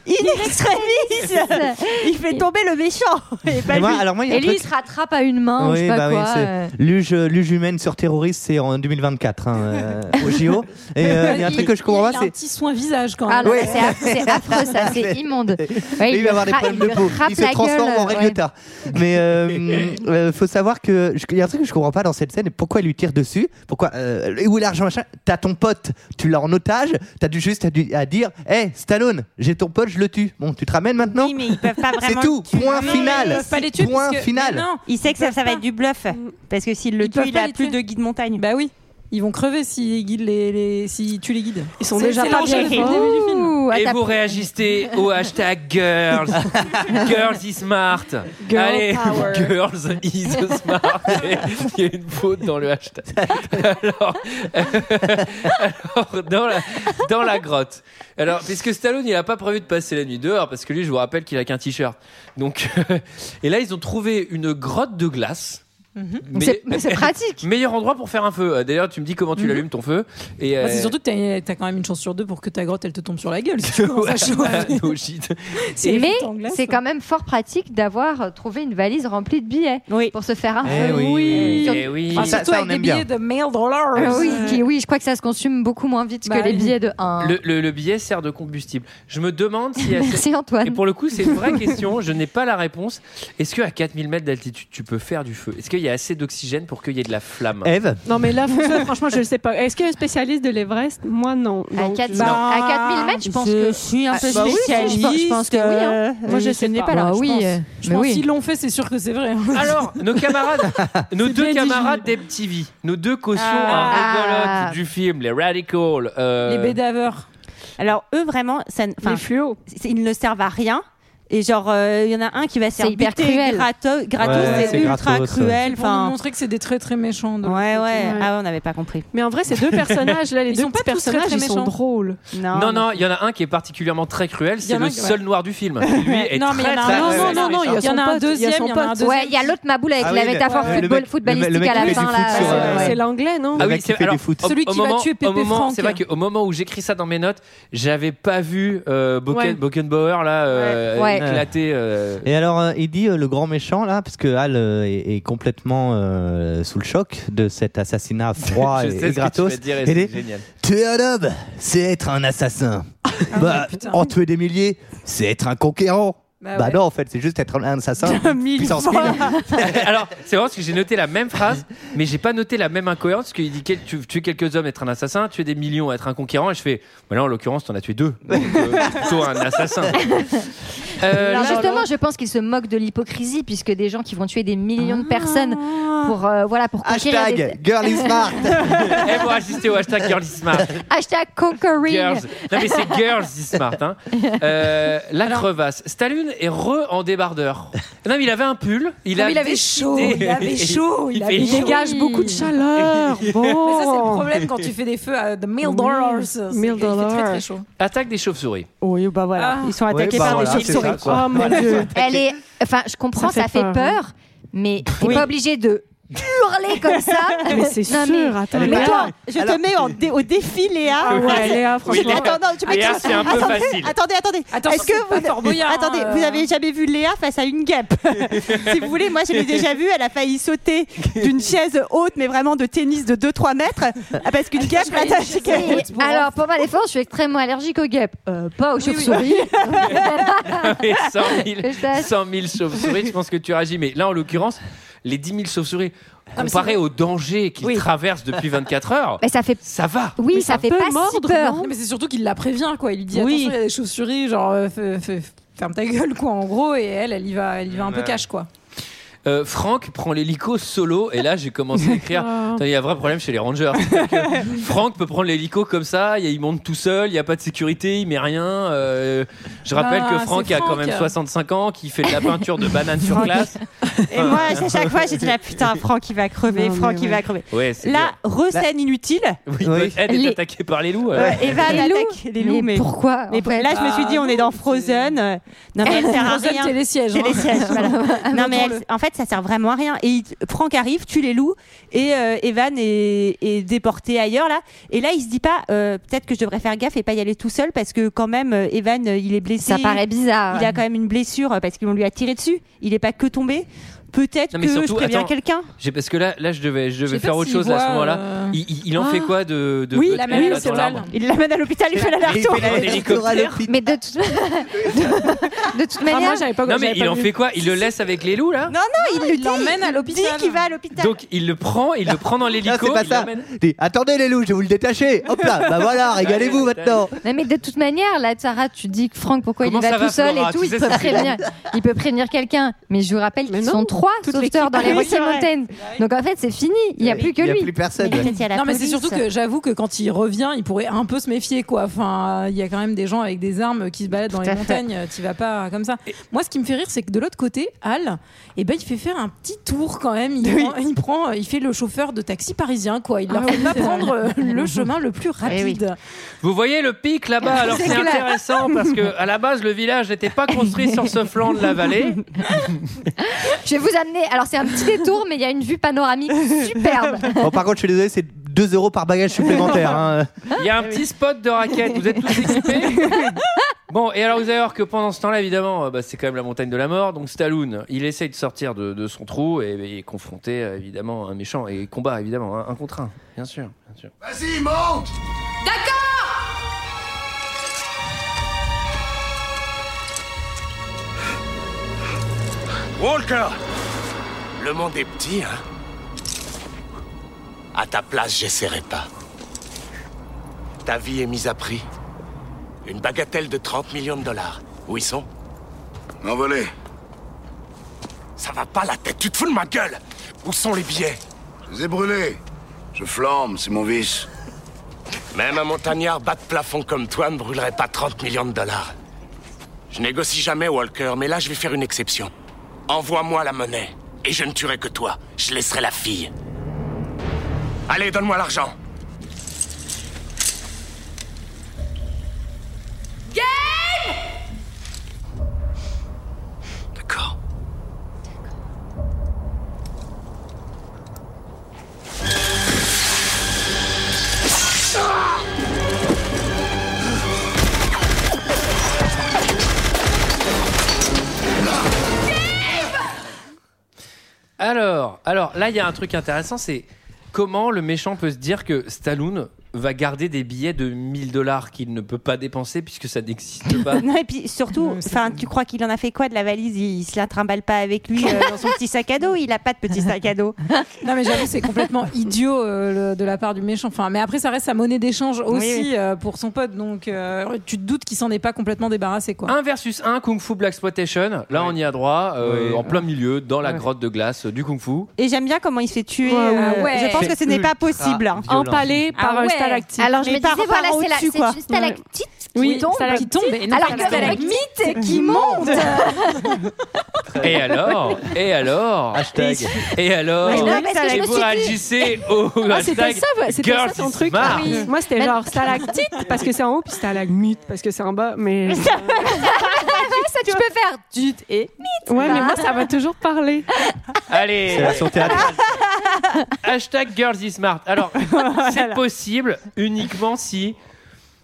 Speaker 2: in extremis, il fait tomber le méchant. Et, pas
Speaker 6: Mais moi,
Speaker 2: lui.
Speaker 6: alors moi, il y a un
Speaker 11: Et lui,
Speaker 6: truc-
Speaker 11: il se rattrape à une main, ou je sais
Speaker 6: Oui,
Speaker 11: pas
Speaker 6: bah oui,
Speaker 11: quoi.
Speaker 6: c'est-
Speaker 11: euh.
Speaker 6: luge, luge humaine sur terroriste, c'est en 2024 hein, euh, au JO. Et euh, il y a un truc que je comprends
Speaker 7: Il
Speaker 6: pas,
Speaker 7: a un
Speaker 6: c'est
Speaker 7: petit soin visage quand même.
Speaker 11: Ah non,
Speaker 6: Oui.
Speaker 11: mais c'est aff- c'est affreux ça, c'est immonde. Ouais,
Speaker 6: Et il
Speaker 11: lui
Speaker 6: va avoir des
Speaker 11: ra-
Speaker 6: problèmes
Speaker 11: il
Speaker 6: de
Speaker 11: lui
Speaker 6: peau.
Speaker 11: rappe
Speaker 6: Il se
Speaker 11: la
Speaker 6: transforme
Speaker 11: gueule,
Speaker 6: en règle
Speaker 11: ouais.
Speaker 6: tard. Mais euh, euh, faut savoir que je- il y a un truc que je comprends pas dans cette scène. et Pourquoi il lui tire dessus Pourquoi euh, et Où est l'argent machin T'as ton pote, tu l'as en otage. T'as dû juste à, du- à dire, hé Stallone, j'ai ton pote, je le tue. Bon, tu te ramènes maintenant
Speaker 2: Oui, mais ils peuvent pas
Speaker 6: C'est
Speaker 2: vraiment.
Speaker 6: tout. Point final. Point final.
Speaker 2: il sait que ça, ça va être du bluff. Parce que s'il le
Speaker 7: peuvent
Speaker 2: tue, il
Speaker 7: pas
Speaker 2: a
Speaker 7: les
Speaker 2: plus
Speaker 7: tuer.
Speaker 2: de guide montagne.
Speaker 7: Bah oui. Ils vont crever si, guident les, les- si tu les guides.
Speaker 12: Ils sont
Speaker 7: C'est-
Speaker 12: déjà
Speaker 7: c'est
Speaker 12: pas
Speaker 7: l'enjeu
Speaker 12: bien
Speaker 7: dès le début du film.
Speaker 1: Et vous réagissez au hashtag girls. girls is smart.
Speaker 7: Girl
Speaker 1: Allez,
Speaker 7: power.
Speaker 1: girls is smart. Il y a une faute dans le hashtag. Alors, alors, dans, la, dans la grotte. Alors, puisque Stallone, il n'a pas prévu de passer la nuit dehors, parce que lui, je vous rappelle qu'il a qu'un t-shirt. Donc, et là, ils ont trouvé une grotte de glace.
Speaker 7: Mhm.
Speaker 11: C'est- mais c'est pratique.
Speaker 1: Meilleur endroit pour faire un feu. D'ailleurs, tu me dis comment tu
Speaker 7: Mhm.
Speaker 1: l'allumes ton feu. Et
Speaker 7: Bah, c'est
Speaker 1: euh,
Speaker 7: surtout que t'as- t'as quand même une chance sur deux pour que ta grotte elle te tombe sur la gueule si tu commences à chauffer.
Speaker 1: no shit.
Speaker 7: C'est
Speaker 11: mais
Speaker 7: tout en glace.
Speaker 11: c'est quand même fort pratique d'avoir euh, trouvé une valise remplie de billets pour se faire un
Speaker 7: Ah
Speaker 6: Eh
Speaker 11: feu.
Speaker 6: oui, oui,
Speaker 11: Sur-
Speaker 6: oui. Eh oui.
Speaker 7: Enfin,
Speaker 6: Ça-
Speaker 7: surtout
Speaker 6: ça, on
Speaker 7: avec des
Speaker 6: aime bien.
Speaker 7: billets de Euh, 1000 dollars.
Speaker 11: Ah oui, qui- oui, je crois que ça se consomme beaucoup moins vite
Speaker 7: Bah
Speaker 11: que les
Speaker 7: oui.
Speaker 11: billets de 1.
Speaker 1: Le, le- le billet sert de combustible. Je me demande si. à cette-
Speaker 11: Merci Antoine.
Speaker 1: Et pour le coup, c'est une vraie question. Je n'ai pas la réponse. Est-ce qu'à 4000 mètres d'altitude, tu peux faire du feu Est-ce qu'il y a assez d'oxygène pour qu'il y ait de la flamme
Speaker 7: Eh
Speaker 6: Eve
Speaker 12: Non, mais là, faut- ça, franchement, je le sais pas. Est-ce qu'il y a un spécialiste de l'Everest Moi, non.
Speaker 11: À
Speaker 12: Donc,
Speaker 11: 4000
Speaker 12: bah,
Speaker 11: à 4000 mètres, je pense que.
Speaker 2: suis un peu
Speaker 11: Ah, bah oui,
Speaker 2: spécialiste,
Speaker 11: je pense- je pense que oui. hein.
Speaker 12: Moi, je sais
Speaker 11: n'ai
Speaker 12: pas.
Speaker 11: pas là.
Speaker 7: Bah
Speaker 11: je
Speaker 7: oui,
Speaker 11: pense.
Speaker 7: euh, Je
Speaker 11: Je
Speaker 7: pense
Speaker 11: pense
Speaker 7: que
Speaker 11: qu'il-
Speaker 7: s'ils l'ont fait, c'est sûr que c'est vrai. hein.
Speaker 1: Alors, nos camarades, nos deux
Speaker 7: bien
Speaker 1: camarades des petits vies, nos deux cautions
Speaker 2: Ah.
Speaker 1: hein, rigolotes du film, les radicals, euh,
Speaker 7: bédaveurs.
Speaker 2: Alors, eux, vraiment, ça, ne- enfin, c'est- ils ne servent à rien. Et genre, euh, il y en a un qui va se faire
Speaker 11: C'est hyper
Speaker 2: buter
Speaker 11: cruel.
Speaker 2: gratos, gratos,
Speaker 6: Ouais,
Speaker 2: c'est
Speaker 6: c'est
Speaker 2: ultra
Speaker 6: gratos, ouais.
Speaker 2: cruel.
Speaker 7: Pour nous
Speaker 2: Enfin,
Speaker 7: montrer que c'est des très très méchants. de
Speaker 2: ouais, ouais.
Speaker 7: l'autre côté.
Speaker 2: Ah, on n'avait pas compris.
Speaker 12: Mais en vrai, ces deux personnages, là, les
Speaker 7: Ils
Speaker 12: deux
Speaker 7: sont pas
Speaker 12: petits
Speaker 7: tous très,
Speaker 12: personnages,
Speaker 7: très
Speaker 12: ils sont
Speaker 7: méchants.
Speaker 12: drôles.
Speaker 1: Non, non, il y en a un qui est particulièrement très cruel,
Speaker 7: hein. Il y
Speaker 1: c'est
Speaker 7: en a
Speaker 1: le
Speaker 7: un qui-
Speaker 1: seul noir du film. Qui, Lui est
Speaker 7: Non, mais il
Speaker 1: très,
Speaker 7: y en a
Speaker 1: très-
Speaker 7: un- non, non, non, non, il y en a un deuxième, il y en a un deuxième.
Speaker 11: Ouais, il y a l'autre maboule avec
Speaker 6: Ah
Speaker 11: la
Speaker 6: oui, le-
Speaker 11: métaphore
Speaker 6: ouais, le
Speaker 11: football-
Speaker 6: mec-
Speaker 11: footballistique
Speaker 6: le mec
Speaker 11: à
Speaker 6: qui
Speaker 11: la
Speaker 6: fait
Speaker 11: fin.
Speaker 6: du
Speaker 11: là,
Speaker 6: foot sur,
Speaker 11: ouais.
Speaker 6: euh,
Speaker 12: C'est l'anglais, non
Speaker 1: Ah
Speaker 6: Le
Speaker 1: oui,
Speaker 6: mec qui
Speaker 1: c'est
Speaker 6: fait du
Speaker 1: alors,
Speaker 6: foot.
Speaker 1: au-
Speaker 7: Celui
Speaker 1: au
Speaker 7: qui va
Speaker 1: moment-
Speaker 7: tuer
Speaker 1: au
Speaker 7: Pépé
Speaker 1: moment-
Speaker 7: Franck.
Speaker 1: C'est vrai qu'au moment où j'écris ça dans mes notes, j'avais pas vu euh, Boken-
Speaker 7: Ouais.
Speaker 1: Bokenbauer là euh,
Speaker 11: Ouais.
Speaker 1: éclater. euh,
Speaker 6: Et alors, euh, il dit euh, le grand méchant là, parce que Hal euh, est, est complètement euh, sous le choc de cet assassinat froid
Speaker 1: Je
Speaker 6: et,
Speaker 1: sais
Speaker 6: et
Speaker 1: ce que tu
Speaker 6: gratos.
Speaker 1: vas dire et
Speaker 6: Il
Speaker 1: c'est
Speaker 6: est,
Speaker 1: génial.
Speaker 6: Tuer un homme, c'est être un assassin. bah, en tuer des milliers, c'est être un conquérant.
Speaker 7: Bah
Speaker 11: Ah
Speaker 6: Bah,
Speaker 7: ouais.
Speaker 6: non, en fait, c'est juste être un assassin.
Speaker 2: Mille
Speaker 6: puissance
Speaker 2: fois.
Speaker 6: mille.
Speaker 1: Alors, c'est vrai parce que j'ai noté la même phrase, mais j'ai pas noté la même incohérence parce qu'il dit quel- tu tuer quelques hommes, être un assassin, tuer des millions, être un conquérant. Et je fais, bah là en l'occurrence, t'en as tué deux, donc euh, plutôt un assassin. Euh,
Speaker 11: Alors
Speaker 1: là-
Speaker 11: justement, je pense qu'il se moque de l'hypocrisie puisque des gens qui vont tuer des millions
Speaker 2: Ah.
Speaker 11: de personnes pour euh, voilà pour conquérir
Speaker 6: Hashtag
Speaker 11: des...
Speaker 6: girl is smart.
Speaker 1: et vous assistez Eh, au hashtag Girls is Smart.
Speaker 11: Hashtag conquering.
Speaker 1: Girls. Non mais c'est Girls is Smart. Hein. Euh, la crevasse. Stallone est re en débardeur. Non mais il avait un pull. Il,
Speaker 7: Non,
Speaker 1: a
Speaker 7: mais il avait
Speaker 1: décidé-
Speaker 7: chaud, il avait chaud, il
Speaker 1: fait
Speaker 7: avait
Speaker 12: Il
Speaker 1: chaud.
Speaker 12: dégage beaucoup de chaleur.
Speaker 7: Mais ça, c'est le
Speaker 12: Bon.
Speaker 7: problème quand tu fais des feux à de 1000 dollars. C'est-
Speaker 12: Mille
Speaker 7: il fait très
Speaker 12: dollars.
Speaker 7: très chaud.
Speaker 1: Attaque des chauves-souris.
Speaker 2: Oui, bah voilà.
Speaker 7: Ah.
Speaker 2: Ils sont
Speaker 6: Ouais,
Speaker 2: attaqués
Speaker 6: bah
Speaker 2: par
Speaker 6: voilà,
Speaker 2: des
Speaker 6: c'est
Speaker 2: chauves-souris.
Speaker 6: ça, quoi.
Speaker 12: Oh mon dieu.
Speaker 11: Elle est. Enfin, je comprends,
Speaker 12: Ça
Speaker 11: ça
Speaker 12: fait
Speaker 11: fait,
Speaker 12: peur,
Speaker 11: peur, mais t'es pas obligé de hurler comme ça.
Speaker 12: Mais c'est
Speaker 11: Non,
Speaker 12: sûr, attends.
Speaker 6: Elle est
Speaker 2: Mais
Speaker 6: pas-
Speaker 2: toi, je
Speaker 6: Alors-
Speaker 2: te mets en dé- au défi, Léa.
Speaker 12: Ah ouais, Léa,
Speaker 2: Je-
Speaker 12: franchement.
Speaker 2: attends, non, je
Speaker 7: Ah,
Speaker 2: mets-
Speaker 1: Léa, ah, c'est un peu
Speaker 2: attendez,
Speaker 1: facile.
Speaker 2: Attendez, attendez.
Speaker 7: Attention,
Speaker 2: Est-ce que
Speaker 7: c'est pas
Speaker 2: vous,
Speaker 7: Fort Boyard, hein,
Speaker 2: attendez,
Speaker 7: euh.
Speaker 2: vous avez jamais vu Léa face à une guêpe Si vous voulez, moi je l'ai déjà vue. Elle a failli sauter d'une chaise haute, mais vraiment de tennis de 2-3 mètres, ah, parce qu'une guêpe
Speaker 7: failli
Speaker 2: attache.
Speaker 7: une chaise haute.
Speaker 11: Et alors, pour ma défense, je suis extrêmement allergique aux guêpes. Euh, pas aux chauves-souris.
Speaker 1: Et 100 000,
Speaker 11: Je t'assure.
Speaker 1: 100 000 chauves-souris, je pense que tu réagis. Mais là, en l'occurrence, les 10 000 chauves-souris,
Speaker 7: Ah, mais
Speaker 1: comparé
Speaker 7: c'est
Speaker 1: au danger qu'ils
Speaker 7: Oui.
Speaker 1: traversent depuis 24 heures,
Speaker 11: Mais ça fait.
Speaker 1: ça va.
Speaker 11: Oui,
Speaker 12: Mais
Speaker 11: ça,
Speaker 12: ça
Speaker 11: fait
Speaker 12: peut
Speaker 11: pas si
Speaker 12: mordre,
Speaker 11: peur.
Speaker 12: non
Speaker 7: Non, mais c'est surtout qu'il la prévient, quoi. Il lui dit
Speaker 2: Oui.
Speaker 7: attention, il y a des chauves-souris, genre euh, fais- fais- ferme ta gueule, quoi, en gros. Et elle, elle y va, elle y va un peu cash, quoi.
Speaker 1: euh, Franck prend l'hélico solo. Et là, j'ai commencé à écrire. Putain, Il y a un vrai problème chez les Rangers. C'est-à-dire que Franck peut prendre l'hélico comme ça. il- Il monte tout seul. Il n'y a pas de sécurité. Il met rien. Euh, je rappelle
Speaker 15: Ah,
Speaker 1: que
Speaker 15: c'est
Speaker 1: Franck a quand
Speaker 15: Franck.
Speaker 1: même 65 ans, qui fait de la peinture de banane sur
Speaker 15: Franck.
Speaker 1: glace.
Speaker 15: Et moi, à chaque fois, j'ai dit là, putain, Franck, il va crever,
Speaker 1: Non, mais
Speaker 15: Franck, il
Speaker 1: ouais.
Speaker 15: va crever.
Speaker 1: Ouais, c'est
Speaker 15: là,
Speaker 1: dur.
Speaker 15: recène inutile.
Speaker 1: Oui, Ed est
Speaker 15: Les-
Speaker 1: attaqué par les loups.
Speaker 15: Euh, Eva
Speaker 11: Les
Speaker 15: elle
Speaker 11: loups.
Speaker 15: attaque les loups, mais,
Speaker 11: pourquoi, en
Speaker 15: mais pour-
Speaker 11: fait
Speaker 15: Là, je me suis
Speaker 11: Ah,
Speaker 15: dit, on est dans Frozen. euh, Non,
Speaker 11: bah,
Speaker 15: mais elle sert à
Speaker 7: Frozen,
Speaker 15: rien.
Speaker 7: télésiège, hein.
Speaker 15: Télésiège, voilà.
Speaker 11: Ah,
Speaker 15: non, mais
Speaker 7: Admettons-le.
Speaker 15: elle- en fait, ça sert vraiment à rien. Et il- Franck arrive, tue les loups, et euh, Evan est, est déporté ailleurs, là. Et là, il se dit pas, euh, peut-être que je devrais faire gaffe et pas y aller tout seul, parce que quand même, euh, Evan, euh, il est blessé.
Speaker 11: Ça paraît bizarre.
Speaker 15: Il a quand même une blessure, euh, parce qu'on lui a tiré dessus. Il n'est pas que tombé. Peut-être
Speaker 1: Non,
Speaker 15: que
Speaker 1: mais
Speaker 15: je
Speaker 1: surtout,
Speaker 15: préviens
Speaker 1: attends,
Speaker 15: quelqu'un.
Speaker 1: j'ai- Parce que là, là, je devais, je
Speaker 15: Je
Speaker 1: devais
Speaker 15: sais pas
Speaker 1: faire autre
Speaker 15: s'il
Speaker 1: chose là, à ce
Speaker 15: voit,
Speaker 1: moment-là.
Speaker 15: euh,
Speaker 1: Il, il- il en
Speaker 15: Ah.
Speaker 1: fait quoi de, de
Speaker 15: Oui,
Speaker 1: de-
Speaker 15: il l'amène
Speaker 1: de-
Speaker 15: à
Speaker 1: dans l'arbre
Speaker 15: l'hôpital. Il l'amène à l'hôpital, il fait la narto.
Speaker 11: Mais de toute, de
Speaker 7: Ah,
Speaker 11: toute manière,
Speaker 15: Oh,
Speaker 1: Non mais il en fait quoi Il le laisse avec les loups là
Speaker 15: Non, non, il, lui dit-
Speaker 7: l'emmène à
Speaker 15: il
Speaker 7: l'hôpital.
Speaker 15: dit qu'il va à l'hôpital.
Speaker 1: Donc il le prend, il le prend dans
Speaker 6: Non,
Speaker 1: l'hélico.
Speaker 6: c'est pas
Speaker 1: il
Speaker 6: ça.
Speaker 1: l'emmène-
Speaker 6: Dis, attendez les loups, je vais vous le détacher. Hop là, bah voilà, régalez-vous maintenant.
Speaker 11: Non, mais de toute manière, là, Sarah, tu dis que Franck, pourquoi
Speaker 6: Comment
Speaker 11: il y
Speaker 6: ça
Speaker 11: va
Speaker 6: va,
Speaker 11: tout seul
Speaker 6: Flora
Speaker 11: et tout,
Speaker 6: Tu
Speaker 11: il
Speaker 6: sais,
Speaker 11: peut,
Speaker 6: ça, c'est-
Speaker 11: prévenir, il peut prévenir quelqu'un. Mais je vous rappelle qu'ils
Speaker 7: non,
Speaker 11: sont trois
Speaker 7: toute
Speaker 11: sauveteurs
Speaker 7: l'équipe.
Speaker 11: dans les
Speaker 7: Oui,
Speaker 11: Rocky
Speaker 7: c'est vrai.
Speaker 11: Mountains. Donc en fait, c'est fini, il n'y a plus que lui.
Speaker 7: non, mais c'est surtout que j'avoue que quand il revient, il pourrait un peu se méfier, quoi. Enfin, il y a quand même des gens avec des armes qui se baladent dans
Speaker 11: Tout
Speaker 7: les
Speaker 11: à fait.
Speaker 7: montagnes. Tu vas pas euh, comme ça. Moi, ce qui me fait rire, c'est que de l'autre côté, Al, eh ben, il fait faire un petit tour quand même. Il, prend, il prend- euh, il fait le chauffeur de taxi parisien, quoi. Il leur
Speaker 11: Ah
Speaker 7: fait
Speaker 11: oui,
Speaker 7: pas
Speaker 11: c'est vrai. Eh
Speaker 7: prendre euh, le chemin le plus rapide.
Speaker 1: Vous voyez le pic là-bas Alors
Speaker 7: C'est
Speaker 1: c'est
Speaker 7: clair.
Speaker 1: intéressant parce que à la base le village n'était pas construit sur ce flanc de la vallée.
Speaker 11: Je vais vous amener. Alors, c'est un petit détour, mais il y a une vue panoramique superbe.
Speaker 6: Bon, par contre, je suis désolé, c'est 2 euros par bagage supplémentaire. hein.
Speaker 1: Il
Speaker 7: Eh
Speaker 1: y a un petit spot de raquettes. Vous êtes tous équipés Bon, et alors vous allez voir que pendant ce temps-là, évidemment, euh, bah, c'est quand même la montagne de la mort. Donc Stallone, il essaye de sortir de, de son trou et, et est confronté euh, évidemment à un méchant et il combat évidemment hein, un contre un, bien sûr, bien sûr.
Speaker 16: Vas-y, monte D'accord
Speaker 3: Walker Le monde est petit, hein À ta place, j'essaierai pas. Ta vie est mise à prix. Une bagatelle de 30 millions de dollars. Où ils sont Envolés. Ça va pas la tête, tu te fous de ma gueule Où sont les billets Je les ai brûlés. Je flambe, c'est mon vice. Même un montagnard bas de plafond comme toi ne brûlerait pas 30 millions de dollars. Je négocie jamais, Walker, mais là je vais faire une exception. Envoie-moi la monnaie, et je ne tuerai que toi. Je laisserai la fille. Allez, donne-moi l'argent.
Speaker 14: Game
Speaker 3: D'accord.
Speaker 1: Alors, alors là, il y a un truc intéressant, c'est comment le méchant peut se dire que Stallone va garder des billets de 1000 dollars qu'il ne peut pas dépenser puisque ça n'existe pas.
Speaker 15: Oh, Non, et puis surtout, enfin, tu crois qu'il en a fait quoi de la valise il, il se la trimballe pas avec lui euh, dans son petit sac à dos Il a pas de petit sac à dos.
Speaker 7: Non mais j'avoue c'est complètement idiot euh, le- de la part du méchant. Enfin mais après ça reste sa monnaie d'échange aussi
Speaker 15: Oui, oui.
Speaker 7: euh, pour son pote donc euh, tu te doutes qu'il s'en est pas complètement débarrassé quoi.
Speaker 1: 1 versus 1 Kung Fu Black Exploitation. Là, on y a droit, euh, en plein milieu, dans la grotte de glace euh, du Kung Fu.
Speaker 15: Et j'aime bien comment il se fait tuer.
Speaker 12: Ouais,
Speaker 15: euh,
Speaker 12: ouais.
Speaker 15: Je pense que ce
Speaker 1: C'est
Speaker 15: n'est pas
Speaker 1: ultra
Speaker 15: possible. hein.
Speaker 1: violent. Empalé
Speaker 7: Ah
Speaker 12: par un stalactite.
Speaker 11: Ah Alors, je
Speaker 12: Mais
Speaker 11: me
Speaker 12: par-
Speaker 11: disais,
Speaker 12: par
Speaker 11: voilà, c'est la-
Speaker 12: au-dessus,
Speaker 11: c'est
Speaker 12: quoi.
Speaker 11: une stalactite
Speaker 12: Oui,
Speaker 11: qui tombe.
Speaker 12: stalactite tombe, et non,
Speaker 11: alors que
Speaker 12: stalactite.
Speaker 11: stalactite qui monte.
Speaker 1: Et alors Et alors
Speaker 6: Hashtag.
Speaker 1: Et alors
Speaker 12: Mais non, parce que je
Speaker 1: Et
Speaker 12: me
Speaker 1: vous
Speaker 12: suis dit-
Speaker 1: réagissez au
Speaker 12: Ah, c'était
Speaker 1: hashtag
Speaker 12: ça, ouais, c'était ça
Speaker 1: Girls
Speaker 12: ton
Speaker 1: is
Speaker 12: truc.
Speaker 1: smart.
Speaker 12: Oui. Moi, c'était genre stalactite parce que c'est en haut, puis stalagmite parce que c'est en bas. Mais
Speaker 11: ça, tu peux faire tut et mythe.
Speaker 12: ouais, mais moi, ça m'a toujours parlé.
Speaker 11: Ah
Speaker 1: Allez
Speaker 6: C'est la santé à
Speaker 1: Hashtag Girls is smart. Alors, c'est possible uniquement si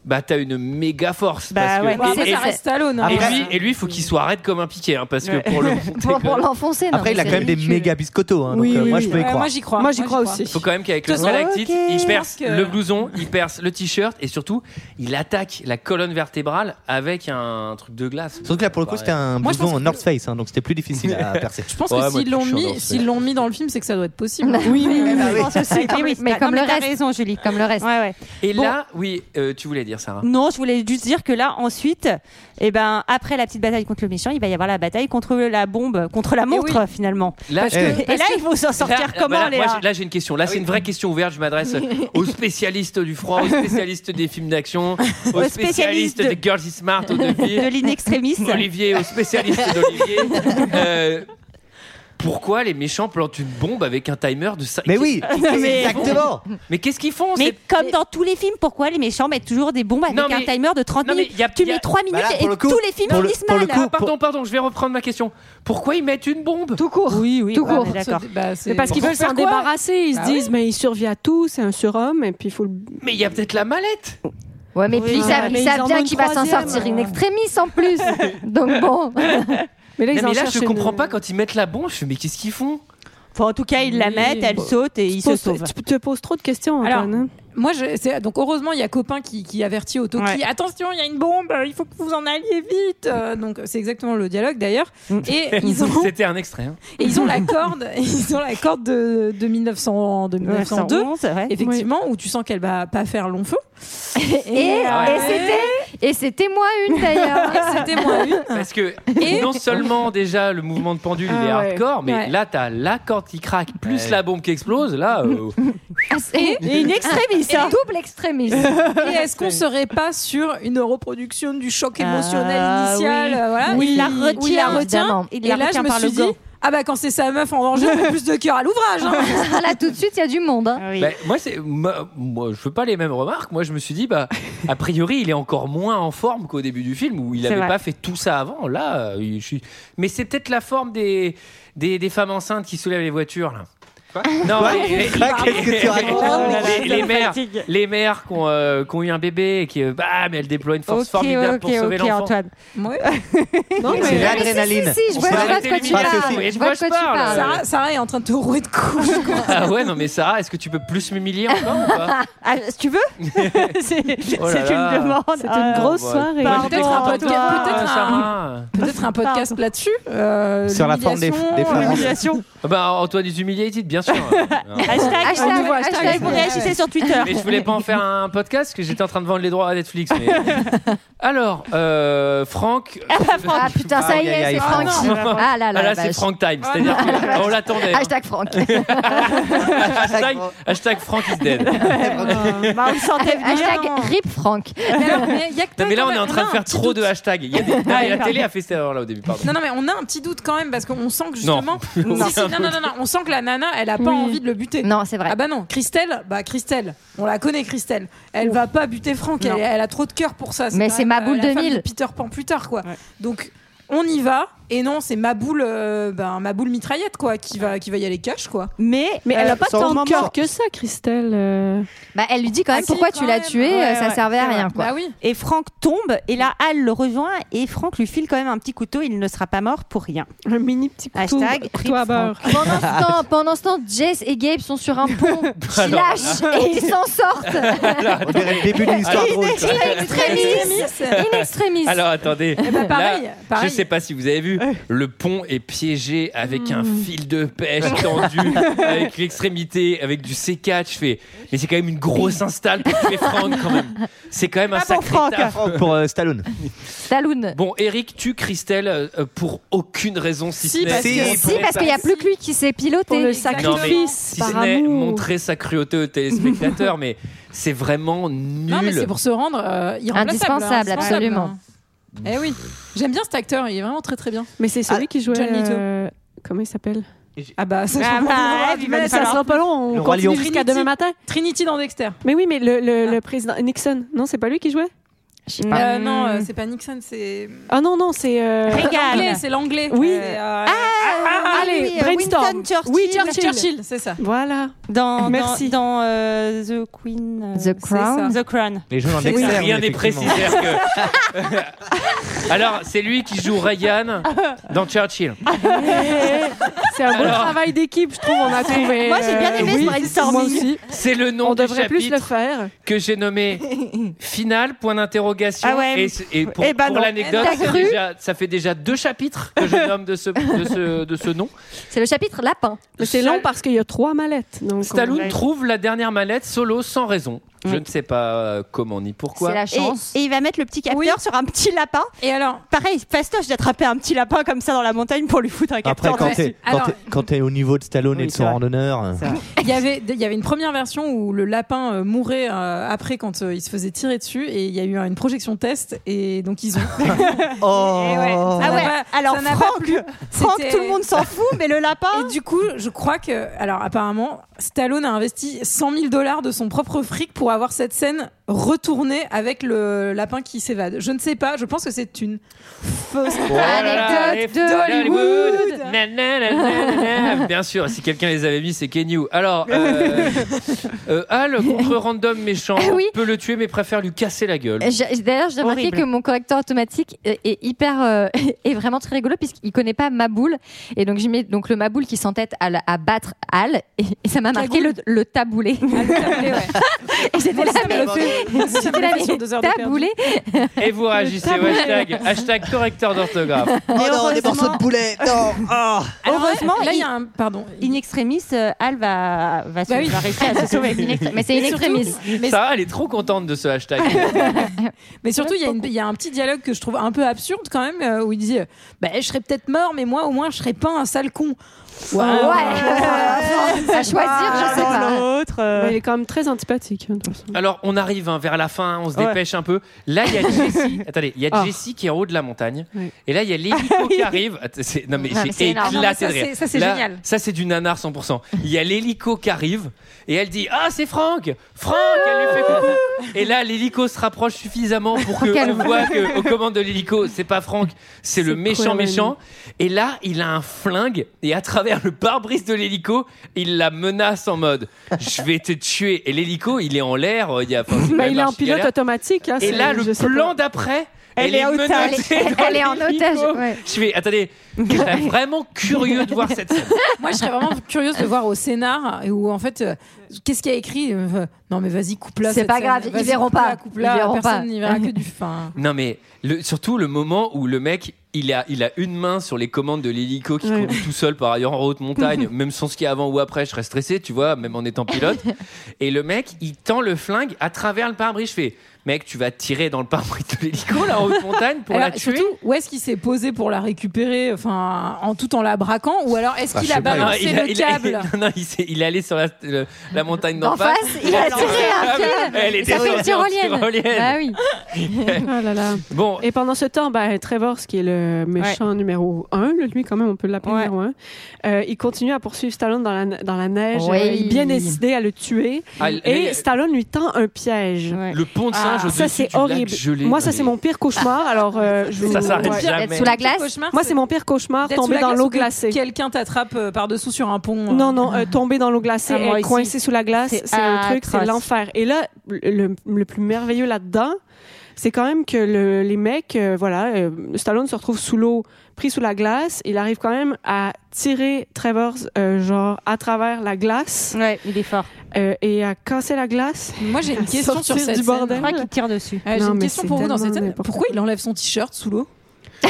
Speaker 1: bah, t'as une méga force.
Speaker 7: Bah
Speaker 1: parce que-
Speaker 7: ouais, mais
Speaker 1: et,
Speaker 7: c'est- ça reste Stallone,
Speaker 11: Ah,
Speaker 7: hein.
Speaker 1: et
Speaker 7: Après-
Speaker 1: lui, et lui, il faut qu'il soit raide comme un piquet. hein, parce
Speaker 7: Ouais.
Speaker 1: que pour le
Speaker 11: Pour, pour l'enfoncer. non,
Speaker 6: Après, il a
Speaker 11: mais
Speaker 6: quand même
Speaker 11: c'est
Speaker 6: des
Speaker 11: ridicule.
Speaker 6: méga biscottos. hein,
Speaker 11: Oui,
Speaker 6: donc, euh,
Speaker 11: oui,
Speaker 6: moi,
Speaker 11: oui.
Speaker 6: je peux y
Speaker 11: Ouais,
Speaker 6: crois.
Speaker 7: moi, j'y crois.
Speaker 12: Moi, j'y crois aussi.
Speaker 1: Il faut quand même qu'avec le
Speaker 7: Te sens-
Speaker 1: stalactite,
Speaker 7: Ok.
Speaker 1: il perce
Speaker 7: Je pense que-
Speaker 1: le blouson, il perce le t-shirt et surtout, il attaque la colonne vertébrale avec un truc de glace.
Speaker 6: Sauf que là, pour le coup, c'était un
Speaker 7: Moi, je
Speaker 6: blouson en
Speaker 7: pense
Speaker 6: North Face, hein, donc c'était plus difficile à percer.
Speaker 7: Je pense que s'ils l'ont mis, s'ils l'ont mis dans le film, c'est que ça doit être possible.
Speaker 11: oui, oui, oui.
Speaker 7: Ah
Speaker 15: Je pense aussi.
Speaker 11: Mais
Speaker 15: Oui, oui,
Speaker 11: comme
Speaker 15: t'as-
Speaker 11: le
Speaker 15: t'as
Speaker 11: reste.
Speaker 15: raison, Julie.
Speaker 11: Comme le reste.
Speaker 15: Ouais, ouais.
Speaker 1: Et
Speaker 15: Bon.
Speaker 1: là, oui, euh, tu voulais dire. dire, Sarah.
Speaker 2: Non, je voulais juste dire que là, ensuite, eh ben, après la petite bataille contre le méchant, il va y avoir la bataille contre la bombe, contre
Speaker 11: Eh
Speaker 2: la montre, finalement. Parce que- et là, il faut s'en sortir
Speaker 1: Eh Là,
Speaker 2: comment,
Speaker 1: voilà,
Speaker 2: Léa
Speaker 1: moi, j'ai- Là, j'ai une question. Là, c'est une vraie question ouverte. Je m'adresse aux spécialistes du froid, aux spécialistes des films d'action, aux
Speaker 2: Aux
Speaker 1: spécialistes,
Speaker 2: spécialistes
Speaker 1: de...
Speaker 2: de-
Speaker 1: Girls Is Smart, aux deux filles.
Speaker 2: De l'inextrémiste.
Speaker 1: Olivier, aux spécialistes d'Olivier. Euh, pourquoi les méchants plantent une bombe avec un timer de 5
Speaker 6: Mais oui, exactement.
Speaker 1: Mais qu'est-ce qu'ils font
Speaker 2: Mais
Speaker 1: c'est-
Speaker 2: comme dans tous les films, pourquoi les méchants mettent toujours des bombes avec
Speaker 1: Non,
Speaker 2: un
Speaker 1: mais-
Speaker 2: timer de 30
Speaker 1: Non, mais
Speaker 2: minutes
Speaker 1: y a-
Speaker 2: Tu
Speaker 1: y a-
Speaker 2: mets 3 minutes et tous les films finissent mal.
Speaker 1: pardon, pardon, je vais reprendre ma question. Pourquoi ils mettent une bombe
Speaker 7: Tout court.
Speaker 1: Oui, oui,
Speaker 12: Tout bah, court.
Speaker 1: mais
Speaker 12: mais
Speaker 1: d'accord.
Speaker 12: d'accord. Mais parce qu'ils veulent s'en débarrasser, ils
Speaker 2: Bah
Speaker 12: se disent, mais il survit à tout, c'est un surhomme, et puis il faut le.
Speaker 1: Mais il y a peut-être la mallette.
Speaker 11: Ouais, mais puis ils savent ils savent bien qu'il va s'en sortir in extremis en plus. Donc bon.
Speaker 12: Mais là,
Speaker 1: Non, Mais
Speaker 12: ils
Speaker 1: là,
Speaker 12: en
Speaker 1: je
Speaker 12: cherchent une-
Speaker 1: comprends pas quand ils mettent la bombe. Je me dis, mais qu'est-ce qu'ils font
Speaker 2: en tout cas, ils
Speaker 7: la mettent, elle
Speaker 2: saute et
Speaker 12: ils se sauvent. Tu te poses trop de questions,
Speaker 7: Alors,
Speaker 12: Antoine. hein.
Speaker 7: moi, je, c'est- donc heureusement, il y a copain qui, qui avertit Otto qui
Speaker 12: Ouais.
Speaker 7: attention, il y a une bombe, il faut que vous en alliez vite. Euh, donc c'est exactement le dialogue d'ailleurs. Et ils ont
Speaker 1: C'était un extrait. hein.
Speaker 7: Et ils ont la corde, ils ont la corde de, de 1900, de 1902,
Speaker 2: 1911, ouais.
Speaker 7: effectivement, où tu sens qu'elle va pas faire long feu.
Speaker 11: Et, et c'était et c'était moi une d'ailleurs.
Speaker 7: c'était moi une.
Speaker 1: Parce que non seulement déjà le mouvement de pendule il est
Speaker 11: Ah ouais.
Speaker 1: hardcore, mais
Speaker 11: Ouais.
Speaker 1: là t'as la corde qui craque plus la bombe qui explose. Là, euh,
Speaker 11: Et,
Speaker 7: Et une extrémiste, hein.
Speaker 11: Double extrémiste.
Speaker 7: Et est-ce qu'on serait pas sur une reproduction du choc émotionnel
Speaker 11: Ah,
Speaker 7: initial
Speaker 11: oui.
Speaker 7: euh, voilà,
Speaker 11: Oui.
Speaker 7: où il la
Speaker 11: Oui,
Speaker 7: retient,
Speaker 11: évidemment.
Speaker 7: et
Speaker 11: Il la
Speaker 7: là je
Speaker 11: retient
Speaker 7: me
Speaker 11: par
Speaker 7: suis
Speaker 11: le
Speaker 7: dit
Speaker 11: gant.
Speaker 7: ah bah quand c'est sa meuf en danger, on met plus de cœur à l'ouvrage. hein.
Speaker 11: Ah, Là tout de suite, il y a du monde. hein.
Speaker 1: bah, moi, c'est, moi, moi, je fais pas les mêmes remarques. Moi, je me suis dit, bah, a priori, il est encore moins en forme qu'au début du film où il
Speaker 12: C'est
Speaker 1: n'avait
Speaker 12: vrai.
Speaker 1: pas fait tout ça avant. Là, euh, je suis. Mais c'est peut-être la forme des, des, des femmes enceintes qui soulèvent les voitures là. Non,
Speaker 6: Quoi
Speaker 1: mais- mais-
Speaker 6: Quoi Qu'est-ce que tu racontes
Speaker 1: Oh là là, les, les
Speaker 6: Ça me
Speaker 1: mères,
Speaker 6: fatigue.
Speaker 1: les mères qui ont, euh, qui ont eu un bébé et qui, euh, bah, mais elles déploient une force
Speaker 2: Ok,
Speaker 1: formidable
Speaker 2: ok,
Speaker 1: pour sauver
Speaker 2: ok,
Speaker 1: l'enfant.
Speaker 2: Antoine.
Speaker 7: Non,
Speaker 1: C'est
Speaker 7: mais-
Speaker 1: l'adrénaline.
Speaker 11: Si, si, si, je vois,
Speaker 1: On
Speaker 11: je vois
Speaker 1: s'arrête
Speaker 11: de quoi
Speaker 1: les
Speaker 11: tu
Speaker 1: minutes.
Speaker 11: parles.
Speaker 1: Oui,
Speaker 11: Je vois de quoi tu parles.
Speaker 7: Sarah, Sarah est en train de te rouer de coups.
Speaker 1: Ah ouais, non mais Sarah, est-ce que tu peux plus m'humilier encore ou pas
Speaker 2: Ah, si tu veux C'est
Speaker 1: Oh là
Speaker 2: c'est une
Speaker 1: là.
Speaker 2: demande.
Speaker 12: C'était
Speaker 2: Ah,
Speaker 12: une grosse
Speaker 1: Bon, bah,
Speaker 12: soirée.
Speaker 1: pardon,
Speaker 7: Peut-être un podcast,
Speaker 1: Antoine,
Speaker 7: peut-être
Speaker 1: Sarah.
Speaker 7: un, peut-être un podcast là-dessus. euh,
Speaker 6: Sur la forme des-
Speaker 7: l'humiliation,
Speaker 6: des femmes.
Speaker 7: euh,
Speaker 1: Ah Bah Antoine is humiliated, bien sûr. Non.
Speaker 2: Hashtag,
Speaker 11: Hashtag,
Speaker 2: on nous voit,
Speaker 11: hashtag,
Speaker 2: hashtag, vous réagissez sur Twitter.
Speaker 1: Mais je voulais pas en faire un podcast parce que j'étais en train de vendre les droits à Netflix. mais- Alors, euh, Franck.
Speaker 11: Ah putain, ça
Speaker 1: Aïe, aïe,
Speaker 11: y est,
Speaker 1: aïe,
Speaker 11: c'est Franck.
Speaker 1: Franck.
Speaker 11: qui- Ah là là,
Speaker 1: Ah
Speaker 11: la
Speaker 1: là, c'est
Speaker 11: vache.
Speaker 1: Franck Time, c'est-à-dire que- on l'attendait. hein.
Speaker 11: Hashtag Franck.
Speaker 1: Hashtag, hashtag Franck is dead.
Speaker 2: Bah, on le sentait venir.
Speaker 11: Hashtag RIP Franck.
Speaker 7: Mais alors, Euh, mais il y a que
Speaker 1: Non,
Speaker 7: toi
Speaker 1: mais là,
Speaker 7: quand
Speaker 1: on est
Speaker 7: même.
Speaker 1: en train
Speaker 7: Non,
Speaker 1: de faire
Speaker 7: un petit
Speaker 1: trop
Speaker 7: doute.
Speaker 1: de hashtags. Il y a des- non,
Speaker 11: Ah,
Speaker 1: mais la
Speaker 7: pardon.
Speaker 1: télé a fait cette erreur-là au début, pardon.
Speaker 7: Non, non, mais on a un petit doute quand même parce qu'on sent que justement.
Speaker 1: Non.
Speaker 7: Si, si, non, non, non, non, on sent que la nana, elle a pas
Speaker 11: Oui.
Speaker 7: envie de le buter.
Speaker 11: Non, c'est vrai.
Speaker 7: Ah bah non, Christelle, bah Christelle, on la connaît Christelle. Elle va pas buter Franck, elle,
Speaker 11: Non.
Speaker 7: elle a trop de cœur pour ça.
Speaker 11: Mais
Speaker 7: quand
Speaker 11: c'est
Speaker 7: même,
Speaker 11: ma boule
Speaker 7: euh, la
Speaker 11: de
Speaker 7: femme
Speaker 11: mille.
Speaker 7: Peter Pan plus tard quoi. Donc on y va et non, c'est ma boule, euh, ben, ma boule mitraillette quoi, qui va, qui va y aller cash quoi.
Speaker 2: Mais,
Speaker 12: Mais elle a pas
Speaker 2: son
Speaker 12: tant
Speaker 2: moment-
Speaker 12: de cœur que ça, Christelle. euh.
Speaker 11: Bah, elle lui dit quand même
Speaker 7: Ah, si,
Speaker 11: pourquoi
Speaker 7: quand
Speaker 11: tu l'as
Speaker 7: même.
Speaker 11: tué,
Speaker 7: Ouais,
Speaker 11: euh, ça
Speaker 7: ouais,
Speaker 11: servait à
Speaker 7: c'est
Speaker 11: rien
Speaker 7: vrai.
Speaker 11: quoi.
Speaker 7: Bah oui.
Speaker 2: Et Franck tombe, et là, Al le rejoint, et Franck lui file quand même un petit couteau, il ne sera pas mort pour rien.
Speaker 12: Un mini petit couteau,
Speaker 2: Hashtag
Speaker 12: couteau à
Speaker 2: Rip
Speaker 12: beurre.
Speaker 11: Pendant ce, temps, pendant ce temps, Jess et Gabe sont sur un pont qui
Speaker 1: Alors.
Speaker 11: lâchent et ils s'en sortent.
Speaker 6: On dirait le début
Speaker 1: Ah,
Speaker 6: d'une histoire drôle. ça.
Speaker 11: Extrémiste. In extremis.
Speaker 1: Alors attendez,
Speaker 7: ben, pareil,
Speaker 1: Là,
Speaker 7: pareil.
Speaker 1: je sais pas si vous avez vu, le pont est piégé avec un
Speaker 7: Hmm.
Speaker 1: fil de pêche tendu avec l'extrémité, avec du C4. Je fais, mais c'est quand même une grosse installe pour tuer Franck quand même. C'est quand même un
Speaker 2: Ah bon,
Speaker 1: sacré
Speaker 2: Franck.
Speaker 1: taf.
Speaker 6: Pour euh, Stallone.
Speaker 11: Saloon.
Speaker 1: Bon, Eric tue Christelle euh, pour aucune raison si,
Speaker 7: Si,
Speaker 1: ce n'est
Speaker 7: parce
Speaker 6: que-
Speaker 1: pour-
Speaker 11: Si, parce qu'il n'y a plus que lui qui s'est piloté.
Speaker 12: Pour le
Speaker 1: Non, mais
Speaker 12: sacrifice,
Speaker 1: si
Speaker 12: par
Speaker 1: ce n'est
Speaker 12: amour.
Speaker 1: montrer sa cruauté aux téléspectateurs, mais c'est vraiment nul.
Speaker 7: Non mais c'est pour se rendre euh, irremplaçable,
Speaker 11: Indispensable,
Speaker 7: hein,
Speaker 11: absolument.
Speaker 7: hein. Eh oui, j'aime bien cet acteur, il est vraiment très très bien. Ah,
Speaker 12: Mais c'est celui qui jouait.
Speaker 7: John Lito.
Speaker 12: euh, Comment il s'appelle
Speaker 7: Ah bah ça,
Speaker 2: Ah
Speaker 7: on
Speaker 2: bah,
Speaker 7: verra,
Speaker 2: ouais,
Speaker 7: tu
Speaker 2: il
Speaker 7: vois,
Speaker 2: va nous
Speaker 7: ça
Speaker 2: falloir-
Speaker 7: sera
Speaker 12: pas long, hein.
Speaker 6: Le
Speaker 12: on
Speaker 6: Roi Lion.
Speaker 12: continue jusqu'à demain matin.
Speaker 7: Trinity dans Dexter.
Speaker 12: Mais oui, mais le, le- le président Nixon, non, c'est pas lui qui jouait
Speaker 7: Euh, non,
Speaker 12: Mm.
Speaker 7: euh, c'est pas Nixon, c'est
Speaker 12: Ah non, non, c'est. euh,
Speaker 7: l'anglais, c'est l'anglais.
Speaker 12: Oui.
Speaker 7: C'est, euh,
Speaker 12: ah, allez,
Speaker 2: oui, euh,
Speaker 12: brainstorm.
Speaker 2: Winston Churchill.
Speaker 12: Oui, Churchill.
Speaker 7: Churchill, c'est ça.
Speaker 12: Voilà.
Speaker 2: Dans,
Speaker 12: Merci.
Speaker 2: dans, dans, euh, The Queen. euh,
Speaker 11: The Crown.
Speaker 2: The Crown.
Speaker 6: Les jeux dans
Speaker 1: C'est
Speaker 6: Dexter,
Speaker 1: rien n'est
Speaker 6: effectivement.
Speaker 1: précis. c'est-à-dire que- Alors, c'est lui qui joue Ryan dans Churchill.
Speaker 12: C'est un bon
Speaker 1: Alors-
Speaker 12: travail d'équipe, je trouve, on a trouvé.
Speaker 2: Moi, j'ai bien aimé ce
Speaker 12: oui,
Speaker 2: brainstorming.
Speaker 12: Moi aussi.
Speaker 1: C'est le nom
Speaker 12: On
Speaker 1: du
Speaker 12: devrait plus le
Speaker 1: chapitre
Speaker 12: faire.
Speaker 1: que j'ai nommé Final, point d'interrogation.
Speaker 2: Ah ouais.
Speaker 1: et, c- et pour,
Speaker 2: Eh ben
Speaker 1: pour
Speaker 2: non.
Speaker 1: l'anecdote,
Speaker 11: T'as
Speaker 1: c'est
Speaker 11: cru
Speaker 1: déjà- ça fait déjà deux chapitres que je nomme de ce, de ce, de ce nom.
Speaker 11: C'est le chapitre lapin.
Speaker 12: Mais c'est long parce qu'il y a trois mallettes. Donc on-
Speaker 1: Stallone trouve la dernière mallette solo sans raison. Je ne sais pas euh, comment ni pourquoi.
Speaker 2: Et, et il va mettre le petit capteur sur un petit lapin.
Speaker 7: Et alors
Speaker 2: Pareil, fastoche d'attraper un petit lapin comme ça dans la montagne pour lui foutre un
Speaker 6: Après,
Speaker 2: capteur.
Speaker 6: quand
Speaker 2: dessus.
Speaker 6: t'es- quand t'es- quand t'es au niveau de Stallone et de
Speaker 7: c'est
Speaker 6: son
Speaker 7: vrai.
Speaker 6: randonneur. euh,
Speaker 7: Il y, avait, il y avait une première version où le lapin euh, mourait euh, après quand euh, il se faisait tirer dessus et il y a eu euh, une projection test et donc ils ont. Et ouais, ça
Speaker 2: Ah
Speaker 7: n'a
Speaker 2: ouais,
Speaker 7: pas-
Speaker 2: alors
Speaker 7: ça n'a pas
Speaker 2: Franck,
Speaker 7: plu.
Speaker 11: Oh,
Speaker 2: Franck,
Speaker 7: C'était-
Speaker 2: tout le monde s'en fout, mais le lapin.
Speaker 7: Et du coup, je crois que, alors apparemment, Stallone a investi 100 000 dollars de son propre fric pour avoir cette scène retournée avec le lapin qui s'évade. Je ne sais pas, je pense que c'est une fausse
Speaker 1: Oh là là, les
Speaker 7: anecdote
Speaker 1: films d'Hollywood.
Speaker 7: d'Hollywood.
Speaker 1: Nanana. Bien sûr, si quelqu'un les avait mis, c'est Kenyu. Alors, euh, euh, Al contre random méchant
Speaker 7: Eh
Speaker 1: peut le tuer mais préfère lui casser la gueule.
Speaker 11: J'ai- D'ailleurs, j'ai remarqué
Speaker 1: Horrible.
Speaker 11: que mon correcteur automatique est, est hyper euh, est vraiment très rigolo puisqu'il connaît pas Maboul et donc j'ai mis donc le Maboul qui s'entête à, la- à battre Al et, et ça m'a marqué le, le taboulé.
Speaker 2: Ah,
Speaker 11: et j'étais là,
Speaker 7: Ça me
Speaker 11: mais-
Speaker 7: l'a fait. Ça me
Speaker 11: j'étais
Speaker 7: l'a
Speaker 11: là,
Speaker 7: fait sur deux heures de
Speaker 11: mais
Speaker 7: perdu.
Speaker 11: taboulé.
Speaker 7: Eh,
Speaker 1: Et vous réagissez au hashtag, hashtag correcteur d'orthographe.
Speaker 2: Oh non, des morceaux de
Speaker 6: poulet. Non.
Speaker 2: Heureusement,
Speaker 7: là, il y
Speaker 2: in-
Speaker 7: a un. Pardon.
Speaker 2: In extremis, euh, Al va, va, se-
Speaker 7: Bah oui.
Speaker 2: va réussir à se sauver.
Speaker 7: Et surtout- mais-
Speaker 1: Sarah, elle est trop contente de ce hashtag.
Speaker 7: Mais surtout, il y, a une- il y a un petit dialogue que je trouve un peu absurde quand même, euh, où il dit euh, bah, Je serais peut-être mort, mais moi, au moins, je serais pas un sale con. euh, Ouais,
Speaker 12: Ah,
Speaker 2: Ah,
Speaker 11: à choisir, je sais pas.
Speaker 12: L'autre,
Speaker 2: euh.
Speaker 12: il est quand même très antipathique. hein, de toute façon.
Speaker 1: Alors, on arrive hein, vers la fin, on se
Speaker 12: Ouais.
Speaker 1: dépêche un peu. Là, il y a Jessie. Attendez, il y a
Speaker 12: Ah.
Speaker 1: Jessie qui est en haut de la montagne.
Speaker 12: Oui. Ah,
Speaker 1: Et là, il y a l'hélico qui arrive. Att- c'est- Non, mais
Speaker 12: Ouais, mais
Speaker 1: j'ai
Speaker 12: Ah, c'est énorme. Non, mais
Speaker 1: éclaté
Speaker 12: ça,
Speaker 1: de rire.
Speaker 12: c'est- ça, c'est
Speaker 1: Là,
Speaker 12: génial.
Speaker 1: Ça, c'est du nanar 100%. Il y a l'hélico qui arrive et elle dit Ah, c'est Franck Franck Elle lui fait
Speaker 12: Ah.
Speaker 1: coucou Et là, l'hélico se rapproche suffisamment pour
Speaker 11: Pour qu'elle
Speaker 1: qu'on voit
Speaker 11: voit.
Speaker 1: qu'aux commandes de l'hélico, c'est pas Franck, c'est le méchant
Speaker 11: Cohen.
Speaker 1: méchant. Et là, il a un flingue et à travers le pare-brise de l'hélico, il la menace en mode Je vais te tuer. Et l'hélico, il est en l'air. euh, Il, y a, enfin, c'est quand
Speaker 12: Bah,
Speaker 1: même
Speaker 12: il est en
Speaker 1: archi
Speaker 12: pilote
Speaker 1: galère.
Speaker 12: automatique. hein,
Speaker 1: Et
Speaker 12: c'est-
Speaker 1: là, le
Speaker 12: je sais
Speaker 1: plan
Speaker 12: pas.
Speaker 1: d'après,
Speaker 12: Elle est otage.
Speaker 1: menottée
Speaker 12: Elle-
Speaker 1: dans
Speaker 12: elle est en
Speaker 1: l'hélico.
Speaker 12: otage, ouais.
Speaker 1: Je vais, attendez, je serais vraiment curieux de voir cette scène.
Speaker 7: Moi, je serais vraiment curieuse de voir au scénar et où en fait, euh, qu'est-ce qu'il y a écrit Euh, Non, mais vas-y, coupe-la.
Speaker 11: C'est
Speaker 7: cette
Speaker 11: pas
Speaker 7: scène.
Speaker 11: grave, ils
Speaker 7: Vas-y,
Speaker 11: verront
Speaker 7: coupe-la,
Speaker 11: pas.
Speaker 7: coupe-la,
Speaker 11: Ils verront pas.
Speaker 7: personne n'y verra que du fin.
Speaker 1: Non, mais le- surtout le moment où le mec, il a, il a une main sur les commandes de l'hélico qui conduit tout seul par ailleurs en haute montagne, même sans ski avant ou après, je serais stressé, tu vois, même en étant pilote. Et le mec, il tend le flingue à travers le pare-brise. Je fais, mec, tu vas tirer dans le pare-brise de l'hélico là en haute montagne pour
Speaker 7: Alors,
Speaker 1: la tuer.
Speaker 7: surtout, où est-ce qu'il s'est posé pour la récupérer, enfin, en tout en la braquant, ou alors est-ce
Speaker 1: Bah,
Speaker 7: qu'il
Speaker 1: je
Speaker 7: a
Speaker 1: sais pas.
Speaker 7: balancé
Speaker 1: Non, il a-
Speaker 7: le
Speaker 1: il a-
Speaker 7: câble
Speaker 1: il- non, non, il, s'est- il est allé sur la, le- la montagne d'en
Speaker 7: D'en
Speaker 1: face.
Speaker 7: face, il a
Speaker 1: lancé
Speaker 7: tiré
Speaker 12: Ah,
Speaker 1: la
Speaker 7: un
Speaker 1: câble.
Speaker 7: fil.
Speaker 1: Elle était
Speaker 12: Ça fait
Speaker 1: sortie en tyrolienne.
Speaker 11: Bah
Speaker 12: Ah Oh Et pendant ce temps, ben, Trevor, ce qui est le Euh, méchant numéro 1, lui quand même on peut l'appeler numéro 1, il continue à poursuivre Stallone dans la, dans la neige,
Speaker 1: Oui.
Speaker 12: euh, il est bien décidé à le tuer.
Speaker 1: Ah, l-
Speaker 12: et
Speaker 1: l-
Speaker 12: Stallone lui tend un piège. Ah,
Speaker 1: Le pont de singe
Speaker 11: Ah,
Speaker 1: au-dessus
Speaker 12: ça c'est
Speaker 1: du lac
Speaker 12: horrible.
Speaker 1: gelé.
Speaker 12: Moi ça c'est mon pire cauchemar. Alors euh, je vous-
Speaker 1: Ça s'arrête
Speaker 12: Ouais.
Speaker 1: jamais. Être sous la
Speaker 7: glace Cauchemar,
Speaker 12: Moi c'est mon pire cauchemar,
Speaker 7: D'être sous
Speaker 12: tomber
Speaker 7: la
Speaker 12: dans
Speaker 7: glace
Speaker 12: l'eau
Speaker 7: ou que
Speaker 12: glacée.
Speaker 7: Quelqu'un t'attrape euh, par-dessous sur un pont. euh.
Speaker 12: Non, non, euh, tomber dans l'eau glacée,
Speaker 7: Ah, moi
Speaker 12: être
Speaker 7: aussi.
Speaker 12: coincé sous la glace,
Speaker 7: C'est
Speaker 12: c'est un truc, c'est
Speaker 7: atroce.
Speaker 12: l'enfer. Et là, le, le plus merveilleux là-dedans, c'est quand même que le- les mecs, euh, voilà, euh, Stallone se retrouve sous l'eau, pris sous la glace, il arrive quand même à tirer Trevor, euh, genre, à travers la glace.
Speaker 2: Ouais, il est fort.
Speaker 12: et à casser la glace.
Speaker 7: Moi j'ai
Speaker 12: à
Speaker 7: une question
Speaker 12: sortir
Speaker 7: sur cette
Speaker 12: du
Speaker 7: scène.
Speaker 12: bordel.
Speaker 2: tire dessus.
Speaker 7: Euh, j'ai
Speaker 12: Non,
Speaker 7: une
Speaker 12: mais
Speaker 7: question
Speaker 12: c'est
Speaker 7: pour vous dans cette
Speaker 12: tellement
Speaker 7: scène.
Speaker 12: n'importe
Speaker 7: Pourquoi il enlève son t-shirt sous l'eau
Speaker 12: Bah,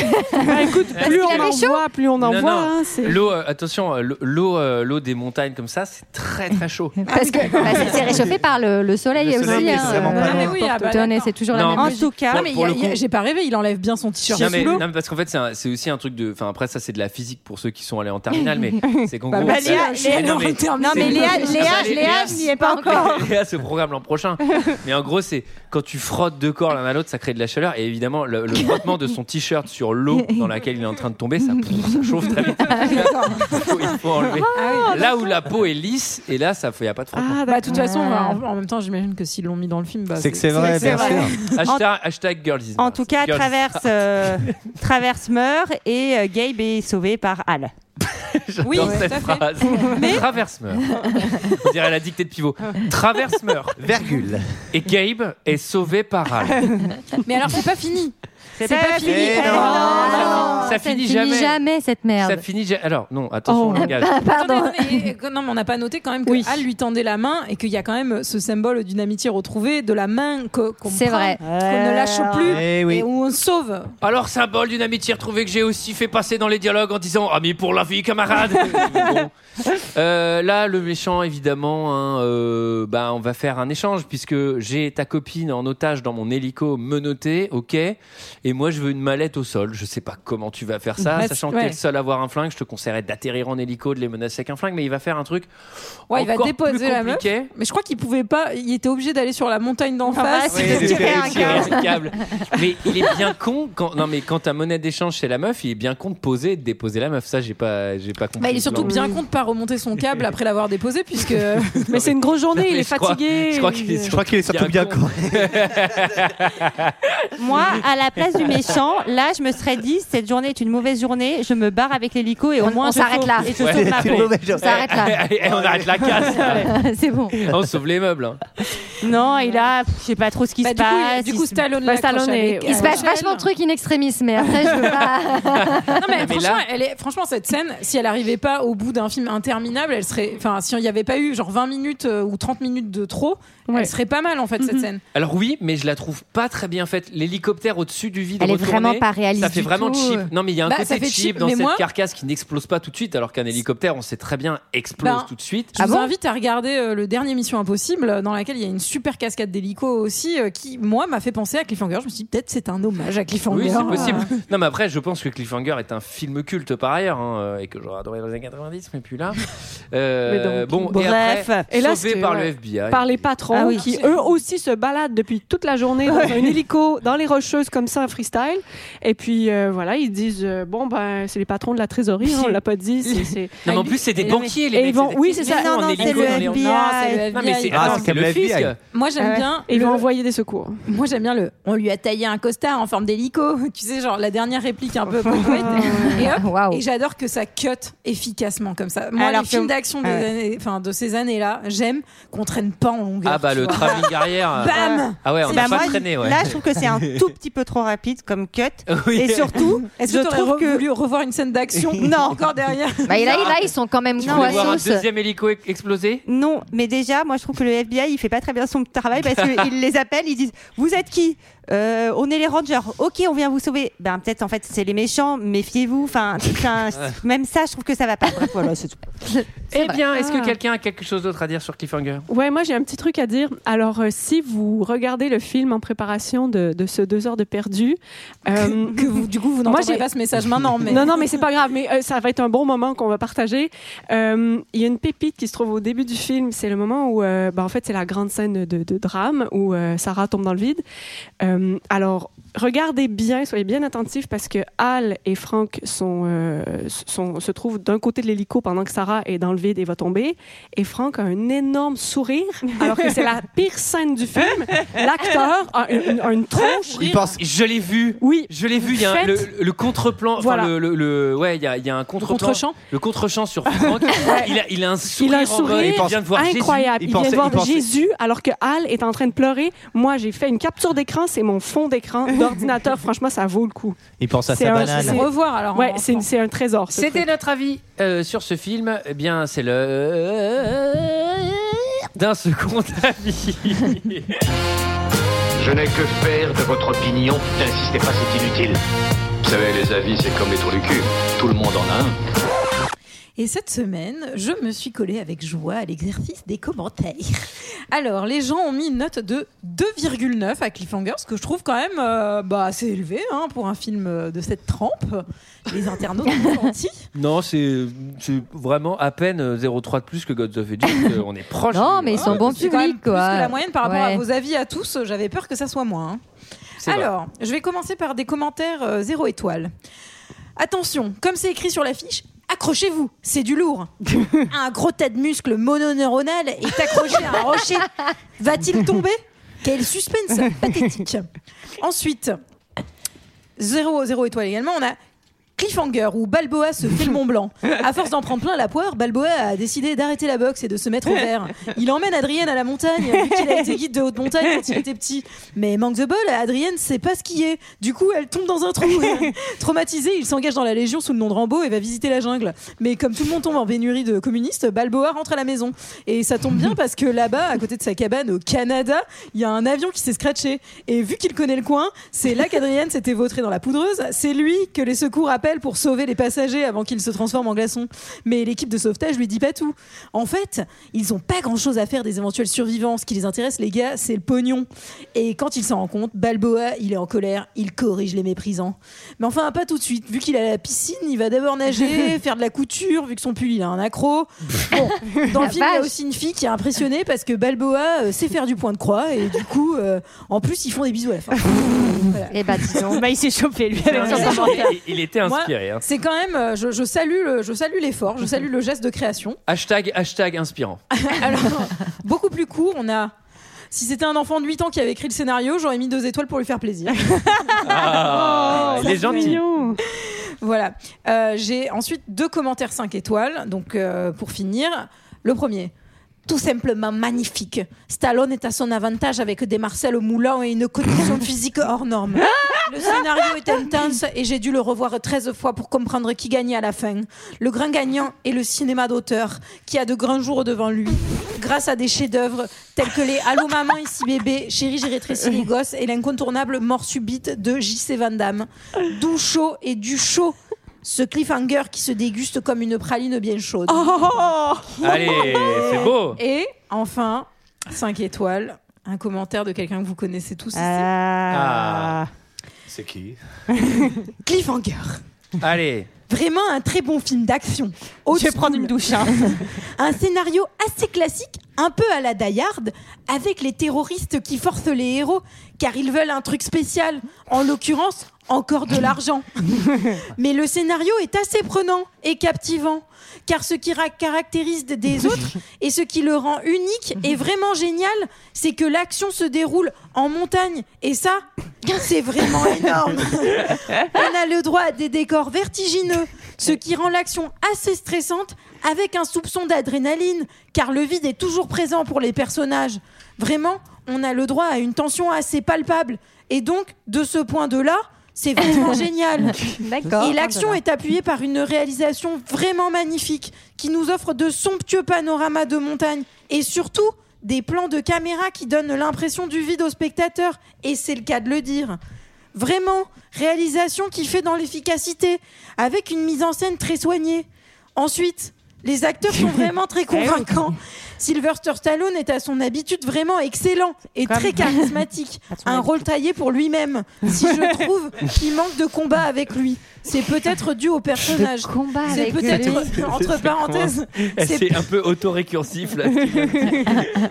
Speaker 12: écoute,
Speaker 1: Parce
Speaker 12: plus
Speaker 1: qu'il
Speaker 12: on
Speaker 1: avait
Speaker 12: en
Speaker 1: chaud.
Speaker 12: voit, plus on en
Speaker 1: Non,
Speaker 12: voit.
Speaker 1: non.
Speaker 12: hein, c'est-
Speaker 1: L'eau, euh, attention, euh, l'eau- l'eau, euh, l'eau des montagnes comme ça, c'est très très chaud.
Speaker 11: Parce que bah, c'est- c'est réchauffé par le, le soleil,
Speaker 1: Le soleil,
Speaker 11: aussi.
Speaker 1: mais
Speaker 11: hein,
Speaker 1: c'est vraiment
Speaker 11: euh,
Speaker 1: pas
Speaker 11: peu
Speaker 1: loin.
Speaker 11: importe
Speaker 1: Oui, ah bah,
Speaker 11: où t'en es, c'est toujours la
Speaker 1: Non,
Speaker 11: même
Speaker 1: mais-
Speaker 11: logique.
Speaker 1: Pour-
Speaker 7: Non, mais il
Speaker 1: pour
Speaker 7: y a-
Speaker 1: le
Speaker 7: il y a-
Speaker 1: coup-
Speaker 7: j'ai pas rêvé, il enlève bien son t-shirt
Speaker 1: Non
Speaker 7: sous
Speaker 1: mais,
Speaker 7: l'eau.
Speaker 1: non, mais parce qu'en fait c'est un- c'est aussi un truc de enfin après ça c'est de la physique pour ceux qui sont allés en terminale mais c'est qu'en
Speaker 7: Bah,
Speaker 1: gros
Speaker 7: bah,
Speaker 1: c'est-
Speaker 7: Léa, Léa,
Speaker 1: non, mais-
Speaker 7: non,
Speaker 2: Non, mais
Speaker 1: c'est-
Speaker 2: Léa,
Speaker 1: Ah,
Speaker 2: Léa,
Speaker 1: bah,
Speaker 2: Léa, n'y est pas encore.
Speaker 1: Léa se programme l'an prochain mais en gros c'est quand tu frottes deux corps l'un à l'autre ça crée de la chaleur et évidemment le, le frottement de son t-shirt sur l'eau dans laquelle il est en train de tomber ça, ça chauffe très vite
Speaker 7: Ah,
Speaker 1: il faut, il faut enlever là où la peau est lisse et là ça fait y a pas de frottement
Speaker 7: Ah, bah, de toute façon,
Speaker 2: Ah.
Speaker 7: en, en même temps, j'imagine que s'ils l'ont mis dans le film, bah,
Speaker 1: C'est que c'est vrai,
Speaker 7: que c'est
Speaker 1: bien
Speaker 7: vrai.
Speaker 1: hashtag, hashtag girls is
Speaker 2: En
Speaker 1: nice.
Speaker 2: tout cas,
Speaker 1: Girls is
Speaker 2: traverse, euh, traverse meurt et euh, Gabe est sauvé par Al.
Speaker 1: J'adore
Speaker 2: Oui,
Speaker 1: cette
Speaker 2: tout à fait.
Speaker 1: phrase. Traverse meurt. On dirait la dictée de pivot. Traverse meurt. Virgule. Et Gabe est sauvé par Al.
Speaker 7: Mais alors, c'est pas fini.
Speaker 1: C'est pas fini. Eh non. Ça finit jamais.
Speaker 11: cette merde.
Speaker 1: Ça finit. ja- Alors, non, attention, au langage.
Speaker 7: Attendez, mais, euh, non, mais on n'a pas noté quand même que Al lui tendait la main et qu'il y a quand même ce symbole d'une amitié retrouvée de la main que- qu'on
Speaker 11: C'est
Speaker 7: prend,
Speaker 11: vrai.
Speaker 7: qu'on ne lâche plus
Speaker 1: Eh oui.
Speaker 7: et où on se sauve.
Speaker 1: Alors, symbole d'une amitié retrouvée que j'ai aussi fait passer dans les dialogues en disant Ami pour la vie, camarade Bon. Euh, Là, le méchant, évidemment, hein, euh, bah, on va faire un échange puisque j'ai ta copine en otage dans mon hélico menottée, ok Et moi, je veux une mallette au sol. Je sais pas comment tu vas faire ça,
Speaker 7: Bah,
Speaker 1: sachant
Speaker 7: c'est-
Speaker 1: que t'es
Speaker 7: ouais.
Speaker 1: le seul à avoir un flingue. Je te conseillerais d'atterrir en hélico, de les menacer avec un flingue, mais il va faire un truc.
Speaker 7: Ouais, il va
Speaker 1: encore plus
Speaker 7: déposer la meuf.
Speaker 1: compliqué.
Speaker 7: Mais je crois qu'il pouvait pas, il était obligé d'aller sur la montagne d'en
Speaker 1: Ah,
Speaker 7: face.
Speaker 1: c'est
Speaker 7: parce qu'il y avait un câble.
Speaker 1: un câble. Mais il est bien con quand non mais quand ta monnaie d'échange chez la meuf, il est bien con de poser et de déposer la meuf. Ça j'ai pas j'ai pas compris.
Speaker 7: Bah, il est surtout
Speaker 1: Non.
Speaker 7: bien con de pas remonter son câble après l'avoir déposé puisque.
Speaker 12: Mais c'est une grosse journée,
Speaker 1: Non,
Speaker 12: il
Speaker 1: mais
Speaker 12: est
Speaker 1: je crois-
Speaker 12: fatigué.
Speaker 1: je crois qu'il est
Speaker 12: il-
Speaker 1: Je crois qu'il est surtout bien con.
Speaker 15: Moi, à la place du méchant, là, je me serais dit, cette journée est une mauvaise journée, je me barre avec l'hélico et au moins
Speaker 11: on
Speaker 15: je
Speaker 11: s'arrête
Speaker 15: sauve-
Speaker 11: là.
Speaker 15: Et je
Speaker 1: Ouais.
Speaker 15: sauve ma peau.
Speaker 1: On s'arrête là. Eh, eh, on arrête la casse, là.
Speaker 11: C'est bon.
Speaker 1: On sauve les meubles. hein.
Speaker 15: Non, et là, pff, je sais pas trop ce qui
Speaker 7: Bah,
Speaker 15: se
Speaker 7: du coup,
Speaker 15: passe.
Speaker 7: du
Speaker 15: il
Speaker 7: coup,
Speaker 15: se-
Speaker 7: Stallone
Speaker 15: Bah,
Speaker 7: l'accroche
Speaker 15: Stallone est-
Speaker 7: avec-
Speaker 11: Il se passe
Speaker 7: Rachel.
Speaker 11: vachement de trucs in extremis, mais après, je veux pas.
Speaker 7: Non, mais,
Speaker 11: mais
Speaker 7: franchement,
Speaker 11: là-
Speaker 7: elle est, franchement, cette scène, si elle arrivait pas au bout d'un film interminable, elle serait. Enfin, si il n'y avait pas eu genre 20 minutes euh, ou 30 minutes de trop, elle serait pas mal en fait
Speaker 11: Mm-hmm.
Speaker 7: cette scène.
Speaker 1: Alors oui, mais je la trouve pas très bien faite. L'hélicoptère au-dessus du vide
Speaker 11: Elle est
Speaker 1: retourné,
Speaker 11: vraiment pas réaliste
Speaker 1: Ça fait
Speaker 11: du
Speaker 1: vraiment
Speaker 11: tout.
Speaker 1: cheap. Non mais il y a un
Speaker 7: Bah, ça
Speaker 1: côté
Speaker 7: fait
Speaker 1: cheap,
Speaker 7: cheap,
Speaker 1: dans
Speaker 7: mais
Speaker 1: cette
Speaker 7: moi-
Speaker 1: carcasse qui n'explose pas tout de suite alors qu'un hélicoptère on sait très bien explose
Speaker 7: Ben,
Speaker 1: tout de suite.
Speaker 7: Je vous invite à regarder euh, le dernier Mission Impossible, euh, dans laquelle il y a une super cascade d'hélico aussi, euh, qui, moi, m'a fait penser à Cliffhanger. Je me suis dit, peut-être c'est un hommage à Ah. Cliffhanger.
Speaker 1: Oui, c'est possible. Non, mais après, je pense que Cliffhanger est un film culte par ailleurs hein, euh, et que j'aurais adoré dans les années 90, mais plus là. Euh,
Speaker 12: Mais donc,
Speaker 1: bon,
Speaker 12: bref.
Speaker 1: et après,
Speaker 12: Et là,
Speaker 1: sauvé
Speaker 12: c'est-
Speaker 1: par le
Speaker 12: ouais.
Speaker 1: FBI.
Speaker 12: Par les patrons
Speaker 1: Ah oui.
Speaker 12: qui eux aussi se baladent depuis toute la journée dans un hélico, dans les rocheuses comme ça, en freestyle. Et puis euh, voilà, ils disent euh, bon ben c'est les patrons de la trésorerie, hein, on l'a pas dit. c'est- c'est-
Speaker 1: Non, mais en plus, c'est des banquiers, les
Speaker 12: Et
Speaker 1: mecs,
Speaker 12: ils vont-
Speaker 1: c'est des
Speaker 12: oui,
Speaker 1: petits
Speaker 12: c'est ça.
Speaker 1: mecs en Non, non, hélico c'est le dans les- FBI.
Speaker 7: Non, c'est le
Speaker 1: Non, mais
Speaker 7: FBI.
Speaker 1: c'est- Ah, attends, c'est c'est comme le le fisc. fisc.
Speaker 7: Moi, j'aime
Speaker 12: Ouais.
Speaker 7: bien.
Speaker 12: Ils vont
Speaker 7: le-
Speaker 12: envoyer des secours.
Speaker 7: Moi, j'aime bien le. On lui a taillé un costard en forme d'hélico. Tu sais, genre la dernière réplique un peu pompouette. et hop. Et j'adore que ça cut efficacement comme ça. Moi,
Speaker 15: Alors
Speaker 7: les films
Speaker 15: que-
Speaker 7: d'action des
Speaker 15: Ah ouais.
Speaker 7: années- enfin, de ces années-là, j'aime qu'on traîne pas en longueur.
Speaker 1: Ah, bah,
Speaker 7: tu
Speaker 1: le
Speaker 7: vois.
Speaker 1: travelling arrière.
Speaker 7: Bam
Speaker 1: Ah, ouais, on
Speaker 15: Bah,
Speaker 1: n'a pas
Speaker 15: moi,
Speaker 1: traîné, ouais.
Speaker 15: Là, je trouve que c'est un tout petit peu trop rapide comme cut.
Speaker 1: Oui.
Speaker 15: Et surtout,
Speaker 7: Est-ce
Speaker 15: je
Speaker 7: que t'aurais
Speaker 15: trouve
Speaker 7: re-
Speaker 15: que.
Speaker 7: voulu revoir une scène d'action
Speaker 15: Non.
Speaker 7: encore derrière
Speaker 11: Bah, et là, là, ils sont quand même
Speaker 1: Tu
Speaker 11: gros
Speaker 1: voulais
Speaker 11: à
Speaker 1: voir un
Speaker 11: sauce.
Speaker 1: deuxième hélico e- exploser
Speaker 15: Non, mais déjà, moi je trouve que le FBI il fait pas très bien son travail parce qu'il les appelle, ils disent Vous êtes qui Euh, On est les Rangers. Ok, on vient vous sauver. Ben peut-être en fait c'est les méchants, méfiez-vous. Enfin, enfin, même ça, je trouve que ça va pas. Bref, voilà, c'est tout.
Speaker 1: Eh bien, est-ce que
Speaker 12: Ah.
Speaker 1: quelqu'un a quelque chose d'autre à dire sur Cliffhanger
Speaker 12: Ouais, moi j'ai un petit truc à dire. Alors, euh, si vous regardez le film en préparation de, de ce deux heures de perdu, euh,
Speaker 7: que vous, du coup, vous
Speaker 12: Moi,
Speaker 7: n'entendrez
Speaker 12: j'ai-
Speaker 7: pas ce message maintenant. Mais...
Speaker 12: non, non, mais c'est pas grave. Mais euh, ça va être un bon moment qu'on va partager. Euh, Il y a une pépite qui se trouve au début du film. C'est le moment où, euh, bah, en fait, c'est la grande scène de, de drame où euh, Sarah tombe dans le vide. Euh, alors, regardez bien, soyez bien attentifs parce que Hal et Frank sont, euh, sont- se trouvent d'un côté de l'hélico pendant que Sarah est dans le vide et va tomber. Et Frank a un énorme sourire alors que c'est la pire scène du film. L'acteur a une, une tronche.
Speaker 1: Je l'ai vu.
Speaker 12: Oui.
Speaker 1: Je l'ai vu. Il y a un- le,
Speaker 12: Faites-
Speaker 1: le contre-plan. enfin,
Speaker 12: Voilà.
Speaker 1: Le, le- le- ouais, il y a, il y a un contre-plan.
Speaker 12: contre-champ.
Speaker 1: Le contre-champ sur Franck. il, a, il a un sourire.
Speaker 12: Il a un
Speaker 1: en mode,
Speaker 12: sourire
Speaker 1: il vient de voir Jésus.
Speaker 12: incroyable. Il, vient de voir
Speaker 1: pensait-
Speaker 12: Jésus alors que Hal est en train de pleurer. Moi, j'ai fait une capture d'écran. C'est mon fond d'écran d'ordinateur. Franchement, ça vaut le coup.
Speaker 6: Il pense à
Speaker 12: C'est
Speaker 6: sa
Speaker 12: un-
Speaker 6: banane.
Speaker 12: c'est-
Speaker 7: revoir,
Speaker 11: Oh,
Speaker 7: alors,
Speaker 12: Ouais,
Speaker 7: en
Speaker 12: c'est c'est un trésor. ce
Speaker 1: C'était
Speaker 12: truc.
Speaker 1: notre avis euh, sur ce film. Eh bien, c'est le. D'un second avis.
Speaker 17: Je n'ai que faire de votre opinion. N'insistez pas, c'est inutile. Vous savez, les avis, c'est comme les trous du cul. Tout le monde en a un.
Speaker 7: Et cette semaine, je me suis collée avec joie à l'exercice des commentaires. Alors, les gens ont mis une note de 2,9 à Cliffhanger, ce que je trouve quand même euh, bah, assez élevé hein, pour un film euh, de cette trempe. Les internautes ont menti.
Speaker 1: Non, c'est c'est vraiment à peine 0,3 de plus que Gods of Egypt. Euh, On est proche.
Speaker 11: Non, mais ils sont bons
Speaker 7: C'est quand même
Speaker 11: public,
Speaker 7: plus hein, que
Speaker 11: quoi.
Speaker 7: la moyenne par rapport
Speaker 11: Ouais.
Speaker 7: à vos avis à tous. J'avais peur que ça soit moins. hein.
Speaker 1: C'est vrai.
Speaker 7: Alors, je vais commencer par des commentaires 0 zéro étoile. Attention, comme c'est écrit sur l'affiche, accrochez-vous, c'est du lourd. un gros tas de muscles mononeuronal est accroché à un rocher. Va-t-il tomber Quel suspense pathétique. Ensuite, 0 0 étoile également, on a Cliffhanger où Balboa se fait le Mont Blanc. À force d'en prendre plein la poire, Balboa a décidé d'arrêter la boxe et de se mettre au vert. Il emmène Adrienne à la montagne, vu qu'il a été guide de haute montagne quand il était petit. Mais manque de bol, Adrienne sait pas skier. Du coup, elle tombe dans un trou. Traumatisé, il s'engage dans la Légion sous le nom de Rambo et va visiter la jungle. Mais comme tout le monde tombe en pénurie de communistes, Balboa rentre à la maison. Et ça tombe bien parce que là-bas, à côté de sa cabane au Canada, il y a un avion qui s'est scratché. Et vu qu'il connaît le coin, c'est là qu'Adrienne s'était vautrée dans la poudreuse. C'est lui que les secours appellent pour sauver les passagers avant qu'ils se transforment en glaçons. Mais l'équipe de sauvetage lui dit pas tout. En fait, ils ont pas grand-chose à faire des éventuels survivants. Ce qui les intéresse, les gars, c'est le pognon. Et quand il s'en rend compte, Balboa, il est en colère, il corrige les méprisants. Mais enfin, pas tout de suite. Vu qu'il a la piscine, il va d'abord nager, faire de la couture, vu que son pull, il a un accro. Bon, dans le film,
Speaker 11: La
Speaker 7: il y a
Speaker 11: vache.
Speaker 7: aussi une fille qui est impressionnée parce que Balboa euh, sait faire du point de croix et du coup, euh, en plus, ils font des bisous à la fin.
Speaker 11: Et bah,
Speaker 12: Ben,
Speaker 7: il s'est chopé lui
Speaker 1: avec son commentaire. Il- il était inspiré, hein.
Speaker 7: C'est quand même, euh, je, je salue, le- je salue l'effort, je salue le geste de création.
Speaker 1: Hashtag, hashtag inspirant.
Speaker 7: Beaucoup plus court, on a. Si c'était un enfant de 8 ans qui avait écrit le scénario, j'aurais mis deux étoiles pour lui faire plaisir.
Speaker 1: Ah, il est gentil.
Speaker 7: Voilà. Euh, J'ai ensuite deux commentaires 5 étoiles. Donc, euh, pour finir, le premier. Tout simplement magnifique. Stallone est à son avantage avec des Marcel au moulin et une condition physique hors norme. Le scénario est intense et j'ai dû le revoir 13 fois pour comprendre qui gagnait à la fin. Le grand gagnant est le cinéma d'auteur qui a de grands jours devant lui grâce à des chefs-d'œuvre tels que les Allô maman ici bébé, Chérie j'ai rétréci les gosses et l'incontournable Mort subite de J.C. Van Damme. D'où chaud et du chaud. Ce cliffhanger qui se déguste comme une praline bien chaude.
Speaker 1: oh. Allez, c'est beau.
Speaker 7: Et enfin, 5 étoiles, un commentaire de quelqu'un que vous connaissez tous ici.
Speaker 11: Euh.
Speaker 1: Ah.
Speaker 4: C'est qui
Speaker 7: Cliffhanger.
Speaker 1: Allez.
Speaker 7: Vraiment un très bon film d'action. Je vais prendre une douche. hein. un scénario assez classique, un peu à la Die Hard, avec les terroristes qui forcent les héros, car ils veulent un truc spécial. En l'occurrence, encore de l'argent. Mais le scénario est assez prenant et captivant, car ce qui ra- caractérise des- des autres et ce qui le rend unique et vraiment génial, c'est que l'action se déroule en montagne. Et ça, c'est vraiment énorme. On a le droit à des décors vertigineux, ce qui rend l'action assez stressante avec un soupçon d'adrénaline, car le vide est toujours présent pour les personnages. Vraiment, on a le droit à une tension assez palpable. Et donc, de ce point de là, c'est vraiment génial.
Speaker 11: D'accord.
Speaker 7: Et l'action est appuyée par une réalisation vraiment magnifique qui nous offre de somptueux panoramas de montagne et surtout des plans de caméra qui donnent l'impression du vide au spectateur. Et c'est le cas de le dire. Vraiment, réalisation qui fait dans l'efficacité, avec une mise en scène très soignée. Ensuite, les acteurs sont vraiment
Speaker 11: Eh
Speaker 7: très convaincants. Sylvester Stallone est à son habitude vraiment excellent et très charismatique. Un rôle taillé pour lui-même. Si je trouve qu'il manque de combat avec lui, c'est peut-être dû au personnage.
Speaker 11: combat
Speaker 7: C'est
Speaker 11: avec lui.
Speaker 7: peut-être, entre
Speaker 1: C'est
Speaker 7: parenthèses,
Speaker 1: comment Eh,
Speaker 7: c'est
Speaker 1: C'est un peu autorécursif là.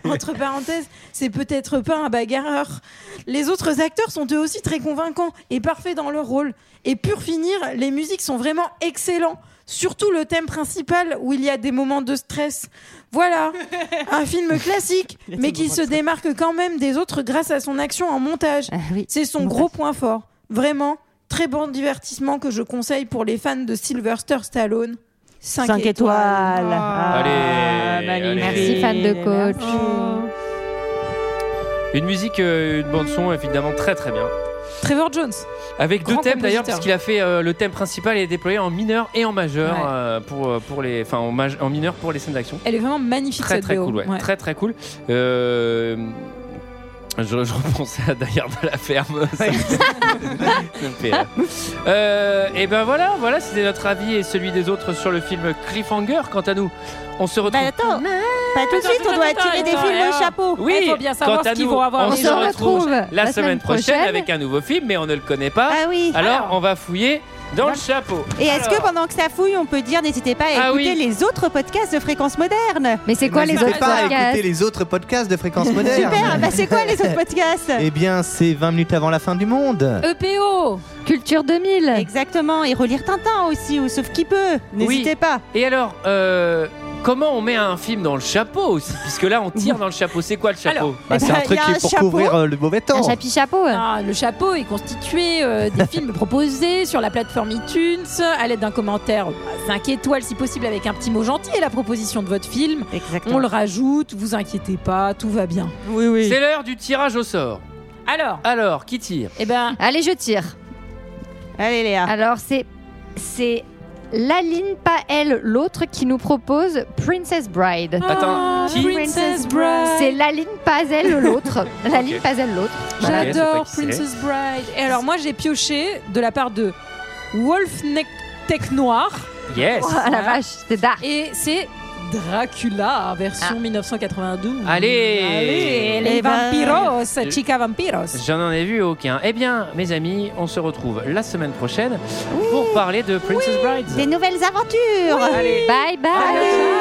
Speaker 7: entre parenthèses, c'est peut-être pas un bagarreur. Les autres acteurs sont eux aussi très convaincants et parfaits dans leur rôle. Et pour finir, les musiques sont vraiment excellents. Surtout le thème principal où il y a des moments de stress. Voilà, un film classique, mais qui se démarque quand même des autres grâce à son action en montage.
Speaker 11: Ah,
Speaker 7: C'est son gros point fort. Vraiment, très bon divertissement que je conseille pour les fans de Sylvester Stallone. Ah. 5
Speaker 15: Cinq étoiles.
Speaker 1: Ah.
Speaker 12: Ah,
Speaker 1: Allez, allez.
Speaker 11: Merci, fan de coach.
Speaker 1: Une musique, euh, une bande son évidemment très très bien.
Speaker 7: Trevor Jones.
Speaker 1: Avec
Speaker 7: Grand
Speaker 1: deux thèmes d'ailleurs,
Speaker 7: compositeur.
Speaker 1: puisqu'il a fait euh, le thème principal est déployé en mineur et en majeur
Speaker 7: Ouais.
Speaker 1: euh, pour, euh, pour les, enfin en, maj- en mineur pour les scènes d'action.
Speaker 7: Elle est vraiment magnifique
Speaker 1: Très
Speaker 7: cette
Speaker 1: très
Speaker 7: BO.
Speaker 1: cool, ouais.
Speaker 7: Ouais.
Speaker 1: Très très cool. Euh, Je, je repensais à d'ailleurs de la ferme. Ça me- ça me fait rire. Euh, et ben voilà, voilà, c'était notre avis et celui des autres sur le film Cliffhanger. Quant à nous, on se
Speaker 7: Bah,
Speaker 1: retrouve.
Speaker 15: Bah, Attends, pas tout de suite, on doit tirer des films au chapeau.
Speaker 1: Oui, quant à nous, on se retrouve la semaine prochaine avec un nouveau film, mais on ne le connaît pas.
Speaker 15: Ah oui.
Speaker 1: Alors,
Speaker 15: Alors.
Speaker 1: on va fouiller dans le chapeau.
Speaker 15: Et est-ce que
Speaker 1: Alors,
Speaker 15: pendant que ça fouille, on peut dire n'hésitez pas à écouter les autres podcasts de Fréquence Moderne
Speaker 11: Mais c'est
Speaker 6: N'hésitez ben, pas à écouter les autres podcasts de Fréquence Moderne.
Speaker 15: Super, bah c'est quoi les autres podcasts
Speaker 6: Eh bien, c'est 20 minutes avant la fin du monde.
Speaker 7: E
Speaker 15: EPO
Speaker 11: Culture 2000
Speaker 15: Exactement, et relire Tintin aussi, ou sauf qui peut, n'hésitez
Speaker 1: Oui.
Speaker 15: pas
Speaker 1: Et alors, euh, Comment on met un film dans le chapeau aussi Puisque là, on tire dans le chapeau. C'est quoi le chapeau
Speaker 6: Bah, c'est un truc qui est pour couvrir euh, le mauvais temps.
Speaker 11: chapeau.
Speaker 7: Ah, le chapeau est constitué euh, des films proposés sur la plateforme iTunes à l'aide d'un commentaire 5 étoiles si possible avec un petit mot gentil et la proposition de votre film. On le rajoute, vous inquiétez pas, tout va bien.
Speaker 1: Oui, oui. C'est l'heure du tirage au sort.
Speaker 7: Alors
Speaker 1: Alors, qui tire
Speaker 7: Eh ben,
Speaker 11: Allez, je tire.
Speaker 15: Allez, Léa.
Speaker 11: Alors, c'est. C'est. Laline, pas elle, l'autre qui nous propose Princess Bride.
Speaker 1: Attends, qui
Speaker 7: Ah, Princess Bride.
Speaker 11: C'est Laline, pas elle, l'autre. Laline,
Speaker 7: Ok.
Speaker 11: pas elle, l'autre. Voilà.
Speaker 7: J'adore
Speaker 1: qui c'est.
Speaker 7: Princess Bride. Et alors moi j'ai pioché de la part de Wolf Neck Tech Noir.
Speaker 1: Yes.
Speaker 7: Ah,
Speaker 11: Oh, la vache, c'est dark.
Speaker 7: Et c'est Dracula version 1992.
Speaker 1: Allez.
Speaker 7: Allez, les
Speaker 1: Eh ben.
Speaker 7: vampiros, chica vampiros.
Speaker 1: J'en ai vu aucun. Eh bien, mes amis, on se retrouve la semaine prochaine pour parler de Princess Bride.
Speaker 15: Des nouvelles aventures.
Speaker 1: Allez.
Speaker 11: Bye bye.